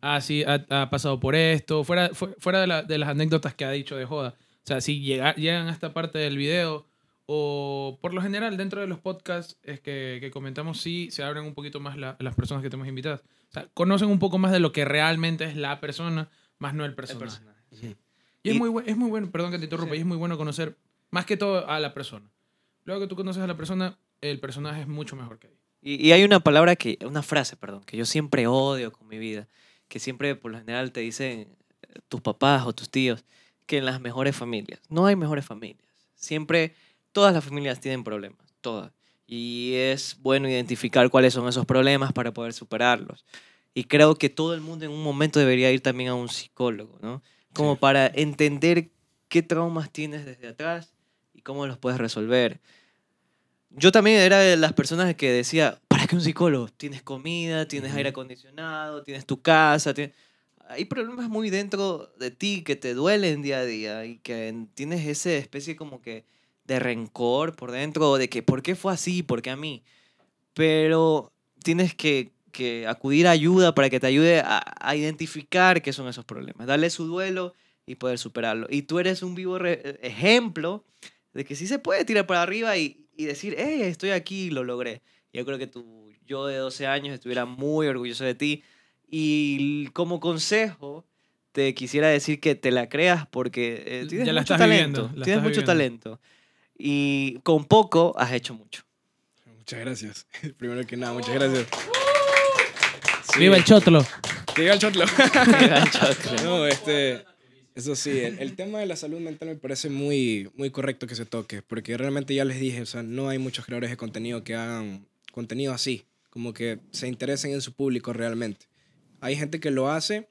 Speaker 3: Ah, sí, ha, ha pasado por esto. Fuera, fu- fuera de, la- de las anécdotas que ha dicho de joda. O sea, si llega- llegan a esta parte del video, o por lo general dentro de los podcasts es que, que comentamos, sí, se abren un poquito más la- las personas que tenemos invitadas. O sea, conocen un poco más de lo que realmente es la persona, más no el
Speaker 2: El
Speaker 3: personaje.
Speaker 2: personaje.
Speaker 3: Y, es,
Speaker 2: Y-
Speaker 3: muy, bu- es muy bueno, perdón que te interrumpa, y es muy bueno conocer más que todo a la persona. Luego que tú conoces a la persona, el personaje es mucho mejor que él.
Speaker 2: Y, y hay una palabra que, una frase, perdón, que yo siempre odio con mi vida, que siempre por lo general te dicen eh, tus papás o tus tíos, que en las mejores familias, no hay mejores familias. Siempre, todas las familias tienen problemas, todas. Y es bueno identificar cuáles son esos problemas para poder superarlos. Y creo que todo el mundo en un momento debería ir también a un psicólogo, ¿no? Como para entender qué traumas tienes desde atrás y cómo los puedes resolver. Yo también era de las personas que decía, ¿para qué un psicólogo? Tienes comida, tienes aire acondicionado, tienes tu casa, tienes... hay problemas muy dentro de ti que te duelen día a día y que en- tienes esa especie como que de rencor por dentro, de que ¿por qué fue así? ¿Por qué a mí? Pero tienes que, que acudir a ayuda para que te ayude a, a identificar qué son esos problemas, darle su duelo y poder superarlo. Y tú eres un vivo re- ejemplo de que sí se puede tirar para arriba y, y decir, hey, estoy aquí y lo logré. Yo creo que tu yo de 12 años estuviera muy orgulloso de ti. Y como consejo, te quisiera decir que te la creas porque eh, tienes
Speaker 3: Ya la
Speaker 2: mucho
Speaker 3: estás
Speaker 2: talento.
Speaker 3: viviendo, la
Speaker 2: tienes
Speaker 3: estás
Speaker 2: mucho
Speaker 3: viviendo.
Speaker 2: talento. Y con poco has hecho mucho.
Speaker 4: Muchas gracias. Primero que nada, muchas gracias. Sí.
Speaker 3: Viva el chotlo.
Speaker 4: Que viva el chotlo.
Speaker 2: Choclo.
Speaker 4: No, este. Eso sí, el, el tema de la salud mental me parece muy, muy correcto que se toque, porque realmente ya les dije, o sea, no hay muchos creadores de contenido que hagan contenido así, como que se interesen en su público realmente. Hay gente que lo hace,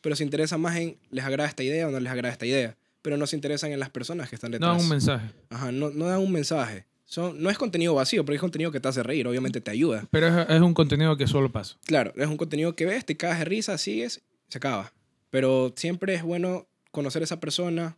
Speaker 4: pero se interesa más en les agrada esta idea o no les agrada esta idea, pero no se interesan en las personas que están
Speaker 3: No,
Speaker 4: detrás.
Speaker 3: un mensaje.
Speaker 4: Ajá, no, no dan un mensaje. Son, no es contenido vacío, pero es contenido que te hace reír, obviamente te ayuda.
Speaker 3: Pero es, es un contenido que solo paso.
Speaker 4: Claro, es un contenido que ves, te cagas de risa, sigues, se acaba. Pero siempre es bueno conocer a esa persona,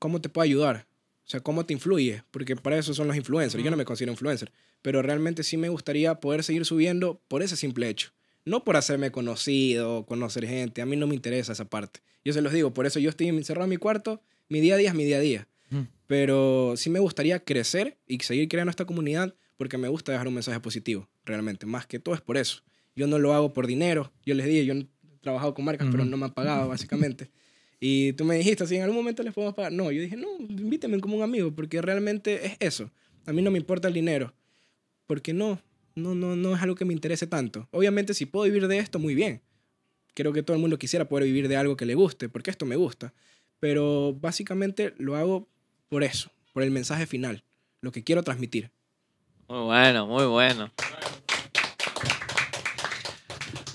Speaker 4: cómo te puede ayudar, o sea, cómo te influye, porque para eso son los influencers. Yo no me considero influencer, pero realmente sí me gustaría poder seguir subiendo por ese simple hecho. No por hacerme conocido, conocer gente, a mí no me interesa esa parte. Yo se los digo, por eso yo estoy encerrado en mi cuarto, mi día a día es mi día a día.
Speaker 3: Ujú.
Speaker 4: Pero sí me gustaría crecer y seguir creando esta comunidad porque me gusta dejar un mensaje positivo, realmente. Más que todo es por eso. Yo no lo hago por dinero. Yo les dije, yo he trabajado con marcas, pero
Speaker 3: Ujú.
Speaker 4: no me han pagado, básicamente. Y tú me dijiste, si en algún momento les podemos pagar. No, yo dije, no, invítame como un amigo, porque realmente es eso. A mí no me importa el dinero, porque no, no, no, no es algo que me interese tanto. Obviamente, si puedo vivir de esto, muy bien. Creo que todo el mundo quisiera poder vivir de algo que le guste, porque esto me gusta. Pero básicamente lo hago por eso, por el mensaje final, lo que quiero transmitir.
Speaker 2: Muy bueno, muy bueno.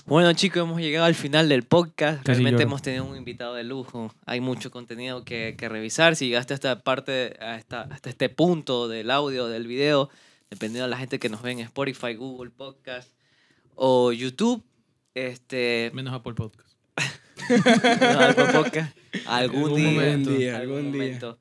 Speaker 2: Bueno chicos, hemos llegado al final del podcast.
Speaker 3: Casi
Speaker 2: Realmente
Speaker 3: lloro.
Speaker 2: hemos tenido un invitado de lujo. Hay mucho contenido que, que revisar. Si llegaste hasta, parte, hasta, hasta este punto del audio, del video, dependiendo de la gente que nos ve en Spotify, Google Podcast o YouTube, este,
Speaker 3: Menos Apple Podcast.
Speaker 2: no, Apple Podcast. algún,
Speaker 3: Algún
Speaker 2: día,
Speaker 3: momento.
Speaker 4: Algún día, algún día.
Speaker 2: momento.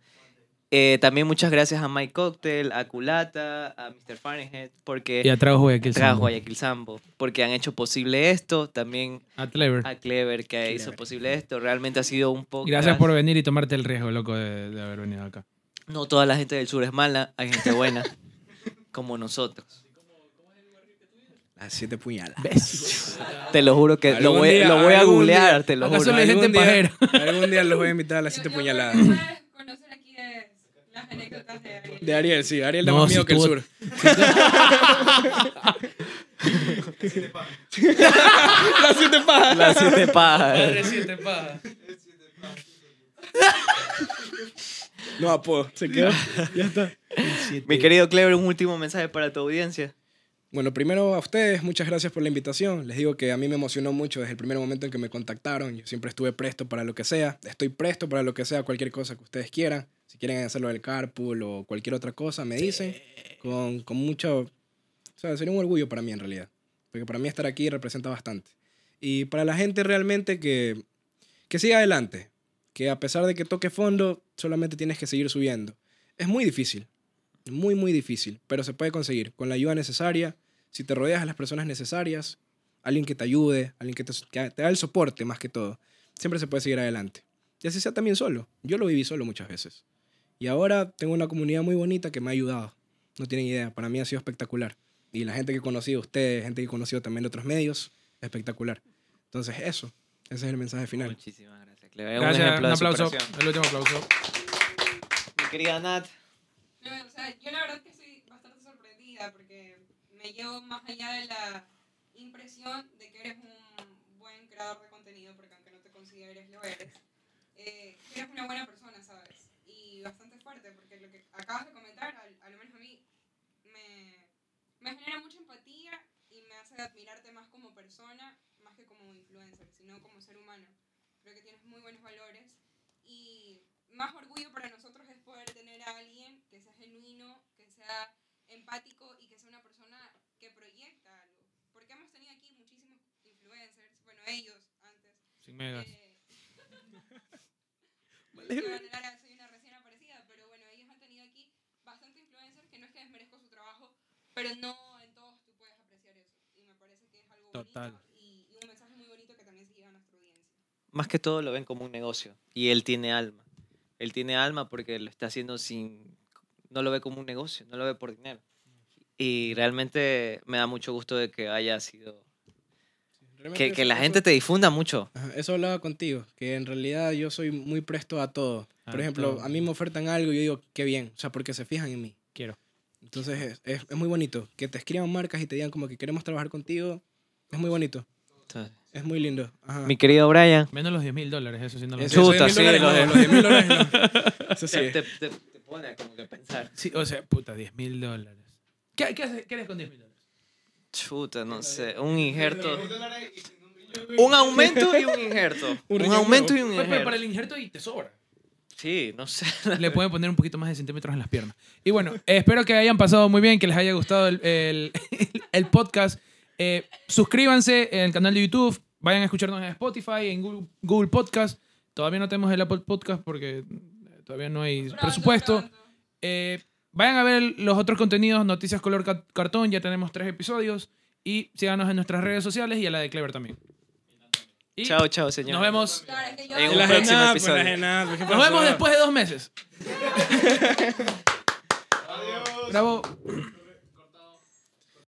Speaker 2: Eh, también muchas gracias a Mike Cocktail, a Culata, a Mr. Fahrenheit, porque
Speaker 3: Y atrás Guayaquil.
Speaker 2: trajo Guayaquil Sambo, porque han hecho posible esto, también
Speaker 3: A Clever.
Speaker 2: a Clever que hizo posible esto, realmente ha sido un poco...
Speaker 3: Gracias por venir y tomarte el riesgo, loco, de, de haber venido acá.
Speaker 2: No toda la gente del sur es mala, hay gente buena, como nosotros.
Speaker 4: Las siete puñaladas.
Speaker 2: Te lo juro que lo
Speaker 4: Algún
Speaker 2: voy,
Speaker 4: día,
Speaker 2: lo voy a
Speaker 4: algún
Speaker 2: googlear,
Speaker 4: día.
Speaker 2: te lo
Speaker 3: Acá
Speaker 2: juro.
Speaker 3: solo hay
Speaker 4: Algún
Speaker 3: gente
Speaker 4: día-
Speaker 3: pajera.
Speaker 4: este Algún día los voy a invitar a las siete
Speaker 5: Lo- lo
Speaker 4: puñaladas.
Speaker 5: bueno que puedes conocer aquí es las anécdotas de Ariel.
Speaker 4: De Ariel, sí. Ariel da
Speaker 3: No,
Speaker 4: más
Speaker 3: si
Speaker 4: miedo que el
Speaker 3: tú-
Speaker 4: sur. Las siete pajas.
Speaker 2: Las siete pajas.
Speaker 4: No, apodo. Se quedó.
Speaker 2: Mi querido Clever, un último mensaje para tu audiencia.
Speaker 4: Bueno, primero a ustedes, muchas gracias por la invitación. Les digo que a mí me emocionó mucho desde el primer momento en que me contactaron. Yo siempre estuve presto para lo que sea. Estoy presto para lo que sea, cualquier cosa que ustedes quieran. Si quieren hacerlo del carpool o cualquier otra cosa, me dicen. Con, con mucho... O sea, sería un orgullo para mí en realidad. Porque para mí estar aquí representa bastante. Y para la gente realmente que, que siga adelante. Que a pesar de que toque fondo, solamente tienes que seguir subiendo. Es muy difícil. Muy, muy difícil, pero se puede conseguir con la ayuda necesaria, si te rodeas a las personas necesarias, alguien que te ayude, alguien que te, que te da el soporte más que todo, siempre se puede seguir adelante. Y así sea también solo. Yo lo viví solo muchas veces. Y ahora tengo una comunidad muy bonita que me ha ayudado. No tienen idea, para mí ha sido espectacular. Y la gente que he conocido, ustedes, gente que he conocido también de otros medios, espectacular. Entonces eso, ese es el mensaje final.
Speaker 2: Muchísimas gracias, Clever. Es un,
Speaker 3: Gracias,
Speaker 2: ejemplo
Speaker 3: un
Speaker 2: de
Speaker 3: aplauso.
Speaker 2: superación.
Speaker 3: El último aplauso.
Speaker 2: Mi querida Nat,
Speaker 5: No, o sea, yo la verdad que estoy bastante sorprendida porque me llevo más allá de la impresión de que eres un buen creador de contenido, porque aunque no te consideres, lo eres. Eh, eres una buena persona, ¿sabes? Y bastante fuerte, porque lo que acabas de comentar, al, al menos a mí, me, me genera mucha empatía y me hace admirarte más como persona, más que como influencer, sino como ser humano. Creo que tienes muy buenos valores y más orgullo para nosotros es poder tener a alguien que sea genuino, que sea empático y que sea una persona que proyecta algo. Porque hemos tenido aquí muchísimos influencers, bueno, ellos antes.
Speaker 3: Sin megas.
Speaker 5: eh, yo, Lara, soy una recién aparecida, pero bueno, ellos han tenido aquí bastante influencers que no es que desmerezco su trabajo, pero no en todos tú puedes apreciar eso. Y me parece que es algo
Speaker 3: Total.
Speaker 5: bonito y, y un mensaje muy bonito que también se lleva a nuestra audiencia.
Speaker 2: más que todo lo ven como un negocio y él tiene alma. Él tiene alma porque lo está haciendo sin... No lo ve como un negocio, no lo ve por dinero. y realmente me da mucho gusto de que haya sido... Que,
Speaker 4: Realmente
Speaker 2: que
Speaker 4: eso-
Speaker 2: la
Speaker 4: eso-
Speaker 2: gente te difunda mucho.
Speaker 4: Ajá, Eso hablaba contigo, que en realidad yo soy muy presto a todo. Por
Speaker 3: A
Speaker 4: ejemplo,
Speaker 3: todo.
Speaker 4: a mí me ofertan algo y yo digo, qué bien, o sea, porque se fijan en mí.
Speaker 3: Quiero.
Speaker 4: Entonces es, es- es muy bonito que te escriban marcas y te digan como que queremos trabajar contigo. Es muy bonito,
Speaker 2: Entonces,
Speaker 4: es muy lindo. Ajá.
Speaker 2: mi querido Brian,
Speaker 3: Menos los 10 mil dólares, eso sí no lo
Speaker 4: Eso-
Speaker 3: sé.
Speaker 4: eso de
Speaker 2: Chuta,
Speaker 4: mil
Speaker 2: sí,
Speaker 4: dólares,
Speaker 2: los
Speaker 4: no,
Speaker 2: de-
Speaker 4: los de mil dólares no. Eso sí.
Speaker 2: te, te- te- te pone como que a pensar.
Speaker 3: Sí, o sea, puta, 10 mil dólares. ¿Qué, qué, haces, ¿Qué haces con 10 mil dólares?
Speaker 2: Chuta, no sé, un injerto.
Speaker 6: dólares y sin un millón.
Speaker 2: Un aumento y un injerto.
Speaker 4: Un
Speaker 2: Un
Speaker 4: riñón
Speaker 2: aumento y un
Speaker 3: Pues, pero
Speaker 2: injerto.
Speaker 3: para el injerto y te sobra.
Speaker 2: Sí, no sé.
Speaker 3: Le pueden poner un poquito más de centímetros en las piernas. Y bueno, eh, espero que hayan pasado muy bien, que les haya gustado el, el- el podcast. Eh, suscríbanse en el canal de YouTube, vayan a escucharnos en Spotify, en Google, Google Podcast. Todavía no tenemos el Apple Podcast porque eh, todavía no hay
Speaker 5: Pronto,
Speaker 3: presupuesto.
Speaker 5: pronto.
Speaker 3: Eh, vayan a ver los otros contenidos, Noticias Color Ca- Cartón, ya tenemos tres episodios. Y síganos en nuestras redes sociales y a la de Clever también. Y
Speaker 2: Chao, chao, señor.
Speaker 3: nos vemos,
Speaker 5: Claro, es que yo-
Speaker 2: En un
Speaker 4: La
Speaker 2: próximo
Speaker 4: ajena, pues, la
Speaker 2: episodio.
Speaker 4: ajena, pues, ¿qué
Speaker 3: nos
Speaker 4: pasó?
Speaker 3: vemos después de dos meses.
Speaker 6: Adiós.
Speaker 3: Bravo.